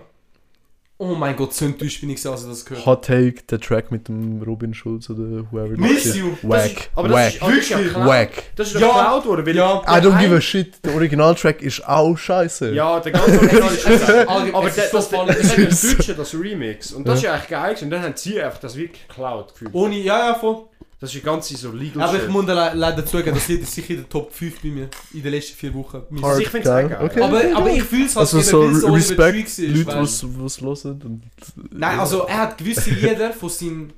S2: Oh mein Gott, so enttäuscht bin ich, gewesen, als ich das gehört habe.
S3: Hot Take, der Track mit dem Robin Schulz oder whoever.
S2: Miss
S3: das ist.
S2: You.
S1: Das
S3: Wack.
S1: ist, aber das ist
S3: Wack.
S1: wirklich ja geklaut.
S3: Wack.
S1: Das ist doch
S2: Ja.
S1: geklaut worden, weil
S2: Ah, Ja.
S3: I don't give a shit. Der Originaltrack ist auch scheiße.
S1: Ja, der ganze Original ist scheiße.
S2: allgemein-
S1: Aber
S2: es
S1: der,
S2: ist so
S1: das, der,
S2: funny.
S1: das, das Deutsche, das Remix. Und das ist ja eigentlich geil gewesen. Und dann haben sie einfach das wirklich geklaut gefühlt.
S2: Ohne, ja, ja, voll.
S1: Das ist die ganze so legal
S2: Aber ich
S1: shit.
S2: muss le- leider zugeben, das Lied ist sicher in der Top 5 bei mir in den letzten vier Wochen. Mein-
S1: Hard. ich find's auch geil.
S3: Okay.
S2: Aber, aber ich fühle es halt
S3: also
S2: eben,
S3: so
S2: weil es
S3: Re-
S2: Oliver Tree
S3: Respekt,
S2: war,
S3: Leute,
S2: weil-
S3: was was hören und
S2: Nein, also er hat gewisse Lieder von seinem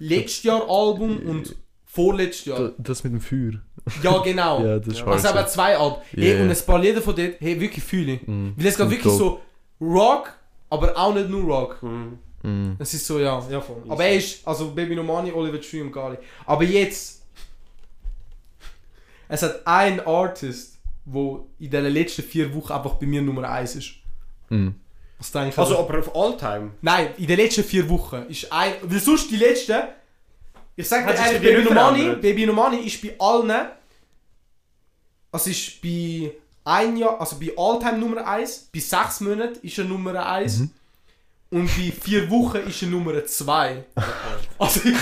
S2: letztes Jahr Album und vorletztes Jahr.
S3: das mit dem Feuer.
S2: Ja, genau.
S3: Ja, das ist hard.
S2: also aber
S3: so.
S2: zwei ab. Hey,
S3: Yeah.
S2: und ein paar Lieder von dort, hey, wirklich fühle ich.
S3: Mhm.
S2: Weil es geht
S3: Und
S2: wirklich
S3: dope.
S2: so Rock, aber auch nicht nur Rock.
S1: Mhm.
S3: Mhm.
S2: Es ist so, ja.
S1: Ja, voll.
S2: Aber er ist, also Baby Normani, Oliver Tree und Gali. Aber jetzt, es hat einen Artist, wo in den letzten vier Wochen einfach bei mir Nummer eins ist.
S3: Mhm.
S2: Was denke ich?
S1: Also, aber auf Alltime.
S2: Nein, in den letzten vier Wochen ist ein. Weil sonst die letzten. Ich sag dir
S1: Hat sich
S2: ehrlich,
S1: bei dir
S2: Baby
S1: nicht
S2: Nomani,
S1: verändert?
S2: Baby Nomani ist bei allen. Also ist bei ein Jahr, also bei Alltime Nummer 1, bei sechs Monaten ist er Nummer 1.
S3: Mhm.
S2: Und bei vier Wochen ist er Nummer 2. Also ich.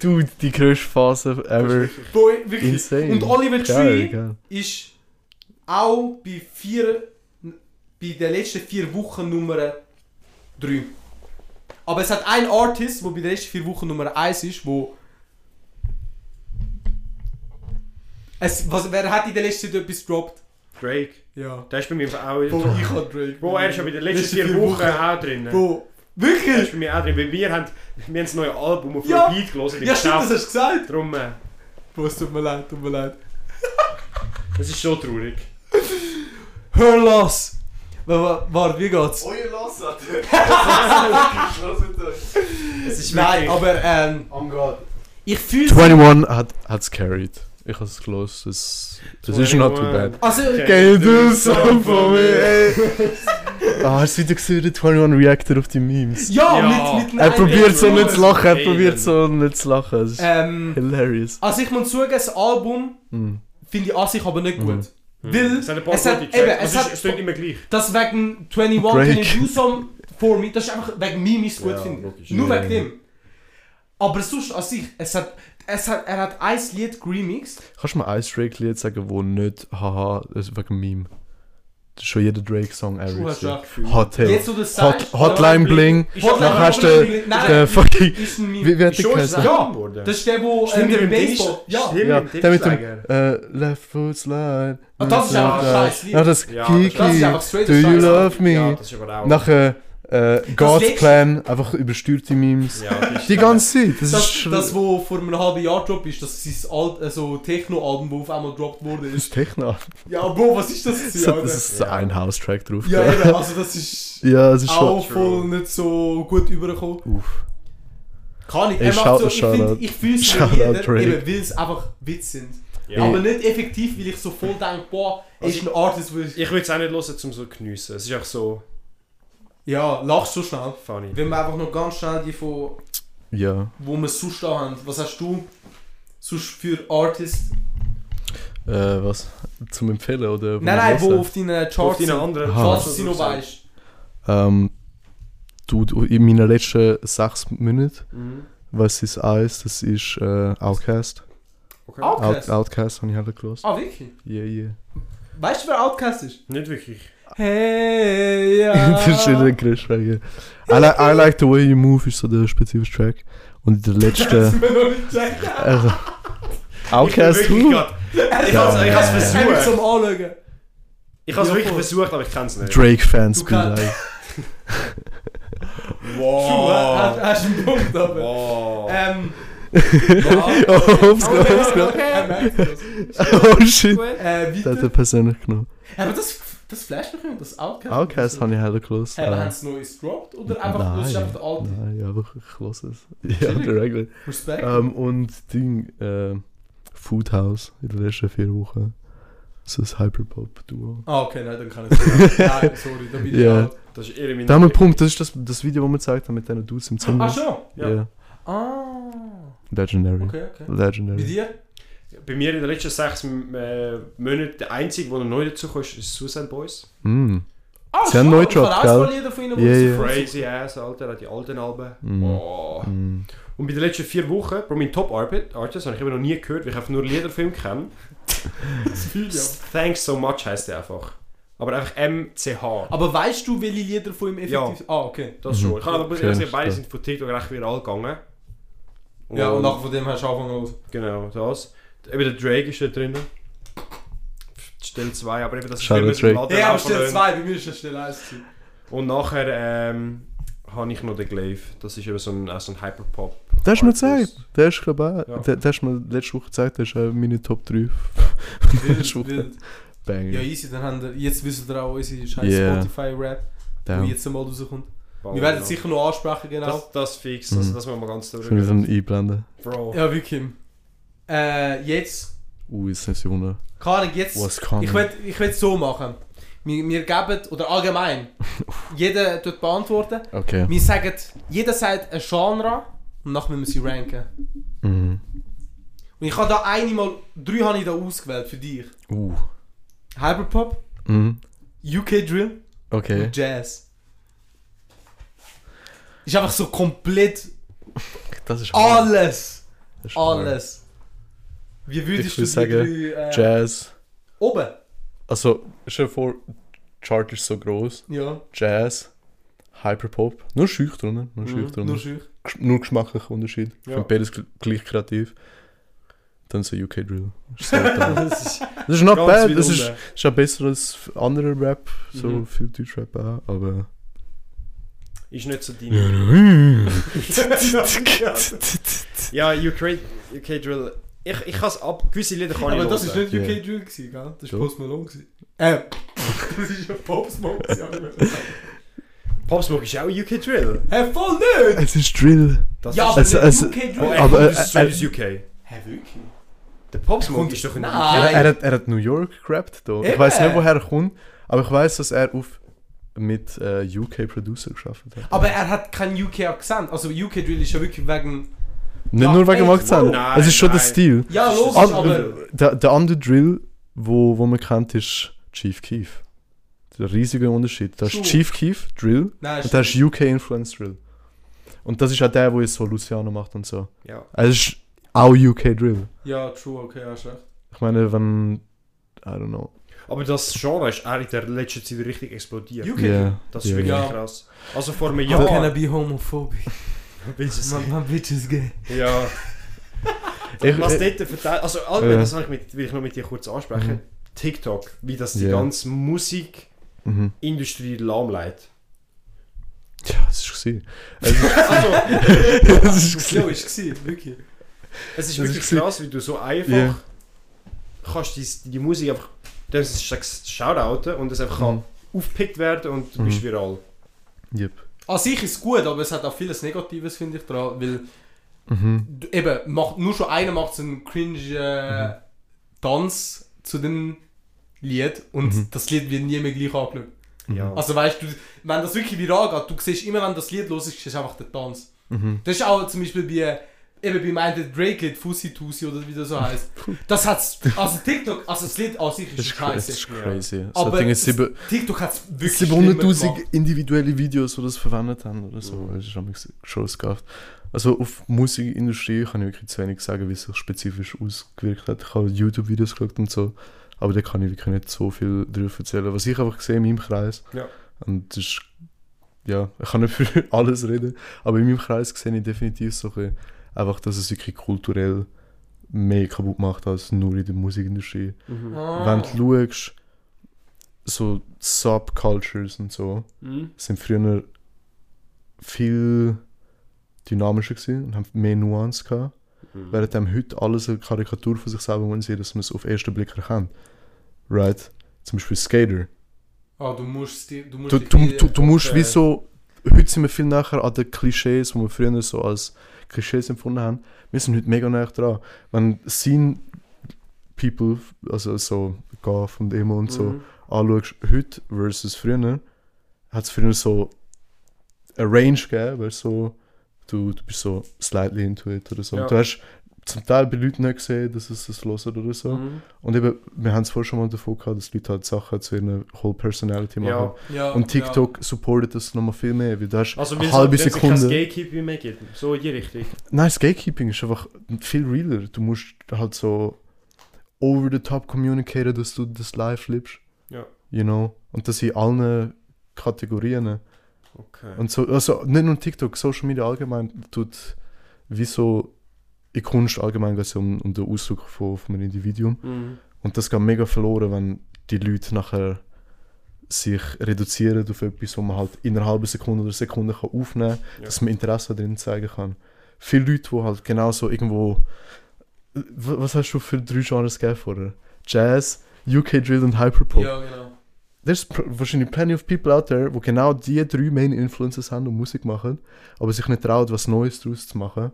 S3: Dude, die größte Phase ever.
S2: Boy, wirklich.
S3: Insane.
S2: Und Oliver
S3: Geil,
S2: Tree
S3: geil.
S2: ist auch bei vier. bei den letzten vier Wochen Nummer 3. Aber es hat einen Artist, der bei den letzten vier Wochen Nummer 1 ist, wo. Es, was, wer hat in der letzten Zeit etwas gedroppt?
S1: Drake.
S2: Ja.
S1: Der ist bei mir auch.
S2: Bro, ich hab Drake.
S1: Bro, er ist ja bei den letzten vier Wochen auch drin.
S2: Bro,
S1: Er ist
S2: wirklich?
S1: bei mir auch drin. Weil wir haben, wir haben das neue Album auf ja.
S2: Ja.
S1: Beat gelesen. im
S2: Ja, stimmt, das
S1: Geschäft.
S2: hast du gesagt.
S1: Drum, äh,
S2: Bro, es tut mir leid, tut mir leid.
S1: das ist schon traurig.
S2: Her Loss! Warte, warte, wie
S1: Oh,
S2: geht's?
S5: Euer Lass hat Was mit euch?
S1: Es ist
S2: Nein,
S1: wirklich-
S2: aber ähm,
S5: Oh Gott.
S2: ich fühle.
S3: 21 hat hat's carried. Ich hab's gelesen. Es, es ist not too bad.
S2: Also,
S3: Can you do something for me? ey? Ah, hast du wieder gesehen, der 21 reacted auf die Memes?
S2: ja,
S1: Ja.
S2: mit, mit
S3: er
S2: einem-
S3: probiert so
S1: Bro,
S3: nicht zu lachen, er
S1: ey,
S3: probiert
S1: Mann.
S3: so nicht zu lachen. Es ist
S2: Ähm,
S3: hilarious.
S2: also ich muss sagen, das Album
S3: Mhm.
S2: finde ich an sich aber nicht gut. Weil
S1: Es hat ein paar
S2: es hat,
S1: gute
S2: eben,
S1: Tracks. aber
S2: es
S1: Es ist-
S2: hat,
S1: es klingt immer gleich.
S2: das wegen 21
S3: Drake.
S2: Can You Do Some For Me, das ist einfach wegen mir nicht gut
S5: Ja,
S2: finde.
S5: logisch.
S2: Nur
S3: Ja.
S2: wegen dem. Aber sonst an sich, es hat, es hat, er hat ein Lied geremixed.
S3: Kannst du mal ein Drake-Lied sagen, wo nicht haha, das ist wegen Meme? Das ist schon jeder Drake-Song ever.
S2: Du hast
S3: gewesen.
S2: ja
S1: gefühlt.
S3: Hotel.
S2: Jetzt, wo du es
S3: Hot,
S2: sagst,
S3: Hotline Bling.
S1: Bling.
S2: Hotline
S3: Nachher hast
S2: Bling.
S3: du
S2: Nein,
S3: den fucking.
S2: ist ein Meme.
S3: Wie wird der
S1: Schon ist
S3: geheißen?
S1: es-
S2: Ja,
S1: Wurde.
S2: das ist der, wo äh,
S1: Stimmt,
S2: mit dem
S1: mit dem
S2: Baseball...
S1: Tisch-
S2: Ja.
S1: Stimmt.
S3: Ja,
S1: mit dem
S3: der mit dem
S1: Tippschläger.
S3: äh, Left Foot Slide.
S2: Ah, das ist einfach ein scheiß Lied.
S3: Ja, das
S1: Ja, das
S3: Kiki.
S1: ist-
S2: Das ist einfach straight
S3: Do you
S2: scheiß
S3: love me?
S1: Ja, das ist aber auch.
S3: Nachher äh,
S2: letzte-
S3: God's Plan, einfach übersteuerte Memes.
S1: ja, das ist-
S3: Die ganze Zeit. Das,
S2: Das,
S3: ist
S2: das, wo vor einem halben Jahr droppt ist, das ist sein Alt, also Techno-Album, wo auf einmal gedroppt wurde.
S3: das
S2: Ist.
S3: ist Techno.
S2: Ja, Bro, was ist das? jetzt,
S3: Das,
S2: Alter?
S3: hat, das ist
S1: Ja.
S3: ein House-Track drauf.
S2: ja,
S3: gell?
S2: eben, also das ist
S3: ja, es ist schon.
S2: auch voll nicht so gut übergekommen.
S3: Uff.
S2: Kann ich,
S3: Ey,
S2: er macht
S3: shout-
S2: so, ich finde,
S3: shoutout.
S2: ich fühle es
S3: Shoutout
S2: jeder,
S3: Drake.
S2: eben, weil es einfach Witz sind.
S1: Ja.
S2: Aber nicht effektiv, weil ich so voll denke, boah, er
S3: Also
S2: ist ein Artist, wo ich...
S1: Ich würde es auch nicht hören, um so zu geniessen. Es ist auch so
S2: Ja, lachst so schnell.
S1: funny.
S2: Wenn wir einfach noch ganz schnell die von,
S3: Ja.
S2: wo wir sonst da haben, was hast du sonst für Artists?
S3: Äh, was? Zum Empfehlen oder?
S2: Nein, nein, wo auf deinen
S1: Auf
S2: Charts
S1: deinen
S2: sind,
S1: anderen
S3: Aha.
S2: falls du sie noch weißt.
S3: Ähm, du, in meinen letzten sechs Minuten,
S1: Mhm.
S3: was ist eins? Das ist äh, Outcast.
S1: Okay.
S2: Outcast?
S3: Out, Outcast habe ich halt gelesen.
S2: Ah, wirklich?
S3: Yeah, yeah.
S2: Weißt du, wer Outcast ist?
S1: Nicht wirklich.
S2: Hey, ja.
S3: das ist der größte I, li I like the way you move ist so der spezifische Track. Und der letzte. also, Outcast
S1: ich bin wirklich
S3: who?
S1: grad- Ich hab's- ich hab's versucht.
S2: zum Anschauen.
S1: Ich hab's
S2: Ja,
S1: wirklich
S2: voll.
S1: versucht, aber ich kenn's nicht.
S3: Drake-Fans
S2: Du
S3: be
S2: kannst-
S3: like.
S2: Puh, hast,
S1: Wow.
S2: hast einen Punkt, aber.
S1: Wow.
S2: Ähm.
S3: Oh, ups, ups, ups.
S2: Okay, okay.
S3: Oh shit.
S2: Äh,
S3: Das hat
S2: weiter.
S3: er persönlich genommen.
S2: Aber das, das flasht mich immer, das Outcast.
S3: Outcast habe ich halt gelesen.
S2: Hey, aber
S3: Ah.
S2: haben sie Neues gedroppt? Oder einfach, das ist einfach der alte?
S3: Nein, ja, aber ich lasse es. Ja,
S2: Chillig.
S3: der Regular.
S2: Respekt.
S3: Ähm, und Ding, äh, Foodhouse in den letzten vier Wochen. So ein Hyperpop-Duo.
S2: Ah, okay, nein, dann kann ich es Nein, sorry, da bin ich
S3: Ja.
S2: out.
S1: Das ist irgendwie.
S3: Da haben wir Punkt, das ist das, das Video, das wir gezeigt haben mit diesen Dudes im Zimmer.
S2: Ah, schon?
S3: Ja.
S1: Ja.
S2: Ah.
S3: Legendary.
S2: Okay, okay. Bei
S3: Legendary.
S2: dir?
S1: Bei mir in den letzten sechs äh, Monaten, der einzige, der noch neu dazugekommen ist, ist Suicide Boys.
S3: Mm.
S2: Ah,
S3: Sie haben neu gedroppt, gell?
S2: Jeder von ihnen, wo
S3: Ja,
S2: sie
S3: ja.
S1: Crazy Ass, Alter, hat die alten Alben.
S3: Mhm.
S1: Oh.
S3: Mm.
S1: Und bei den letzten vier Wochen, bei meinem Top-Artist, habe ich immer noch nie gehört, weil ich einfach nur Liederfilm kenne.
S2: Video.
S1: Thanks so much heisst der einfach. Aber einfach MCH.
S2: Aber weißt du, welche Lieder von ihm effektiv Ah, okay.
S3: Mhm.
S1: Das schon. Ich kann aber
S3: Okay,
S1: ehrlich sagen, beide
S3: verstehe.
S1: sind von TikTok recht viral gegangen.
S2: Ja, und nachher von dem hast du angefangen aus.
S1: Genau, das. Eben der Drake ist da drin. Stelle 2, aber eben das
S3: Shoutout
S1: immer so im
S3: Drake.
S1: Laden
S2: Ja, aber
S1: laufen
S2: Stelle
S1: lassen.
S2: 2, bei mir ist das Stelle 1. gewesen.
S1: Und nachher ähm, habe ich noch den Glaive. Das ist eben äh, so ein, auch so ein Hyperpop.
S3: Der hast du mir gezeigt. Der ist, glaube ich,
S1: Ja.
S3: auch- der, der hast du mir letzte Woche gezeigt. Der ist auch meine Top 3. Letzte Woche.
S2: Wild.
S3: Banger.
S2: Ja, easy, dann haben wir, jetzt wissen wir auch unsere scheiß
S3: Yeah.
S2: Spotify-Rap,
S3: Damn.
S2: die jetzt mal rauskommt.
S1: Ball,
S2: wir werden
S1: Oh, ja.
S2: es sicher noch ansprechen, genau.
S1: Das, das fix, also
S3: Mhm.
S1: das müssen wir ganz
S3: Schon wieder
S1: drüber.
S3: ein Einblenden.
S1: Bro.
S2: Ja, wirklich. Äh, jetzt,
S3: Uh, jetzt sind sie unten.
S2: keine Ahnung, jetzt,
S3: Was Oh, kann
S2: ich will ich will es so machen. Wir, wir geben, oder allgemein, jeder tut beantworten.
S3: Okay.
S2: Wir sagen, jeder sagt ein Genre an und nachher müssen wir sie ranken.
S3: Mhm.
S2: Und ich habe da einmal, drei habe ich da ausgewählt für dich.
S3: Uh.
S2: Hyperpop,
S3: Mhm.
S2: UK Drill
S3: Okay.
S2: und Jazz. Ist einfach so komplett
S3: Das ist
S2: Ah,
S3: hard.
S2: alles.
S3: Das ist hard.
S2: Alles. Wie
S3: Ich
S2: würdest
S3: würde
S2: du
S3: sagen,
S2: die drei, äh,
S3: Jazz.
S2: oben?
S3: Also, stell dir vor, Chart ist so groß.
S2: Ja,
S3: Jazz, Hyperpop. Nur schüch drinnen. Nur schüch drinnen.
S2: nur schön.
S3: Gesch- nur geschmacklicher Unterschied. Ich
S1: Ja.
S3: finde beides gl- gleich kreativ. Dann so UK Drill. Ist so dumm. das ist not
S1: Ganz
S3: bad.
S1: weit
S3: Das ist,
S1: unten.
S3: ist ja besser als andere Rap. So
S1: Mhm.
S3: viel Deutschrap auch, aber.
S1: Ist nicht so dein. ja, UK, UK Drill. Ich, ich kann es ab. Gewisse Lieder kann
S2: Aber
S1: ich
S2: das ist
S1: hören.
S2: nicht UK
S3: Ja.
S2: Drill, gewesen, gell? Das war
S3: Doch.
S2: Post Malone. Gewesen. Äh, das ist ja Post Malone. gewesen.
S1: Pop Smoke ist auch UK Drill.
S2: Hä, voll nicht!
S3: es ist Drill.
S1: Das
S2: Ja,
S1: ist,
S2: aber
S3: Also,
S2: nicht
S3: also-
S2: UK Drill.
S1: oh,
S2: Hä,
S1: ey,
S3: aber,
S1: aber
S3: äh,
S1: das ist
S3: äh,
S1: nicht das UK.
S2: wirklich?
S1: Der Pop Smoke
S2: Kommt-
S1: ist doch in
S2: Nein.
S1: UK.
S3: Er hat, er hat New York gerappt. Da. Ich
S2: Eben.
S3: weiß nicht, woher er kommt, aber ich weiß, dass er auf, mit äh, UK Producer geschafft hat.
S2: Aber er hat keinen UK Akzent. Also UK Drill ist ja wirklich wegen...
S3: Nicht
S2: Ach,
S3: nur wegen dem
S2: echt?
S3: Akzent.
S1: Nein,
S3: es ist schon der
S1: nein.
S3: Stil.
S2: Ja,
S1: Das
S2: logisch,
S1: ist-
S2: aber...
S3: Der, der andere Drill, wo, wo man kennt, ist Chief Keef. Der riesige Unterschied. Da ist
S2: True.
S3: Chief Keef, Drill,
S2: Nein,
S3: und da ist UK Influence Drill. Und das ist auch der, wo jetzt so Luciano macht und so.
S1: Ja.
S3: Also es ist auch UK Drill.
S2: Ja, true, okay, hast recht.
S3: Ich meine, wenn. I don't know.
S1: Aber das Genre ist eigentlich der letzte Zeit richtig explodiert.
S2: UK Drill.
S3: Yeah,
S1: Das ist
S3: yeah.
S1: wirklich
S2: Ja.
S1: krass. Also vor einem
S2: How can I
S1: Jahr.
S2: be homophobic?
S1: Willst du es
S2: My, my bitch is gay.
S1: Ja.
S3: Ich-
S1: was
S3: ich-
S1: dort verteilt. Also, allgemein,
S3: Ja. Mhm.
S1: das will ich, mit, will ich noch mit dir kurz ansprechen. TikTok, wie das die
S3: Ja.
S1: ganze Musikindustrie
S3: Mhm.
S1: lahmlegt.
S3: Ja, das ist gesehen.
S1: Also,
S3: das ist
S2: So
S3: gesehen.
S2: ist gewesen, wirklich.
S1: es ist
S3: Das
S1: wirklich
S3: ist gewesen.
S1: krass, wie du so einfach
S3: Ja.
S1: kannst die, die Musik einfach. Das ist ein Shoutout und es einfach
S3: Mhm.
S1: kann aufgepickt werden und du bist
S3: Mhm.
S1: viral.
S3: Yep.
S2: An sich ist es gut, aber es hat auch vieles Negatives, finde ich, dran, weil...
S3: Mhm.
S2: Du- Eben, macht, nur schon einer macht so einen cringe äh, Tanz zu dem Lied und
S3: Mhm.
S2: das Lied wird nie mehr gleich angeschaut.
S1: Ja.
S2: Also weißt du, wenn das wirklich viral geht, du siehst immer, wenn das Lied los ist, ist einfach der Tanz.
S3: Mhm.
S2: Das ist auch zum Beispiel bei, eben bei meinem Drake-Lied, Fussi Tusi oder wie das so heißt. Das hat's, also TikTok, also das Lied an sich
S3: Das
S2: ist
S3: ist, das ist
S2: scheiße.
S3: crazy. So,
S2: Aber
S3: das Ding ist
S2: das-
S3: sieben-
S2: TikTok hat's wirklich schlimmer gemacht.
S3: 700.000 individuelle Videos, die das verwendet haben oder so. Das ist amigs schon skafft. Also auf Musikindustrie kann ich wirklich zu wenig sagen, wie es sich spezifisch ausgewirkt hat. Ich habe YouTube-Videos geschaut und so, aber da kann ich wirklich nicht so viel darüber erzählen. Was ich einfach sehe in meinem Kreis,
S1: Ja.
S3: und das ist, ja, ich kann nicht für alles reden, aber in meinem Kreis sehe ich definitiv so ein bisschen einfach, dass es wirklich kulturell mehr kaputt macht als nur in der Musikindustrie
S2: Ah.
S3: wenn du schaust, so Subcultures und so, sind früher viel dynamischer gewesen und haben mehr Nuance gehabt. Während dem heute alles eine Karikatur von sich selber muss sein, dass man es auf den ersten Blick erkennt. Right? Zum Beispiel Skater.
S2: Ah, du musst... die- Du musst...
S3: Du,
S2: die-
S3: du, du, du musst
S1: okay.
S3: wie so. Heute sind wir viel näher an den Klischees, die wir früher so als Klischees empfunden haben. Wir sind heute mega näher dran. Wenn Scene People, also so Gaff und Emo und
S1: Mhm.
S3: so, anschaust, heute versus früher, hat es früher so eine Range gegeben, weil so, du, du bist so slightly into it oder so.
S1: Ja.
S3: Du hast zum Teil bei Leuten nicht gesehen, dass es das los oder so.
S1: Mhm.
S3: Und eben, wir haben es vorher schon mal davon gehabt, dass Leute halt Sachen zu ihrer Whole Personality machen.
S1: Mhm. Ja.
S2: Ja,
S3: Und TikTok supportet das nochmal viel mehr, weil da hast
S1: Also,
S3: eine
S1: wir
S3: halbe
S1: sollten kein
S3: Sekunde.
S1: Gatekeeping mehr geben. So in die Richtung.
S3: Nein, das Gatekeeping ist einfach viel realer. Du musst halt so over the top communicaten, dass du das live lebst.
S1: Ja.
S3: You know? Und das in allen Kategorien.
S1: Okay.
S3: Und so, also nicht nur TikTok, Social Media allgemein tut wie so in Kunst allgemein geht es ja um, um den Ausdruck von, von einem Individuum.
S1: Mhm.
S3: Und das geht mega verloren, wenn die Leute nachher sich reduzieren auf etwas, was man halt innerhalb einer Sekunde oder Sekunde kann aufnehmen kann,
S1: Ja.
S3: dass man Interesse darin zeigen kann. viele Leute, die halt genau so irgendwo. W- Was hast du für drei Genres gegeben vorher? Jazz, UK Drill und Hyperpop.
S2: Ja, genau.
S3: There's pr- wahrscheinlich plenty of people out there, wo genau die drei Main Influences haben und Musik machen, aber sich nicht traut, was Neues daraus zu machen,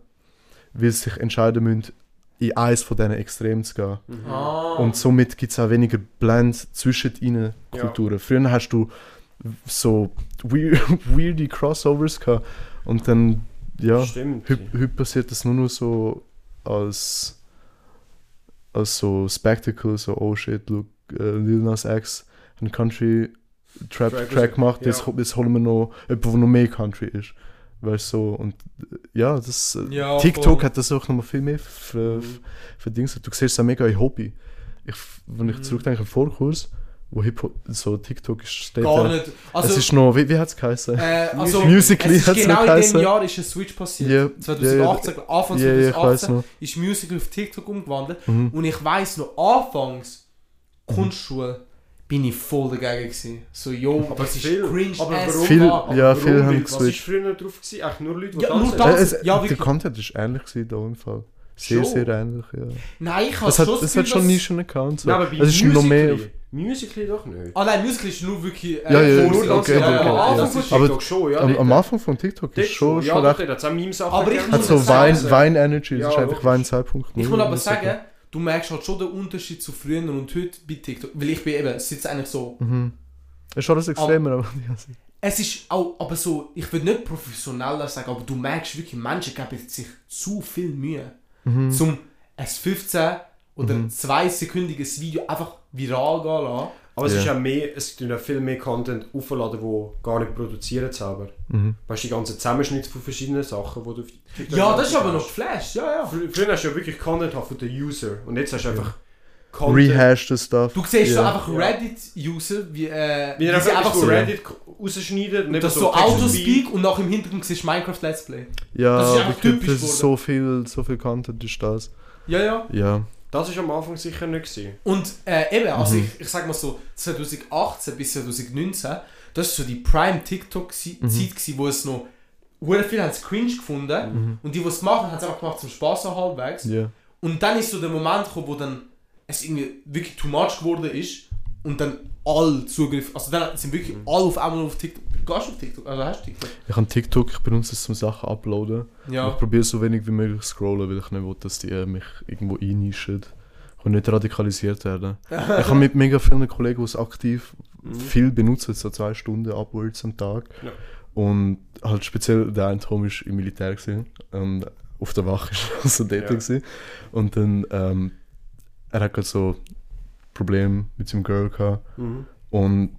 S3: weil sie sich entscheiden müssen, in eins von diesen Extremen zu gehen.
S1: Mhm.
S2: Ah.
S3: Mhm. Und somit gibt es auch weniger Blend zwischen ihnen
S1: Ja.
S3: Kulturen. Früher hast du so weir weirde Crossovers gehabt und dann, ja,
S1: Stimmt.
S3: heute heute passiert das nur noch so als, als so Spectacle, so oh shit, look, äh, Lil Nas X hat einen Country Trap
S1: Track
S3: Track,
S1: ist-
S3: gemacht,
S1: ja.
S3: jetzt, ho- jetzt holen wir noch jemanden, der noch mehr Country ist. Weißt du, so, und äh, ja, das, äh,
S2: Ja,
S3: TikTok
S2: voll.
S3: hat das auch nochmal viel mehr für,
S1: Mhm.
S3: für Dings. Du siehst es auch mega in Hobby. Ich, wenn ich
S2: Mhm.
S3: zurückdenke, im Vorkurs, wo Hip-Hop, so TikTok steht,
S2: Gar
S3: da,
S2: nicht.
S3: es
S2: Also,
S3: ist noch, wie, wie hat es geheißen?
S2: äh, also
S3: Musical.ly
S2: es ist
S3: hat's noch
S2: genau in dem
S3: geheißen.
S2: Jahr ist ein Switch passiert.
S3: Ja,
S2: 2018, Anfang
S3: ja, ja, ich weiß
S2: 2018
S3: noch.
S2: ist Musical auf TikTok umgewandelt.
S3: Mhm.
S2: Und ich weiss noch, anfangs Kunstschule bin ich voll dagegen gewesen. So, yo, aber es ist
S1: viel.
S2: cringe
S1: Aber
S2: as
S1: warum?
S3: Viel,
S2: fuck.
S3: ja,
S1: Warum?
S3: viel haben
S1: Weil-
S3: wir
S1: Was ist
S3: geswitcht.
S1: früher drauf? Gewesen? Echt nur Leute, die
S2: Ja, nur
S1: tanzen?
S2: da-
S3: Äh,
S2: Tanzen?
S3: es,
S2: Ja,
S3: der
S2: wirklich.
S3: Content ist ähnlich gewesen, da im Fall. Sehr,
S1: Schon.
S3: sehr ähnlich, ja.
S2: Nein, ich habe
S3: Es
S2: schon
S3: hat,
S2: das
S3: es hat
S2: Gefühl,
S3: schon
S2: dass-
S3: Nischen-Accounts.
S1: Nein, aber
S3: Es
S1: bei
S3: ist noch mehr.
S1: Musical.ly- Musical.ly doch nicht.
S2: Ah nein, Musical ist nur wirklich...
S3: Ja, ja,
S2: Kunst-
S3: okay,
S2: ja,
S3: okay, okay,
S2: am
S3: ja.
S2: Anfang gut.
S1: ist
S3: Aber
S1: TikTok schon, ja.
S3: Am,
S1: dort-
S3: am Anfang von TikTok
S1: dort
S3: ist schon,
S1: ja,
S3: schon
S1: doch,
S3: recht.
S1: dort hat's auch Meme-Sachen
S2: Aber ich
S1: gegeben.
S3: Hat
S2: muss jetzt
S3: so
S2: sagen, also
S3: Wein- Wein-Energy,
S1: Ja,
S3: das ist einfach
S1: logisch.
S3: Wein-Zeitpunkt.
S2: Ich muss aber sagen, du merkst halt schon den Unterschied zu früher und heute bei TikTok. Weil ich bin eben, sitze eigentlich so...
S3: Mhm. Ist schon das Extremer, aber die ganze-
S2: Es ist auch, aber so, ich will nicht professioneller sagen, aber du merkst wirklich, Menschen geben sich zu viel Mühe,
S3: Mhm.
S2: zum ein 15 oder ein 2-sekündiges Video einfach viral gehen lassen.
S1: Aber es
S3: Ja.
S1: ist ja mehr, es gibt ja viel mehr Content aufladen, wo gar nicht produzieren selber.
S3: Mhm.
S1: Weißt du, die ganzen Zusammenschnitte von verschiedenen Sachen, die du auf TikTok
S2: Ja, das ist aber noch
S1: hast.
S2: Flash, ja, ja.
S1: Fr- Früher hast du ja wirklich Content gehabt von den User und jetzt hast du einfach Content.
S3: Rehashed Stuff.
S2: Du siehst so
S3: Ja.
S2: einfach
S1: Ja.
S2: Reddit-User, wie, äh,
S1: Wie
S2: wie
S1: er
S2: sie
S1: einfach,
S2: einfach so,
S3: Reddit-
S1: Reddit rausschneidet und
S2: dass so Autospeak und nach im Hintergrund siehst du Minecraft Let's Play.
S3: Ja,
S2: Das ist einfach
S3: wirklich,
S2: typisch
S3: das ist so viel, so viel Content ist das.
S2: Ja, ja.
S3: Ja.
S1: Das war am Anfang sicher nicht. Gewesen.
S2: Und äh, eben, also
S3: Mhm.
S2: ich, ich sag mal so, 2018 bis 2019, das war so die Prime-TikTok-Zeit,
S3: Mhm.
S2: gewesen, wo es noch hure viele haben es cringe gefunden und die, die es gemacht haben, haben es einfach gemacht zum Spaß so halbwegs.
S3: Mhm. Ja.
S2: Und dann ist so der Moment gekommen, wo dann es irgendwie wirklich too much geworden ist und dann alle Zugriff, also dann sind wirklich
S3: Mhm.
S2: alle auf einmal auf TikTok. Gehst du auf TikTok? Also hast du TikTok?
S3: Ich habe TikTok, ich benutze es zum Sachen uploaden. Ich
S2: Ja.
S3: probiere so wenig wie möglich zu scrollen, weil ich nicht will, dass die äh, mich irgendwo einnischen und nicht radikalisiert werden. ich habe mit mega vielen Kollegen, die es aktiv viel benutzen, so zwei Stunden upwards am Tag.
S1: Mhm. Ja.
S3: Und halt speziell der eine Tom ist im Militär gewesen, ähm, auf der Wache ist er also dort
S1: Ja.
S3: gewesen. Und dann, ähm, er hat gerade so Probleme mit seinem Girl gehabt.
S1: Mhm.
S3: Und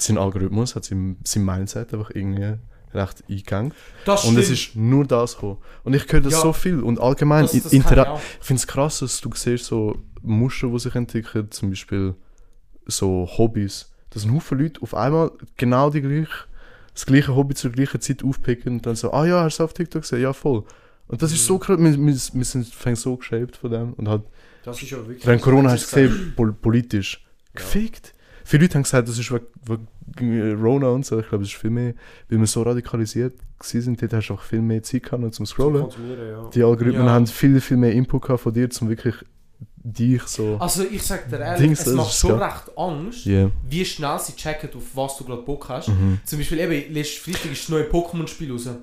S3: sein Algorithmus hat sein, sein Mindset einfach irgendwie recht eingegangen.
S2: Das
S3: Und es
S2: stimmt.
S3: ist nur das gekommen. Und ich höre das
S2: Ja.
S3: so viel. Und allgemein,
S2: Das- das
S3: intera-
S2: kann ich auch.
S3: ich finde es krass, dass du siehst so Muster, die sich entwickeln, zum Beispiel so Hobbys. Dass ein Haufen Leute auf einmal genau die gleich, das gleiche Hobby zur gleichen Zeit aufpicken und dann so, ah ja, hast du auf TikTok gesehen? Ja, voll. Und das ist
S2: Mhm.
S3: so krass, wir, wir, wir sind fängt so geshaped von dem. Und halt,
S1: Das ist ja wirklich.
S3: während Corona hast du
S1: Das ist
S3: gesehen, pol politisch. Gefickt. Viele Leute haben gesagt, das ist wegen- wegen Corona und so. Ich glaube, es ist viel mehr, weil wir so radikalisiert gewesen sind, dort hast du auch viel mehr Zeit gehabt noch zum Scrollen.
S1: Konsumieren, ja.
S3: Die Algorithmen
S2: Ja.
S3: haben viel, viel mehr Input gehabt von dir, um wirklich dich so.
S2: Also ich sag dir ehrlich,
S3: Dings,
S2: es
S3: das
S2: macht
S3: ist
S2: schon
S3: geil.
S2: recht Angst.
S3: Yeah.
S2: wie schnell sie checken, auf was du gerade Bock hast.
S3: Mhm.
S2: Zum Beispiel eben, letztes Freitag ist das neue Pokémon-Spiel raus.
S1: ja.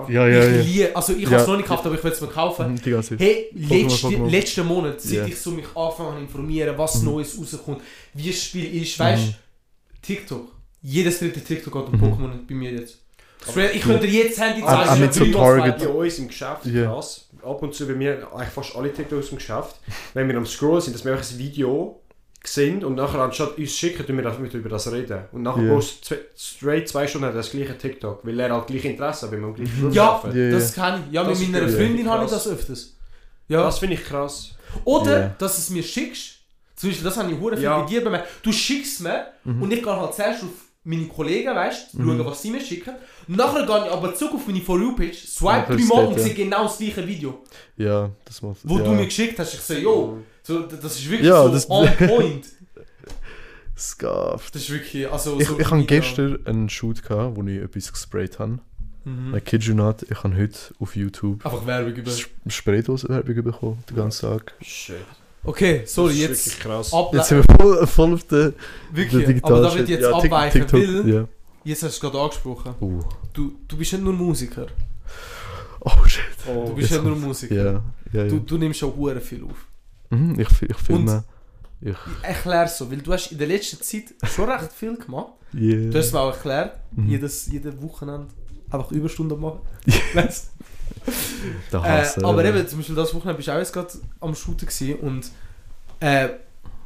S3: Ah, Ja,
S2: Ich liebe, also ich habe es
S3: Ja. Mhm.
S2: noch nicht gekauft, aber ich will es mir kaufen.
S3: Die ganze Zeit.
S2: Hey,
S3: Pokémon,
S2: letzte,
S3: Pokémon.
S2: letzten Monat, seit
S3: Ja. Mhm.
S2: ich so mich anfangen zu informieren, was Neues rauskommt, wie das Spiel ist, weißt TikTok. Jedes dritte TikTok hat ein
S3: Mhm.
S2: Pokémon bei mir jetzt. Früher- Ich könnte dir jetzt Handy
S3: Aber-
S2: zeigen.
S3: aber
S2: ich
S3: Ah, mit so
S2: könnte dir was
S3: Target-
S1: Bei
S2: zeigen.
S1: uns im Geschäft,
S3: Ja.
S1: krass. Ab und zu, bei mir, eigentlich fast alle TikToks aus dem Geschäft, wenn wir am Scrollen sind, dass wir einfach ein Video sehen und nachher anstatt uns schicken, tun wir das, mit über das reden. Und nachher
S3: Ja.
S1: postet zwei, straight zwei Stunden das gleiche TikTok, weil er halt gleich Interesse hat, wenn wir am gleichen Beruf
S2: Ja,
S1: arbeiten.
S3: Ja,
S2: das kann ich. Ja,
S1: Das
S2: mit
S1: ist
S2: meiner
S1: cool.
S2: Freundin habe ich
S1: Krass.
S2: das öfters. Ja.
S1: Das finde ich krass.
S2: Oder,
S3: Ja.
S2: dass du es mir schickst. Zum Beispiel, das habe ich hure viel
S1: Ja.
S2: bei dir bemerkt. Du schickst mir
S3: Mhm.
S2: und ich gehe halt zuerst auf meine Kollegen, weißt du, schauen, was sie mir schicken. Nachher gehe ich aber zurück auf meine For You-Page, swipe
S3: Nachher
S2: dreimal
S3: steht,
S2: und
S3: ja.
S2: sehe genau das gleiche Video,
S3: Ja, das macht.
S2: wo
S3: ja.
S2: du mir geschickt hast. Ich sage, yo, so, d- das ist wirklich
S3: Ja,
S2: so
S3: das-
S2: on point.
S3: Scuffed.
S2: Das ist wirklich, also
S3: Ich,
S2: so
S3: ich habe
S2: Video.
S3: gestern einen Shoot gehabt, wo ich etwas gesprayt habe. I kid you not, ich habe heute auf YouTube
S2: Mhm. Einfach Werbung Hm. über.
S3: Sp- Spraydosenwerbung bekommen, den ganzen Tag.
S1: Shit.
S2: Okay, sorry,
S1: Das ist
S2: jetzt
S1: wirklich krass.
S2: abweichen.
S3: Jetzt sind wir voll, voll auf der, der
S2: Wirklich, aber da wird
S3: Shit.
S2: jetzt
S3: Ja, Tik-
S2: abweichen,
S3: TikTok,
S2: weil,
S3: ja.
S2: jetzt hast du es gerade angesprochen,
S3: Uh.
S2: du, du bist nicht nur Musiker,
S3: Oh shit.
S2: du
S1: Oh,
S2: bist
S3: jetzt
S2: nicht nur
S3: kommt's.
S2: Musiker,
S3: Ja, ja, ja.
S2: du, du nimmst schon hure viel auf.
S3: Mhm, ich, fi- ich filme. Ich,
S2: Ich erkläre so, weil du hast in der letzten Zeit schon recht viel gemacht,
S3: yeah.
S2: du hast es mir auch erklärt,
S3: Mhm.
S2: jedes, jede Wochenende einfach Überstunden machen. Weißt du?
S3: der
S2: äh,
S3: Hass.
S2: aber
S3: äh,
S2: eben, zum Beispiel das Wochenende bist du auch jetzt gerade am Shooten gewesen und äh,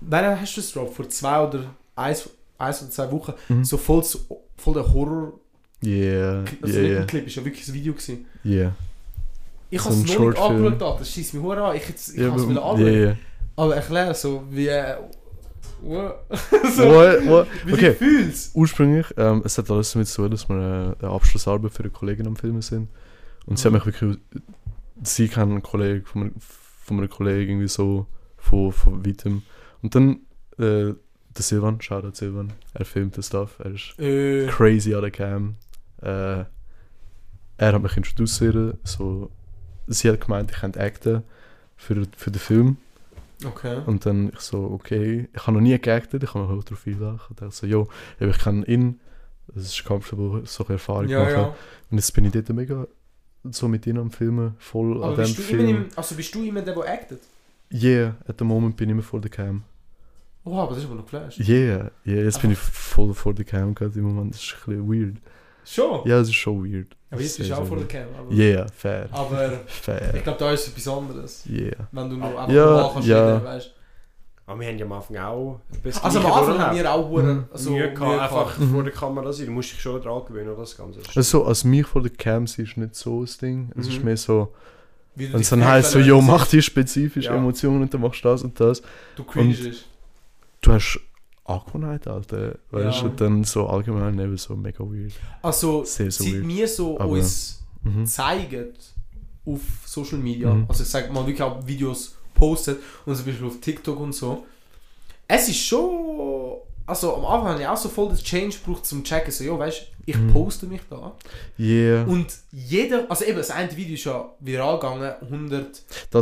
S2: wann hast du es drauf? Vor zwei oder eins, eins oder zwei Wochen,
S3: Mhm.
S2: so voll, so- voll der Horror,
S3: Yeah,
S2: also nicht
S3: yeah,
S2: ein Clip, ist ja wirklich ein Video gewesen.
S3: yeah. yeah.
S2: Ich
S3: So
S2: habe es
S3: ein
S2: noch nicht
S3: Shortfilm.
S2: angeschaut, Alter. das schießt mich hure an. Ich, jetzt- ich
S3: Ja,
S2: kann es
S3: aber-
S2: wieder
S3: yeah,
S2: anschauen.
S3: yeah.
S2: Aber erklär so, wie. Äh, wo- so,
S3: What, what?
S2: wie du
S3: Okay,
S2: dich fühlst.
S3: ursprünglich, ähm, es hat alles damit zu tun, dass wir äh, eine Abschlussarbeit für eine Kollegin am Filmen sind. Und sie
S2: Mhm.
S3: haben mich wirklich. Sie kennen einen Kollegen von, einer- von einer Kollegin irgendwie so von, von weitem. Und dann äh, der Silvan, Shoutout Silvan, er filmt das Stuff, er ist
S2: Äh,
S3: crazy an der Cam. Äh, er hat mich introduziert, so. Sie hat gemeint, ich könnte acten für, für den Film.
S2: okay.
S3: Und dann ich so, okay, ich habe noch nie geactet, ich habe mich auch darauf einlachen. Und dachte so, jo, eben, ich kann ihn, es ist comfortable, so eine Erfahrung
S2: Ja,
S3: machen.
S2: ja.
S3: Und jetzt bin ich dort mega so mit ihnen am Filmen, voll
S2: Aber
S3: an dem
S2: bist du, immer
S3: Film.
S2: im, also bist du immer der, der actet?
S3: Yeah, at the moment bin ich immer vor der Cam.
S2: Oh, aber das ist aber noch geflasht.
S3: Yeah, yeah, jetzt bin ich voll vor der Cam gerade im Moment, das ist ein bisschen weird.
S2: Oh. Schon?
S3: Ja, es ist schon weird.
S2: Aber jetzt bist du auch vor der Cam. Aber,
S3: Yeah, fair,
S2: aber ich
S3: fair,
S2: glaube, da ist etwas anderes.
S3: yeah.
S2: Wenn du nur einfach
S3: Ja,
S2: nur nachher
S3: ja.
S2: reden, weißt
S1: Aber Ah, wir haben ja am Anfang auch
S2: du.
S1: das
S2: Also am
S1: Gleiche
S2: Anfang haben
S1: durchlebt.
S2: wir auch hure-
S3: Mhm.
S2: also,
S1: Mühe Hm. gehabt,
S2: Mühe
S1: einfach
S3: Mhm.
S1: vor der Kamera sein. Du musst dich schon dran gewöhnen, das Ganze.
S3: Also, als mich vor der Cam sie ist nicht so das Ding. Es ist
S1: Mhm.
S3: mehr so,
S2: Wie du
S3: wenn
S2: dich
S3: es dann
S2: fühlst,
S3: heißt, so,
S2: wenn
S3: jo,
S2: du-
S3: mach die spezifische
S1: Ja.
S3: Emotionen und dann machst du das und das.
S2: Du cringest.
S3: du hast Angewohnheit, Alter. Weißt du,
S2: Ja.
S3: und dann so allgemein eben so mega weird.
S2: Also,
S3: Sehr, so
S2: seit
S3: weird.
S2: wir so
S3: Aber-
S2: uns...
S3: Mhm.
S2: zeigen auf Social Media,
S3: Mhm.
S2: also ich sag mal wirklich auch Videos postet und zum Beispiel auf TikTok und so. Es ist schon, also am Anfang habe ich auch so voll den Change gebraucht zum checken, so, ja, weißt du, ich
S3: Mhm.
S2: poste mich da.
S3: Yeah,
S2: Und jeder, also eben, das eine Video ist ja viral gegangen,
S3: das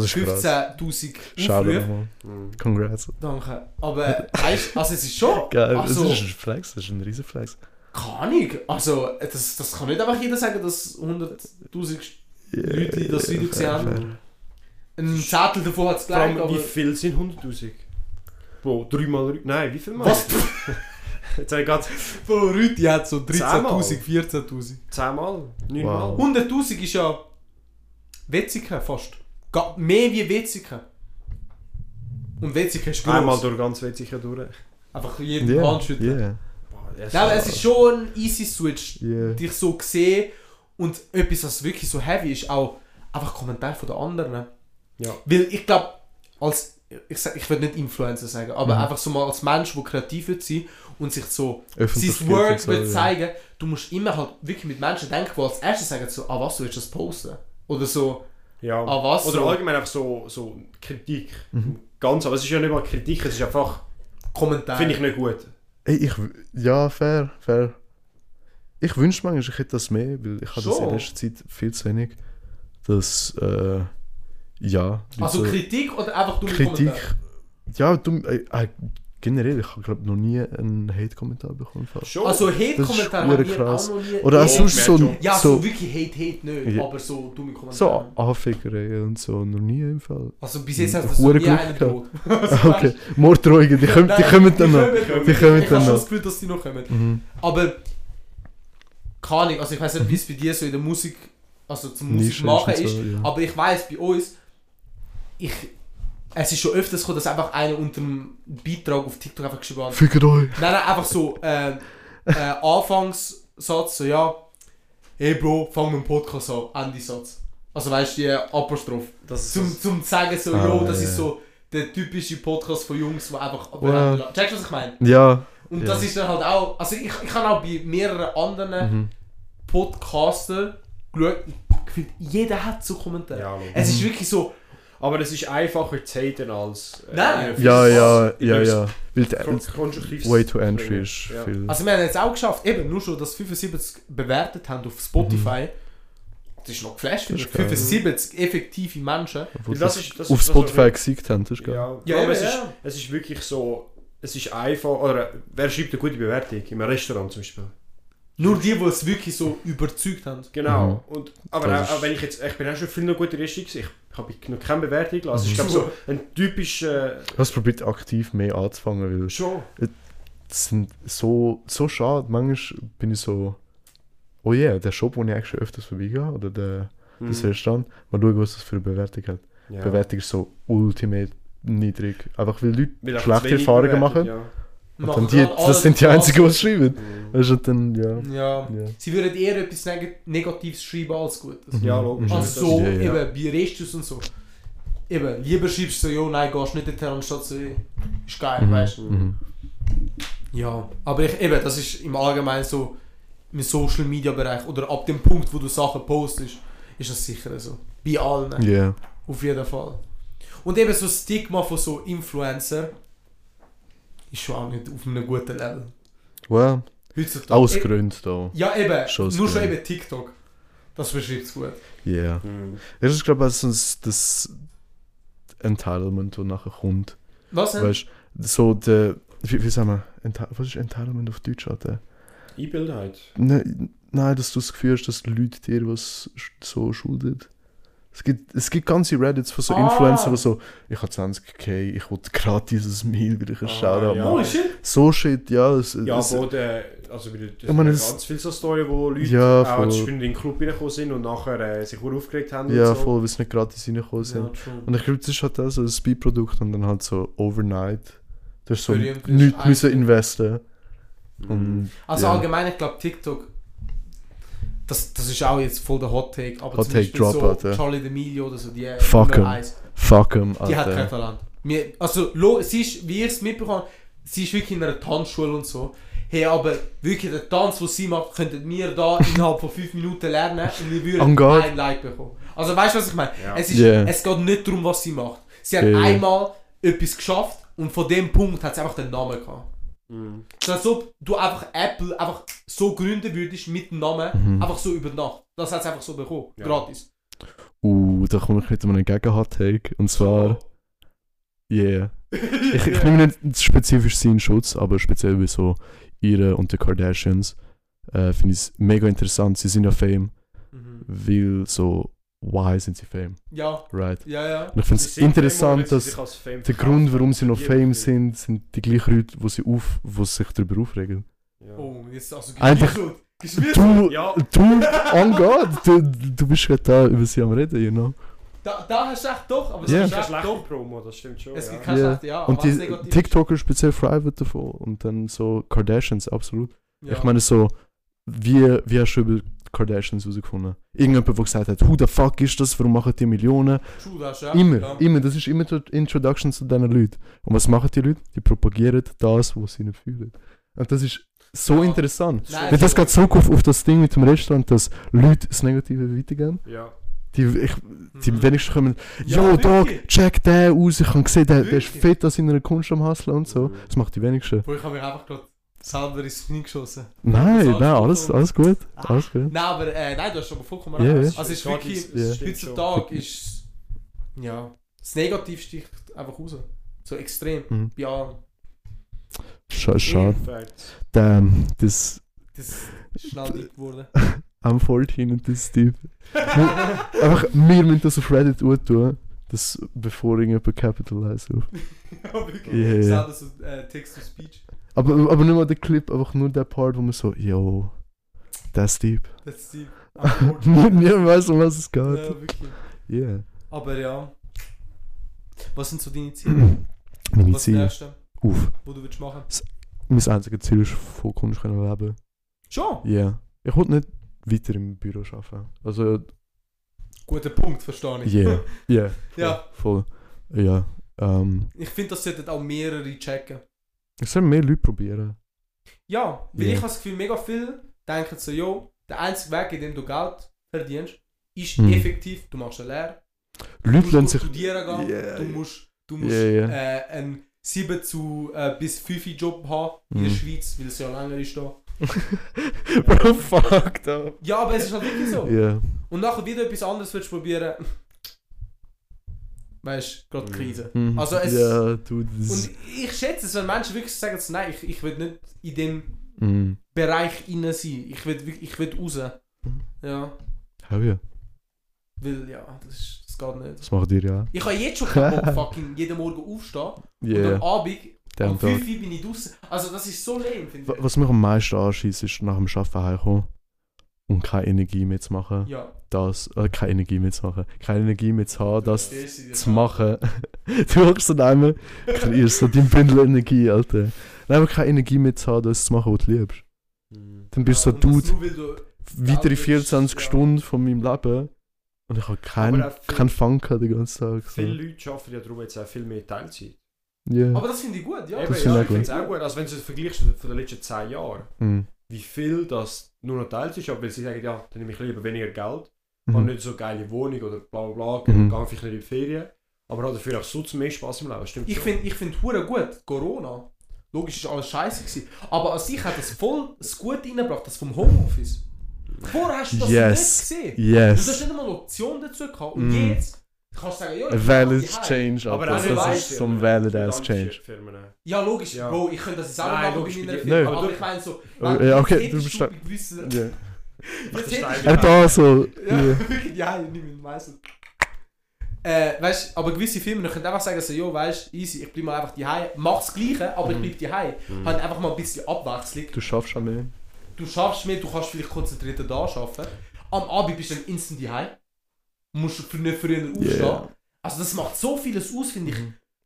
S3: ist krass.
S2: 115.000
S3: Schade
S2: Aufrufe.
S3: nochmal.
S1: Mhm.
S3: Congrats.
S2: Danke. Aber, weißt du, also es ist schon,
S3: Geil,
S2: also,
S3: das ist ein Flex, das ist ein riesen Flex.
S2: kann ich, also, das, das kann nicht einfach jeder sagen, dass 100.000
S3: Yeah,
S2: Leute,
S1: Äh,
S2: die das Video gesehen haben,
S3: fair, fair.
S2: ein Zettel davon hat es
S1: Vor
S2: gleich,
S1: allem,
S2: aber...
S1: wie viel sind 100'000? Bro, dreimal... drei- Nein, wie viel mal?
S2: Was?
S1: Jetzt habe ich gerade
S2: Bro, Rüti hat so 13.000,
S1: Zehnmal.
S2: 14.000.
S1: 10 Mal, 9
S3: Wow.
S1: Mal.
S2: 100.000 ist ja Wetzika fast. Ga- Mehr wie Wetzika. Und Wetzika ist groß.
S1: Einmal durch ganz weit sicher durch.
S2: Einfach jeden yeah,
S3: Yeah,
S2: Hand schütteln.
S3: yeah,
S1: Boah, das
S2: Nein, aber es ist schon ein easy Switch.
S3: yeah.
S2: Dich so gesehen und etwas, was wirklich so heavy ist, auch einfach Kommentare von den anderen.
S1: Ja.
S2: Weil ich glaube, als ich, sag, ich würde nicht Influencer sagen, aber
S3: Mhm.
S2: einfach so mal als Mensch, der kreativ wird sein und sich so
S3: Öffentlich
S2: sein Work
S3: wird
S2: will zeigen, du musst immer halt wirklich mit Menschen denken, die als erstes sagen, so, ah was, du willst das posten? Oder so,
S1: Ja.
S2: ah was?
S1: Oder
S2: so,
S1: allgemein einfach so, so Kritik.
S3: Mhm.
S1: Ganz, aber es ist dus ja nicht mal Kritik, es ist einfach,
S2: Kommentare.
S1: finde ich nicht gut.
S3: Ey, ich, w- ja, fair, fair. Ich wünschte manchmal, ich hätte das mehr, weil ich habe das in
S2: Schon?
S3: letzter Zeit viel zu wenig. Das, äh, ja.
S2: also
S3: Leute-
S2: Kritik oder einfach dumme
S3: Kritik.
S2: Kommentare?
S3: Ja, du, äh, äh, generell, ich habe glaube noch nie einen Hate-Kommentar bekommen. fast.
S1: Schon.
S2: Also
S3: Das ist
S2: Hate-Kommentare
S3: hure
S2: haben wir
S3: krass.
S2: auch noch nie.
S3: Oder auch
S2: Ja,
S1: so-
S3: sonst so,
S1: Merch,
S2: ja, so,
S3: so,
S2: wirklich Hate, Hate nicht,
S3: Ja.
S2: aber so dumme Kommentare.
S3: so Anfickerei und so, noch nie im Fall.
S2: also bis jetzt hat das
S3: Hure
S2: noch nie
S3: Glück
S2: einer
S3: gehabt.
S2: droht. Also
S3: okay, Morddrohungen, die, kommen- die
S2: Nein,
S3: kommen dann noch.
S2: kommen.
S3: Die kommen
S2: Ich habe
S3: dann
S2: schon
S3: noch.
S2: das Gefühl, dass die noch kommen.
S3: Mhm.
S2: Aber keine Ahnung, also ich weiß nicht, wie es bei dir so in der Musik, also zum Musik
S3: Nische
S2: machen
S3: ist Mhm. und
S2: ist,
S3: so, ja.
S2: aber ich weiß bei uns, ich, es ist schon öfters gekommen, dass einfach einer unter dem Beitrag auf TikTok einfach geschrieben hat.
S3: Fickt euch.
S2: Nein, nein, einfach so äh, äh, Anfangssatz, so ja, hey Bro, fang mit dem Podcast an, Ende-Satz. Also weißt du, die Apostroph.
S1: das ist
S2: Zum, zum sagen so,
S3: Ah,
S2: yo, das
S3: ja,
S2: ist
S3: ja.
S2: so der typische Podcast von Jungs, die einfach...
S3: Wow.
S2: Checkst du, was ich meine?
S3: Ja,
S2: Und
S3: Ja.
S2: das ist dann halt auch, also ich, ich habe auch bei mehreren anderen
S3: mhm.
S2: Podcastern geschaut, gefühlt jeder hat so Kommentare.
S1: Ja, logisch.
S3: Mhm.
S2: es ist wirklich so,
S1: Aber es ist einfacher zu haten als... äh,
S2: Nein.
S1: etwas-
S3: Ja, ja, ja,
S1: etwas
S3: ja. Weil
S1: kon-
S3: der
S1: Konstruktives
S3: Way to
S1: zu
S3: Entry
S1: bringen.
S3: ist
S1: Ja.
S3: viel.
S2: Also wir haben jetzt auch geschafft, eben nur schon, dass 75 bewertet haben auf Spotify. Das ist noch geflasht.
S3: Das ist
S2: finde ich.
S3: geil.
S2: 75 effektive Menschen.
S3: Obwohl
S1: Das
S3: das
S1: ist- das ist
S3: auf
S1: das, was wir-
S3: Spotify gesiegt haben, das ist geil.
S1: Ja,
S2: Ja,
S1: ja, aber
S2: eben,
S1: es, ist,
S2: ja.
S1: es ist wirklich so, es ist einfach, oder wer schreibt eine gute Bewertung? Im Restaurant zum Beispiel.
S2: Nur die, die es wirklich so überzeugt haben.
S1: Genau. Und, aber
S3: Mhm. Das
S1: auch,
S3: ist-
S1: auch wenn ich jetzt, ich bin auch schon viel noch gute Restaurant gewesen, ich habe noch keine Bewertung gelassen. Ich glaube so
S3: Mhm.
S1: ein typischer,
S3: Ich habe es probiert, aktiv mehr anzufangen, weil
S1: schon,
S3: es sind so, so schade. Manchmal bin ich so, oh ja, yeah, der Shop, wo ich eigentlich schon öfters vorbeigehe, oder der, das Restaurant, mal schauen, was das für eine Bewertung hat.
S1: Mhm. ja.
S3: Bewertung ist so ultimate niedrig. Einfach weil Leute
S1: Weil auch
S3: schlechte
S1: zu wenig
S3: Erfahrungen
S1: bewertet,
S3: machen. Und dann die,
S2: Machen alle
S3: das sind die
S2: alles
S3: einzigen, die es schreiben.
S1: Mhm. Ja.
S3: Das ist dann, ja.
S2: Ja.
S3: Ja.
S2: Sie würden eher etwas Neg Negatives schreiben als Gutes.
S3: Mhm.
S1: Ja, logisch.
S2: Also so,
S3: Ja, ja.
S2: eben, bei Restus und so. Eben, lieber schreibst du so, ja, nein, gehst nicht dorthin, anstatt so, ey, ist geil, weißt du.
S3: Mhm.
S2: Ja, aber ich, eben, das ist im Allgemeinen so, im Social Media Bereich oder ab dem Punkt, wo du Sachen postest, ist das sicher so. Bei allen.
S3: Yeah.
S2: Auf jeden Fall. Und eben so das Stigma von so Influencer ist schon auch nicht auf einem guten Level.
S3: Well,
S2: Heutzutage.
S3: aus
S2: E-
S3: Gründen da.
S2: Ja, eben.
S3: Schon aus
S2: nur schon
S3: Gründen.
S2: eben TikTok. Das beschreibt es gut.
S3: Yeah.
S1: Mhm.
S3: Das ist, glaube ich, also das, das Entitlement, das nachher kommt.
S2: Was denn?
S3: Weißt du, so der. Wie, wie sagen wir? Enti was ist Entitlement auf Deutsch? Alter?
S1: Einbildheit.
S3: Nein, nein, dass du das Gefühl hast, dass die Leute dir was sch- so schuldet. Es gibt, es gibt ganze Reddits von so
S2: Ah.
S3: Influencern, die so, ich habe 20k, ich wollte gratis dieses Meal, weil ich einen
S1: Ah,
S3: Shoutout
S1: ja.
S3: mache.
S2: Holy shit.
S3: So shit, ja. Es,
S1: Ja,
S3: es,
S1: wo der, also wieder, das
S3: Ich meine,
S1: sind
S3: es-
S1: ganz viele so Storys, wo Leute
S3: Ja,
S1: auch als
S3: voll.
S1: Freunde in den Club reingekommen sind und nachher äh, sich sehr aufgeregt haben
S3: ja,
S1: und so.
S3: voll, weil es nicht gratis reingekommen sind. Und ich glaube, das ist halt auch so ein Speedprodukt und dann halt so overnight. Du hast so
S2: Berühmt ist
S3: nichts
S2: ein-
S3: müssen investen.
S1: Mhm.
S3: Und,
S2: Also
S3: ja.
S2: allgemein, ich glaube TikTok, das, das ist auch jetzt voll der Hot Take, aber
S3: Hot
S2: zum
S3: Take
S2: Beispiel
S3: Dropout,
S2: so
S3: ja.
S2: Charlie D'Amelio oder so, die
S3: Fuck
S2: Nummer
S3: him.
S2: eins,
S3: Fuck 'em,
S2: die hat kein
S3: Alter.
S2: Talent. Mir, also lo, sie ist, wie ich es mitbekommen habe, sie ist wirklich in einer Tanzschule und so. Hey, aber wirklich der Tanz, den sie macht, könnten wir da innerhalb von 5 Minuten lernen und wir
S3: Oh
S2: würden
S3: Gott.
S2: ein Like bekommen. Also weißt du, was ich meine?
S1: Ja.
S2: Es, ist,
S3: Yeah.
S2: es geht nicht darum, was sie macht. Sie hat
S3: Ja, ja.
S2: einmal etwas geschafft und von dem Punkt hat sie einfach den Namen gehabt.
S1: Mhm.
S2: Es ist, als ob du einfach Apple einfach so gründen würdest mit dem Namen,
S3: Mhm.
S2: einfach so über Nacht. Das hat es einfach so bekommen.
S1: Ja.
S2: Gratis.
S3: Uh, da komme ich mit einem Gegen-Hot-Take. Und zwar, yeah. Ich, ich nehme nicht spezifisch seinen Schutz, aber speziell bei so ihre und den Kardashians äh, finde ich es mega interessant. Sie sind ja Fame,
S2: Mhm.
S3: weil so, why sind sie Fame,
S2: Ja,
S3: right?
S2: ja, ja.
S3: Und ich finde es interessant, dass der Grund, warum sie noch Fame sind, sind die gleichen Leute, die sie auf, wo sich darüber aufregen.
S2: Oh, jetzt also
S3: Einfach-
S2: geschwirrt. Geschwirrt.
S3: Du,
S1: Ja.
S3: du, oh Gott, du, du bist gerade da über sie am Reden, you know?
S2: Da, da hast du echt doch, aber es
S3: Ja.
S2: ist
S1: Das
S2: echt
S1: ist eine schlechte
S2: doch.
S1: Promo, das stimmt schon.
S2: Es
S1: ja.
S2: gibt
S3: Ja.
S2: keine schlechte, ja.
S3: Und
S2: aber
S3: die
S2: es negativ ist.
S3: TikToker speziell private davon und dann so Kardashians, absolut.
S2: Ja.
S3: Ich meine so, wie, wie hast du über die Kardashians herausgefunden? Irgendjemand, der gesagt hat, who the fuck ist das, warum machen die Millionen?
S2: True, das ist ja.
S3: Immer,
S2: ja.
S3: immer, das ist immer die Introduction zu diesen Leuten. Und was machen die Leute? Die propagieren das, was sie nicht fühlen. Und das ist so
S2: Ja.
S3: interessant.
S2: Nein,
S3: Wenn das
S2: so-
S3: geht zurück auf, auf das Ding mit dem Restaurant, dass Leute das Negative weitergeben,
S1: Ja.
S3: die, ich, die
S2: Mhm.
S3: wenigstens kommen,
S2: Ja,
S3: yo, da,
S2: wirklich.
S3: check den aus, ich habe gesehen, der, der ist
S2: Wirklich?
S3: fett an seiner Kunst am Hustlen und so. Das macht die wenigsten.
S2: Boah, ich habe mich einfach gerade selber ins Knie geschossen.
S3: Nein,
S2: das
S3: nein, alles,
S2: Arschloch.
S3: alles gut,
S2: Ah.
S3: alles gut.
S2: Nein, aber äh, nein, du hast aber vollkommen
S3: Hm? Ja, ja.
S2: recht. Also es ist
S1: Gratis,
S2: wirklich...
S1: das
S3: Ja.
S1: stimmt schon.
S2: Heutzutage ist. Ja. Das Negativ sticht einfach raus. So extrem.
S3: Mhm.
S2: Bei allen.
S3: Scha- Schade.
S1: Facts.
S3: Damn, this
S2: Das ist schnell dick geworden.
S3: I'm 14 und das Typ. Wir- Einfach, wir müssen das auf Reddit gut tun, das bevor irgendjemand capitalize auf.
S2: ja, wirklich.
S3: Ja, ja.
S2: Yeah. Das so äh, Text-to-Speech.
S3: Aber, aber nicht mal der Clip, einfach nur der Part, wo man so, yo, das Typ.
S2: Das ist die.
S3: Niemand weiß, um was es
S2: ja,
S3: geht.
S2: wirklich.
S3: Yeah.
S2: Aber ja. Was sind so deine Ziele?
S3: Meine
S2: Was ist das
S3: Ziele.
S2: Erste,
S3: Uff.
S2: was du willst machen?
S3: Mein einziges Ziel ist, von Kunst können leben.
S2: Schon!
S3: Yeah. Ich wollte nicht weiter im Büro arbeiten. Also,
S2: Guter Punkt, verstehe ich.
S3: yeah. Yeah.
S2: Ja.
S3: Voll. Ja. Ähm,
S2: Ich finde, das sollten auch mehrere checken.
S3: ich soll mehr Leute probieren.
S2: Ja, weil
S3: Ja.
S2: ich habe das Gefühl, mega viele denken so, jo, der einzige Weg, in dem du Geld verdienst, ist
S3: Mhm.
S2: effektiv, du machst eine Lehre,
S3: Leute lassen
S2: musst
S3: sich.
S2: studieren gehen,
S3: Yeah,
S2: du
S3: yeah.
S2: musst, du musst
S3: Yeah,
S2: Äh, einen 7 zu äh, bis 5 Job haben in der
S3: Mhm.
S2: Schweiz, weil es ja länger ist da.
S3: Bro, fuck da.
S2: Ja, aber es ist halt wirklich so.
S3: Yeah.
S2: Und nachher wieder etwas anderes willst du probieren. Weißt du, gerade Krise.
S3: Mhm.
S2: Also es-
S3: Ja, du, das.
S2: Und ich schätze es, wenn Menschen wirklich sagen, so, nein, ich, ich will nicht in dem
S3: Mhm.
S2: Bereich innen sein, ich will, wirklich- ich will raus. Ja,
S3: Hell yeah.
S2: weil ja, das, ist, das geht nicht.
S3: Das macht ihr ja.
S2: Ich kann jetzt schon keinen Bock, fucking jeden Morgen aufstehen und
S3: Yeah.
S2: am Abend
S3: Damn
S2: um
S3: dog.
S2: 5 Uhr bin ich draußen. Also das ist so lame, finde
S3: Wa-
S2: ich.
S3: Was mich am meisten anschießt, ist nach dem Arbeiten heimkommen und keine Energie mehr zu machen.
S2: Ja,
S3: Das, äh, keine Energie mehr zu machen. Keine Energie mehr zu haben, das
S2: das ist
S3: zu machen. du hockst dann einmal, kreierst so dein Bündel Energie, Alter. Nein, aber keine Energie mehr zu haben, das zu machen, was du liebst.
S1: Hm.
S3: Dann bist du so,
S2: und das
S3: Dude,
S2: nur, weil du
S3: weitere
S2: willst,
S3: 24
S2: ja.
S3: Stunden von meinem Leben und ich habe keinen
S1: auch viel-
S3: kein Funken den ganzen Tag. So.
S1: Viele Leute arbeiten ja darum jetzt auch viel mehr Teilzeit.
S3: Yeah.
S2: Aber das finde ich gut, ja.
S1: Eben,
S3: Das
S1: ja,
S3: finde
S1: ich
S3: ich
S1: finde es auch gut. Also wenn du es vergleichst von den letzten 10 Jahren,
S3: Mhm.
S1: wie viel das nur noch Teilzeit ist, weil sie sagen, ja, dann nehme ich lieber weniger Geld, habe
S3: Mhm.
S1: nicht so geile Wohnung oder bla bla bla,
S3: Mhm.
S1: gehe vielleicht nicht in die Ferien, aber habe dafür auch sonst mehr Spaß im Leben, stimmt
S2: Ich finde ich find hure gut, Corona. Logisch ist alles scheiße gewesen. Aber an sich hat das voll das Gute reingebracht, das vom Homeoffice. Vorher hast du das
S3: Yes.
S2: nicht gesehen. Du hast
S3: Yes.
S2: nicht einmal eine Option dazu gehabt. Und
S3: Mm.
S2: jetzt kannst du sagen, ja,
S3: A
S2: ich
S3: valid
S2: bin daheim.
S3: change,
S1: aber
S3: Alter.
S1: auch nicht
S3: Das
S1: weiss-
S3: ist so ein valid
S1: mit
S3: ass
S1: anderen
S3: change.
S1: Firmen.
S2: Ja, logisch,
S1: Ja.
S2: Bro, ich könnte das selber
S1: Nein,
S2: machen
S1: logisch,
S2: bei meiner
S1: bei dir.
S2: Firma.
S3: Nein.
S2: Aber ich meine so,
S3: Oh, ja, okay, du
S2: hättest
S3: bist da-
S2: gewissen,
S3: Yeah.
S2: jetzt
S1: Das ist
S2: hättest
S1: ein-
S3: Er da so. Yeah.
S2: Ja, wirklich, ja, ich nehme den meisten. Äh, weißt, aber gewisse Firmen können einfach sagen, so, jo, weißt, easy, ich bleib mal einfach daheim, mach das Gleiche, aber
S3: Mhm.
S2: ich bleib daheim. Halt einfach mal ein bisschen Abwechslung.
S3: Du schaffst schon mehr.
S2: Du schaffst mehr, du kannst vielleicht konzentrierter da arbeiten. Am Abend bist du dann instant daheim. Musst du für- nicht früher aufstehen.
S3: Yeah.
S2: Also das macht so vieles aus, finde ich.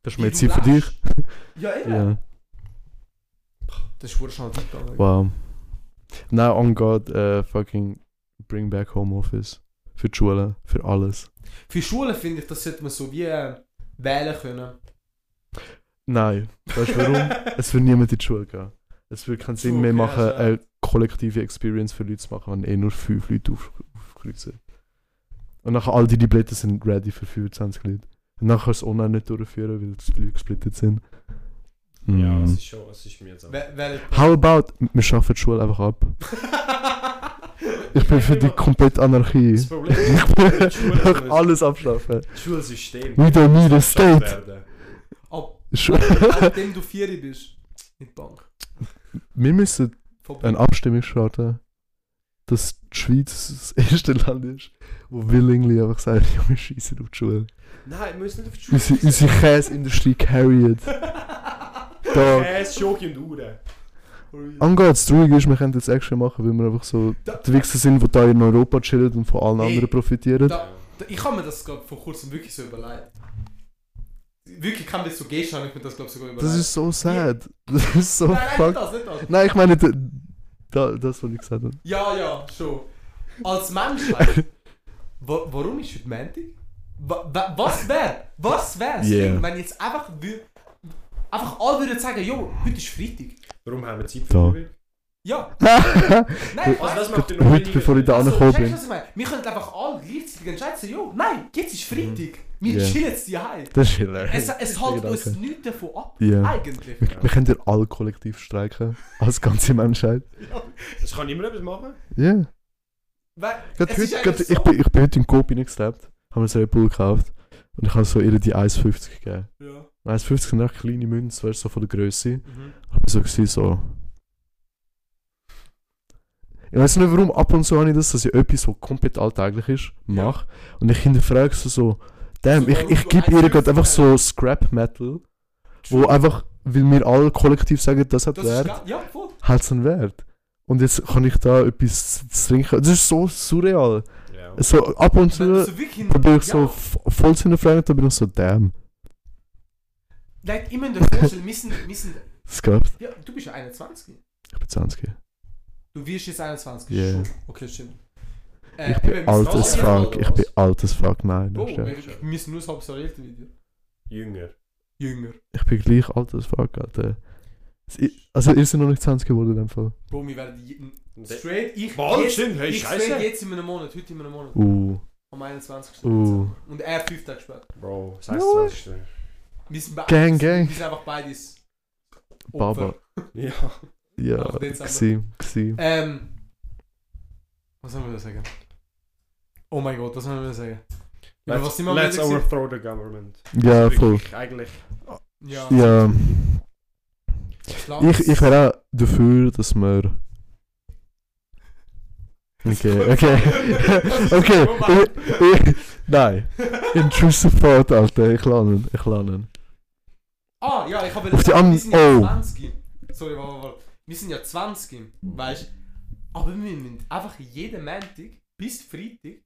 S3: Das ist
S2: wie
S3: mehr
S2: du
S3: Zeit für dich.
S2: lebst. Ja, eben.
S3: Yeah.
S2: Das ist wirklich schnell weit gegangen.
S3: Wow. Nein, on God, äh, fucking bring back home office. Für die Schule, für alles.
S2: Für Schulen finde ich, das sollte man so wie äh, wählen können.
S3: Nein. Weißt du warum? es wird niemand in die Schule gehen. Es wird keinen Sinn
S1: Zug,
S3: mehr
S1: ja,
S3: machen,
S1: ja.
S3: eine kollektive Experience für Leute zu machen, wenn eh nur fünf Leute auf, aufkreuzen. Und nachher all die, die Blätter sind ready für 25 Leute. Und nachher kannst du es online nicht durchführen, weil die Leute gesplittet sind. Mm.
S1: Ja, es ist schon, es ist mir jetzt auch.
S2: Wä- Wählen.
S3: How about, wir schaffen die Schule einfach ab. Ich bin für die komplette Anarchie.
S1: Das Problem ist,
S3: Ich bin
S1: Die Schule
S3: einfach
S1: muss-
S3: alles abschaffen.
S1: das Schulsystem
S3: We don't need a
S1: abgeschafft
S3: state.
S1: werden.
S2: Ab,
S3: Schu-
S2: nachdem du Vieri bist. Nicht Bank.
S3: Wir müssen
S2: Vorbei.
S3: eine Abstimmung starten, dass die Schweiz das erste Land ist, wo willingly einfach sagt, ja, wir schießen auf die Schule.
S1: Nein, wir müssen nicht auf die Schule.
S3: Unsere, unsere Käseindustrie carried. Da.
S1: Käse, Schoki und Uhren.
S3: Angehört, das Traurige ist, wir können jetzt Action machen, weil wir einfach so
S2: Da-
S3: die Wichser sind, die da in Europa chillen und von allen
S2: Ey,
S3: anderen profitieren.
S2: Da, da, ich habe mir das glaub, vor kurzem wirklich so überlegt. Wirklich kann das so gehen, ich habe mir das glaube sogar überlegt.
S3: Das ist so sad. Das ist so
S2: Nein, nein, nicht
S3: fuck.
S2: das, nicht das.
S3: Nein, ich meine, da- da- das, was ich gesagt habe.
S2: Ja, ja, schon. Als Menschheit. wa warum ist heute Montag? Wa wa was wäre? Was wäre
S3: Yeah.
S2: wenn jetzt einfach wür einfach alle würden sagen, jo, heute ist Freitag.
S1: Warum haben wir Zeit
S3: Da.
S1: für die
S2: Ja. Nein,
S1: Also das
S2: weißt
S1: macht ihr noch
S3: Heute, bevor ich da
S2: du,
S3: angekommen
S2: also, checkst du,
S3: bin.
S2: was ich meine? Wir könnten einfach alle gleichzeitig entscheiden, so, jo, nein, jetzt ist Freitag. Wir
S3: Yeah.
S2: chillen jetzt daheim.
S3: Das ist hilarious.
S2: Es, es hält
S3: Gedanke.
S2: uns nichts davon ab,
S3: Ja.
S2: eigentlich.
S3: Wir, wir können ja alle kollektiv streiken. Als ganze Menschheit.
S1: Es kann immer etwas machen.
S3: Ja. Yeah.
S2: Weil,
S3: Gerade
S2: es ist
S3: heute,
S2: eigentlich
S3: gerade, ich, bin, ich bin heute in den Coop reingesteppt, habe mir so Red Bull gekauft und ich habe so ihr die 1,50 gegeben.
S2: so. Ja.
S3: Und 1,50 sind echt kleine Münzen, weißt du, so von der Größe.
S1: Mhm.
S3: Ich war so, gewesen, so. Ich weiß nicht warum, ab und zu habe ich das, dass ich etwas, was komplett alltäglich ist, mache. Und ich hinterfrage so, so, damn,
S2: So,
S3: ich,
S2: warum
S3: ich
S2: du
S3: gebe ihr gerade
S2: 1,50
S3: einfach so Scrap Metal, wo einfach, weil wir alle kollektiv sagen, das hat
S2: Das ist
S3: Wert
S2: gar, ja, voll.
S3: hat es einen Wert. Und jetzt kann ich da etwas zu trinken. Das ist so surreal.
S1: Ja.
S3: So ab und
S2: Wenn du
S3: zu
S2: so wirklich
S3: probiere ich so
S2: Ja.
S3: f- voll zu hinterfragen, da bin ich so, damn,
S2: Like, ich muss mir vorstellen, wir sind, wir sind,
S3: das gab's.
S2: ja, du bist ja 21.
S3: Ich bin 20.
S2: Äh, Du wirst jetzt 21.
S3: Yeah.
S2: Schon. Okay, stimmt. Äh,
S3: ich bin
S2: eben, wir
S3: alt
S2: sind
S3: as
S2: alle
S1: Jahr
S3: fuck.
S1: oder
S3: Ich
S1: was?
S3: bin alt as fuck. Nein,
S2: Oh,
S3: das
S2: wir,
S3: stimmt.
S2: wir müssen nur das halbes Jahr älter werden.
S1: Jünger.
S2: Jünger.
S3: Ich bin gleich alt as fuck, Alter. Es i- Also, ihr seid noch nicht 20 geworden in dem Fall.
S2: Bro, wir werden je, straight, ich,
S1: Bald,
S2: jetzt,
S1: stimmt, hey,
S2: ich
S1: scheiße.
S2: straight jetzt in einem Monat, heute in einem Monat.
S3: Uh,
S2: Am 21.
S3: Uh,
S2: Und er fünf Tage später.
S1: Bro, das heißt das ist,
S2: Wir sind be-
S3: Gang, gang.
S2: Wir sind einfach beides. Opfer.
S3: Baba.
S1: Ja.
S3: Ja,
S2: Ach, den Sender.
S3: gsi, gsi.
S2: Ähm. Was haben wir da sagen? Oh mein Gott, was haben wir da sagen? Über was
S1: Let's,
S2: sind wir
S1: let's
S2: am Ende gewesen?
S1: overthrow the government.
S3: Ja, voll.
S1: Wirklich, Eigentlich.
S2: Ja,
S3: Ja,
S2: Platz.
S3: ich, ich wäre auch dafür, dass wir... Okay, okay. okay, ich, ich, nein. Intrusive Thought, Alter. Ich lerne, ihn, ich lerne. ihn.
S2: Ah, ja, ich habe
S3: Auf die
S2: wir
S3: anderen-
S2: sind ja
S3: oh.
S2: 20. Sorry, warte, warte. Wir sind ja 20, weißt du? Aber wir müssen einfach jeden Montag bis Freitag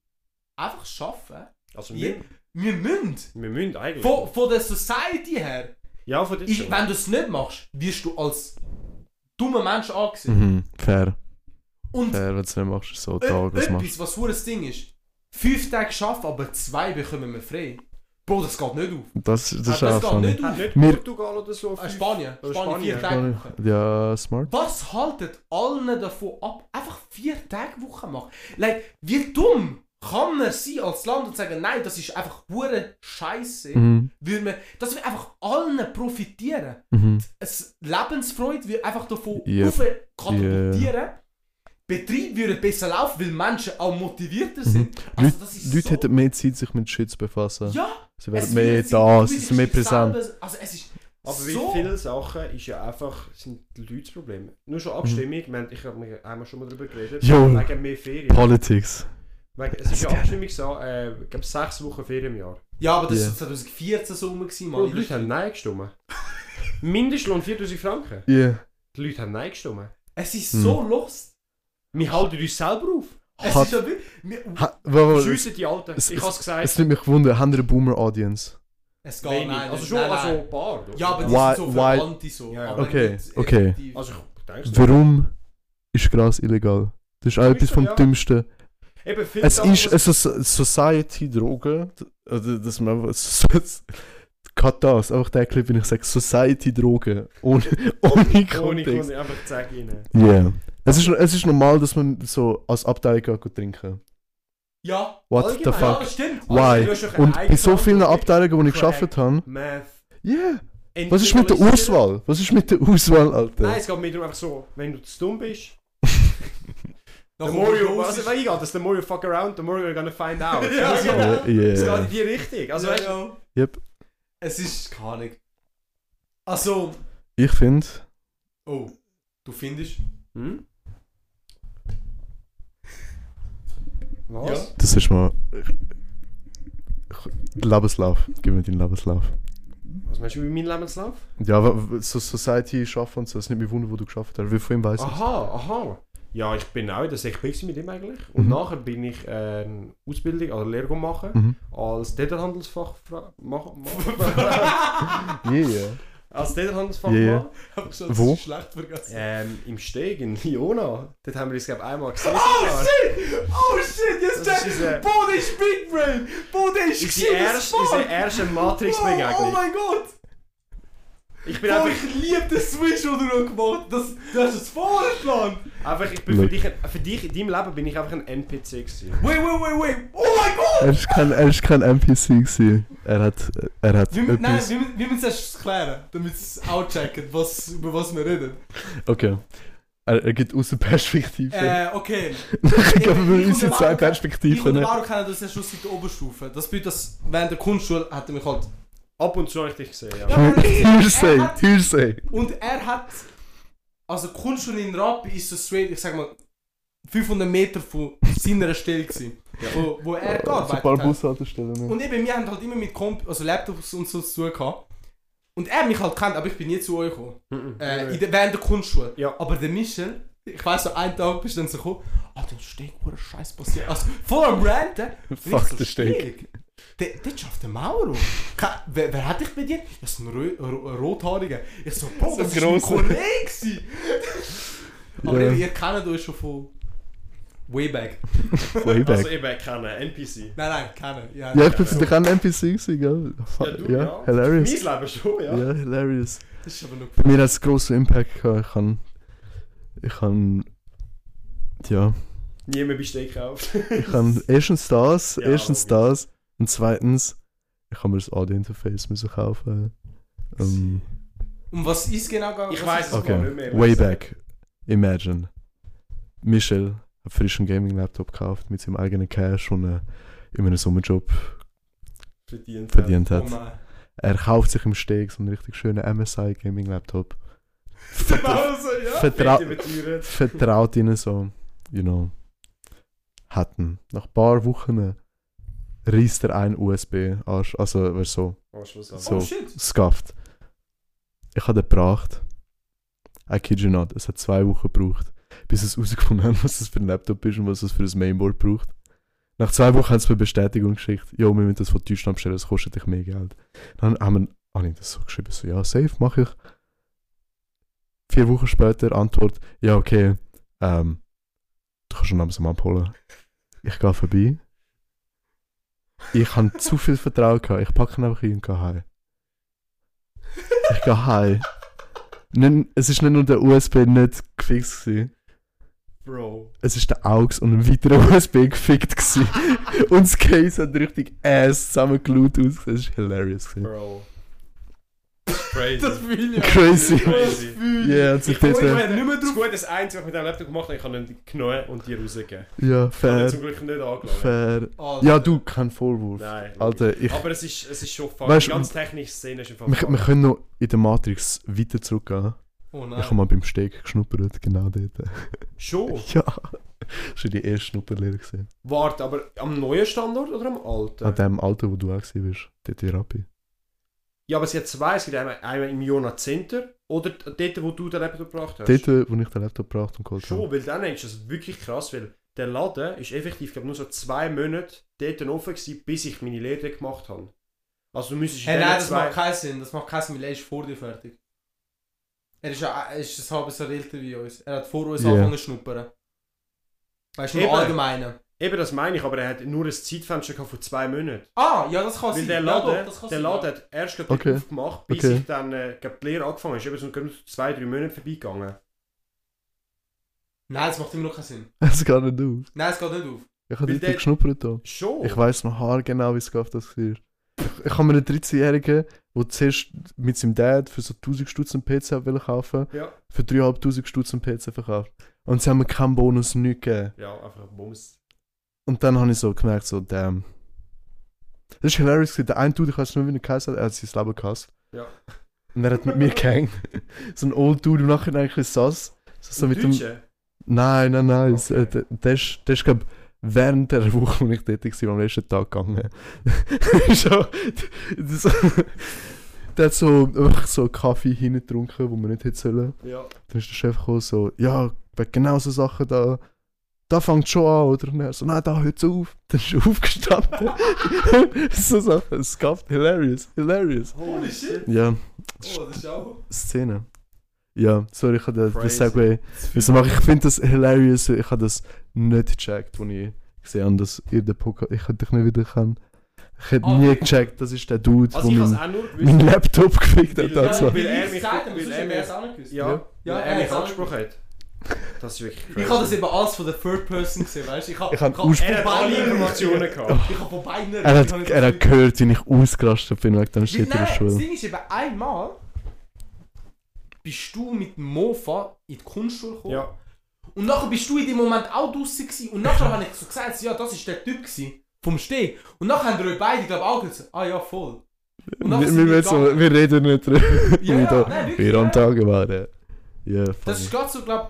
S2: einfach schaffen.
S1: Also
S2: Wir,
S1: wir,
S2: wir müssen.
S1: wir müssen eigentlich.
S2: Von, von der Society her.
S1: Ja, von
S2: Ich,
S1: dir.
S2: wenn du es nicht machst, wirst du als dummer Mensch angesehen.
S3: Mhm, fair.
S2: Und
S3: Fair, wenn du es nicht machst, ist so ein
S2: Et-
S3: Tag, was machst
S2: Äh, etwas, was hure das Ding ist. Fünf Tage schaffen, aber zwei bekommen wir frei. Bro, das geht nicht auf.
S3: du? Das, das ist
S2: Ah, das
S3: auch
S2: geht
S3: funny.
S2: nicht
S1: Hat nicht
S3: Wir-
S1: Portugal oder so.
S2: Äh,
S1: fünf-
S2: Spanien.
S1: Oder
S2: Spanien, vier
S1: Spanien.
S2: Tage Woche.
S3: Ja, smart.
S2: Was haltet allen davon ab, einfach vier Tage Woche machen? Like, wie dumm kann man sein als Land und sagen, nein, das ist einfach hure Scheiße.
S3: Mhm,
S2: Würde man, das wird einfach allen profitieren.
S3: mhm.
S2: Es, Lebensfreude wird einfach davon
S3: Yep.
S2: yep. katapultieren. Betrieb würde besser laufen, weil Menschen auch motivierter sind. Also, das ist
S3: Mhm. Leute
S2: so
S3: hätten mehr Zeit, sich mit Shit zu befassen.
S2: Ja,
S3: Sie wären
S2: es
S3: mehr
S2: wird sein,
S3: da,
S2: du
S3: sie
S2: bist
S3: sind mehr
S2: dich
S3: präsent.
S2: selber- Also es ist
S1: Aber
S2: so...
S1: wie viele Sachen ist ja einfach, sind die Leute das Problem. Nur schon Abstimmung, wir haben- ich habe einmal schon mal darüber geredet,
S3: Mhm. Jo.
S1: wegen mehr Ferien.
S3: Politics.
S1: Wegen, es ist ja Abstimmung so, äh, ich glaube sechs Wochen Ferien im Jahr.
S2: Ja, aber das
S3: Ja.
S2: war 2014 so rum, gewesen,
S1: Und
S2: Mann.
S1: die Oh, Leute haben Nein gestimmt. Mindestlohn 4000 Franken.
S3: Ja.
S1: Die Leute haben Nein gestimmt.
S2: Es ist
S3: Mhm.
S2: so lost.
S1: Wir halten uns selber auf.
S2: Es
S3: Hat-
S2: ist ja wirklich... wir-
S3: Ha, wa- wa-
S1: Schiessen die Alten.
S3: es-
S1: ich habe es gesagt.
S3: Es nimmt mich wunder, haben eine Boomer-Audience?
S2: Es geht
S1: Wenig.
S2: nein, nein,
S1: also schon,
S2: nein,
S1: also
S2: nein.
S1: ein paar. oder?
S2: Ja, aber die
S3: Why-
S2: sind so
S3: why-
S2: verwandt so.
S1: Ja, ja.
S2: aber
S3: Okay,
S2: nicht
S3: okay.
S2: effektiv.
S1: Also ich denke so.
S3: Warum ist Gras illegal? Das ist auch etwas vom
S1: Ja.
S3: Dümmsten.
S1: Eben viele
S3: Es
S1: Sachen,
S3: ist
S1: was-
S3: eine So- Society-Droge. Also, dass man einfach. so- so- Cut das, einfach der Clip, wenn ich sage Society-Droge. Ohne, ohne
S1: ohne
S3: Kontext.
S1: Grund einfach zeige ihnen.
S3: Ja. Es ist, es ist normal, dass man so als Abteilung geht trinken.
S2: Ja,
S3: What the
S1: Allgemein,
S3: fuck?
S2: ja, stimmt.
S3: Why?
S1: du hast doch eine
S3: Und bei so vielen
S1: Eigenverantwortung.
S3: Abteilungen, die ich
S1: Correct.
S3: geschafft habe,
S1: Math.
S3: yeah. Was ist mit der Auswahl? Was ist mit der Auswahl, Alter?
S1: Nein, es geht mir darum einfach so, wenn du zu dumm bist,
S2: Nach
S1: the more you, also, wenn ich gehe, das the more you fuck around, the more you're gonna find out. Dus
S2: Ja,
S1: Also,
S2: genau.
S3: Ja,
S1: Es geht
S3: yeah.
S1: in die Richtung. Also,
S2: Also,
S1: weißt du,
S2: ja.
S3: Yep.
S2: Es ist... Keine Ahnung. Also...
S3: Ich finde,
S2: Oh. Du findest...
S1: Hm? Was?
S2: Ja.
S3: das ist mal. Lebenslauf. Gib mir deinen Lebenslauf.
S1: Was meinst du mit meinem Lebenslauf?
S3: Ja, wa- wa- so Society schaffen und so, es ist nicht mehr wunder, wo du geschafft hast. Wie vorhin weiß ich.
S1: Aha, aha. Ja, ich bin auch in der Sechbüchse mit ihm eigentlich. Und
S3: Mhm.
S1: nachher bin ich äh, eine Ausbildung, also Lehre machen,
S3: Mhm.
S1: als Detailhandelsfachfrau. mach- mach-
S3: Yeah.
S1: als Detailhandelsfachmann.
S3: Ja, ja.
S2: Hab schon
S3: Wo?
S2: schlecht vergessen.
S1: Ähm, Im Steg in Jona. Dort haben wir uns, glaube ich, einmal gesehen.
S2: Oh shit! Oh shit!
S1: Das
S2: Jetzt check!
S1: ist diese-
S2: Boah, der ist Big Brain! Boah, der ist
S1: Unsere
S2: gescheit as
S1: erste, unsere
S2: fuck!
S1: erste
S2: Boah, oh
S1: Matrix-Begegnung.
S2: mein Gott!
S1: ich bin
S2: Boah,
S1: einfach,
S2: ich liebe den Switch, den du noch gemacht hast! Das, das ist das Vorderplan!
S1: einfach ich bin für
S3: Look.
S1: dich, ein- für dich, in deinem Leben bin ich einfach ein NPC gewesen.
S2: Wait, wait, wait, wait! Oh mein Gott!
S3: Er ist kein, er ist kein NPC gewesen. Er hat, er hat
S2: Wir, mü- nein,
S3: Äh, etwas.
S2: wir, mü- wir müssen es erst klären, damit sie es auch checken, was, über was wir reden.
S3: Okay. Er, er gibt aus der Perspektive.
S2: Äh, okay.
S3: ich glaube,
S2: ich-
S3: wir
S2: ich
S3: müssen in
S2: und
S3: zwei
S2: Marco- Ich und
S3: Perspektiven.
S2: der
S3: ne?
S2: Maro kennen das ja schon seit der Oberstufe. Das bedeutet, dass während der Kunstschule hat er mich halt...
S1: Ab und zu habe ich dich gesehen, ja.
S2: Ja, aber-
S3: Hearsay,
S2: Er hat-
S3: Hearsay.
S2: Und er hat. Also, Kunstschule in Rapp ist so straight, ich sag mal, 500 Meter von seiner Stelle gewesen, wo, wo er
S3: So ein
S2: gearbeitet
S3: paar
S2: hat.
S3: Bushaltestellen. ne?
S2: Und eben, wir haben halt immer mit Comp also Laptops und so zu tun gehabt. Und er hat mich halt kennt, aber ich bin nie zu euch gekommen.
S1: Mhm.
S2: Äh, in der, während der Kunstschule.
S1: Ja.
S2: Aber der Michel, ich weiß so, einen Tag bist du dann so gekommen, ah, der Steg, wo Scheiß passiert. Also, vor am Ranten.
S3: Fuck, der Steg.
S2: Der, der schafft den Mauro. Ke- Wer, wer hat dich bedient? Ja, so ein Rö Ro- Rothaariger. Ich so, Bro,
S3: So ein
S2: das ist mein
S3: grosser.
S2: Kollege. gewesen. Aber
S3: Ja.
S2: ihr, ihr kennt euch schon von way back.
S1: Also
S3: Playback.
S1: eben kein NPC.
S2: Nein, nein, kennen. Ja,
S3: Ja, ich bin für dich ein NPC gewesen, gell?
S1: Ja, du,
S3: Ja,
S1: ja.
S3: hilarious.
S1: Mein Leben schon, ja.
S3: Ja, hilarious.
S2: Das ist aber noch
S3: Bei mir hat es grossen Impact gehabt. Ich kann. Ich kann. Ja.
S1: Niemand Besteck kauft.
S3: Ich habe erstens das,
S1: Ja,
S3: erstens
S1: logisch.
S3: das und zweitens, ich habe mir das Audio-Interface müssen kaufen. Ähm,
S2: Um was ist genau gegangen?
S1: Ich weiß es
S3: Okay.
S1: gar nicht mehr.
S3: way back, imagine. Michel hat frisch einen Gaming-Laptop gekauft mit seinem eigenen Cash und äh, in einem Sommerjob
S1: Verdient.
S3: verdient
S2: Oh
S3: hat.
S2: Mann.
S3: Er kauft sich im Steg so einen richtig schönen MSI Gaming-Laptop.
S1: Genau
S2: Also,
S1: so, ja.
S3: Vertra-
S1: Fett überteuert.
S3: vertraut ihnen so, you know, hatten. Nach ein paar Wochen äh, reißt er ein USB, Arsch, also wär so,
S1: Oh, Schluss ab.
S3: So.
S2: Oh shit.
S3: skafft. Ich habe den gebracht. I kid you not, es hat zwei Wochen gebraucht, bis es herausgefunden haben, was das für ein Laptop ist und was es für ein Mainboard braucht. Nach zwei Wochen haben sie mir Bestätigung geschickt, ja, wir müssen das von Deutschland bestellen, das kostet dich mehr Geld. Dann haben wir, habe ich das so geschrieben, so, ja, safe, mache ich. Vier Wochen später Antwort, ja, okay, ähm, du kannst schon langsam abholen. Ich gehe vorbei. Ich habe zu viel Vertrauen gehabt, ich packe ihn einfach hin und gehe heim. Ich gehe heim. Nicht, es ist nicht nur der USB nicht gefixt gewesen.
S1: Bro.
S3: Es ist der AUX und ein weiterer USB gefickt gewesen. und das Case hat richtig ass zusammengelaut ausgesehen. Es ist hilarious gewesen.
S1: Bro. Crazy.
S2: Das fühle ich.
S3: Crazy.
S2: Das
S1: Crazy.
S2: fühle ich.
S3: Ja, hat sich
S1: Ich
S3: dort, äh,
S2: meine, nicht mehr
S1: Das
S2: drauf.
S1: Gute ist das Einzige, was ich mit diesem Laptop gemacht habe, ich habe ihn genommen und dir rausgegeben.
S3: ja,
S1: Ich habe ihn
S3: fair,
S1: zum Glück nicht angelangt.
S3: fair.
S2: Alter.
S3: Ja, du, kein Vorwurf.
S1: Nein.
S3: Alter, ich,
S1: Aber es ist, es ist schon fuck.
S3: Weißt
S1: die
S3: du,
S1: ganz technische Szene ist einfach
S3: wir, wir können noch in der Matrix weiter zurückgehen.
S2: Oh
S3: Ich habe
S2: nein.
S3: mal beim Steak geschnuppert, genau dort.
S1: Schon?
S3: Ja, das war die erste Schnupperlehre. gewesen.
S1: Warte, aber am neuen Standort oder am alten?
S3: An dem Alter, wo du auch gewesen bist, dort in Rappi.
S1: Ja, aber es gibt zwei. Es gibt einmal, einmal im Jona Center oder d- dort, wo du den Laptop gebracht hast.
S3: Dort, wo ich den Laptop brauchte und geholt habe.
S1: Schon, weil dann ist das wirklich krass, weil der Laden ist effektiv glaub, nur so zwei Monate dort offen gewesen, bis ich meine Lehre gemacht habe. Also du müsstest in
S2: Hey,
S1: diesen
S2: nein, das
S1: zwei-
S2: macht keinen Sinn. Das macht keinen Sinn, weil er ist vor dir fertig. Er ist, ja- er ist ein halbes Jahr älter wie uns. Er hat vor uns
S3: Ja.
S2: angefangen zu schnuppern. Weißt du, im
S1: Eben.
S2: Allgemeinen.
S1: Eben das meine ich, aber er hat nur ein Zeitfenster gehabt von zwei Monaten.
S2: Ah, ja, das kann
S1: Weil
S2: sein.
S1: der
S2: ja,
S1: Laden,
S2: doch, das kann
S1: der
S2: sein,
S1: Laden
S2: ja.
S1: hat erst gerade
S3: Okay.
S1: aufgemacht, bis
S3: Okay.
S1: ich dann äh, glaub, die Lehre angefangen habe. Eben so gerade zwei, drei Monate vorbeigegangen.
S2: Nein, das macht immer noch keinen Sinn.
S3: Es geht nicht auf.
S2: Nein, es geht nicht auf.
S3: Ich habe
S1: Weil
S3: dort
S1: der- Oh.
S3: geschnuppert. Da.
S1: Schon?
S3: Ich weiss noch haargenau, wie es auf das war. Ich, ich habe mir einen 13-Jährigen, der zuerst mit seinem Dad für so 1000 Stutz einen PC hat wollen kaufen
S1: Ja.
S3: für 3'500 Stutz einen PC verkauft. Und sie haben mir keinen Bonus nicht gegeben.
S1: Ja, einfach ein Bums.
S3: Und dann habe ich so gemerkt, so, damn. Das ist hilarious. gewesen. Der eine Dude, ich weiß nicht, wie er geheißen hat, er hat sein Leben gehasst.
S1: Ja.
S3: Und er hat mit mir gehängt. so ein old Dude, im Nachhinein ein bisschen sass. So, so mit dem,
S1: Deutsche?
S3: Nein, nein, nein. es-
S1: Okay.
S3: äh, d- Das ist, das ist glaub, während der Woche, wo ich tätig war, am letzten Tag gegangen. Schon, das, der hat so, einfach so Kaffee hingetrunken, wo man nicht hätte sollen.
S1: Ja.
S3: Dann ist der Chef gekommen, so, ja, wegen genau so Sachen da. Da fängt schon an, oder? Und er so, nein, da hört's auf. Dann ist er aufgestanden. so Sachen, es gab hilarious, hilarious.
S1: Holy shit.
S3: Ja,
S2: Oh, das ist auch.
S3: Szene. Ja, sorry, ich habe den, den
S1: Crazy.
S3: Segway Wieso mache ich, ich finde das hilarious. Ich habe das nicht gecheckt, als ich gesehen habe, dass ihr den Podcast. Ich hätte dich nicht wieder kann. Ich hätte
S2: Ah.
S3: nie gecheckt, das ist der Dude,
S1: Also
S3: der
S1: ich habe es auch
S3: meinen
S1: nur
S3: mein
S1: gewusst.
S3: Laptop gefickt hat.
S1: Weil- Also,
S3: Also.
S1: weil er
S2: es
S1: mich-
S2: gesagt hat,
S1: weil
S2: sonst
S1: er
S2: hätte er
S1: mich-
S2: es auch nicht gewusst.
S1: Ja,
S2: Ja,
S1: weil
S2: er
S1: er mich
S2: hat's auch
S1: angesprochen hat. halt. Das ist wirklich
S2: Ich habe das eben alles von der Third Person Dus gesehen, weißt du? Ich habe
S3: Ich hab
S2: von
S3: ursprünglich-
S1: Er hat alle Informationen gehabt.
S2: Ich habe von beiden.
S3: Er
S2: ich hab
S3: hat,
S2: nicht
S3: er hat
S2: das
S3: gehört, wie ich ausgerastet bin wegen dem Shit in
S2: Gefühl-
S3: der
S2: Nein, das
S3: Schule.
S2: Ding ist eben einmal. Bist du mit dem Mofa in die Kunstschule gekommen?
S1: Ja.
S2: Und nachher bist du in dem Moment auch draußen gewesen. Und nachher habe ich so gesagt, so, ja, das ist der Typ gewesen, vom Steg. Und nachher haben wir euch beide, glaube ich, auch gesagt, ah ja, voll. Und nachher
S3: Wir,
S2: sind
S3: wir,
S2: wir
S3: wissen,
S2: gegangen.
S3: wir reden nicht drüber.
S2: Ja,
S3: wie da,
S2: nein, wirklich,
S3: wir am
S2: ja.
S3: Tag waren. Ja,
S2: Das ist
S3: funny.
S2: gerade so, glaube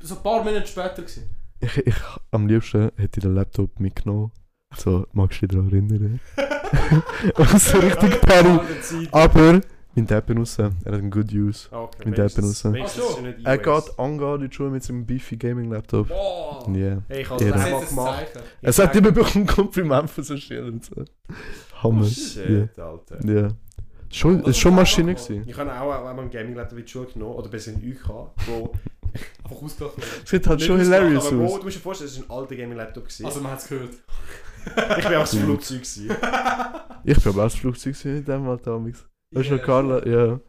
S2: ich, so ein paar Minuten später gewesen.
S3: Ich, ich, am liebsten hätte ich den Laptop mitgenommen. So, magst du dich daran erinnern? so richtig Panik. Aber mein Dad benutzt, er hat einen good use.
S1: Ah, Okay,
S3: Mit der benutzen.
S2: Ach so.
S3: Er geht angehört in die Schule mit seinem beefy Gaming Laptop.
S2: Boah!
S3: Yeah.
S1: Hey, ich habe
S3: Ja.
S1: das
S2: Das
S1: einmal
S2: ist
S3: Das
S2: jetzt ein
S1: gemacht.
S2: Zeichen.
S3: Er sagt immer, bekommt ein Kompliment von so Schülern. So.
S1: Oh,
S3: Hammer. Ja.
S1: shit, Also Alter.
S3: Ja. Schon,
S2: Was
S3: ist schon
S2: hat er
S3: Maschine
S2: gemacht?
S3: gewesen.
S1: Ich habe auch auch einmal einen Gaming-Laptop in die Schule genommen, oder besser in die UK, wo...
S2: Einfach ausgelacht worden.
S3: Es sieht halt schon
S1: Nicht ausgemacht,
S3: hilarious
S1: aber wo-
S3: aus.
S1: Du musst dir vorstellen, es war ein alter Gaming-Laptop. gewesen.
S2: Also man hat es gehört.
S1: ich bin auch das Flugzeug. gewesen.
S3: Ich bin aber auch das Flugzeug gewesen in dem Alter. Amix. Weißt du noch,
S2: Ja,
S3: Carla? Ja.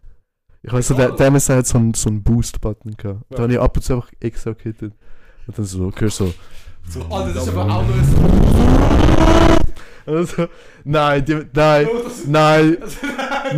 S3: Ich weiß noch, der,
S2: Carla.
S3: der MSI hat so einen, so einen Boost-Button gehabt.
S1: Ja.
S3: Da habe ich ab und zu einfach extra gehittet. Und dann so, gehört so, So
S2: Alter, das ist aber auch nur ein...
S3: Also, nein, die, nein,
S2: Nur das-
S3: nein, Äh.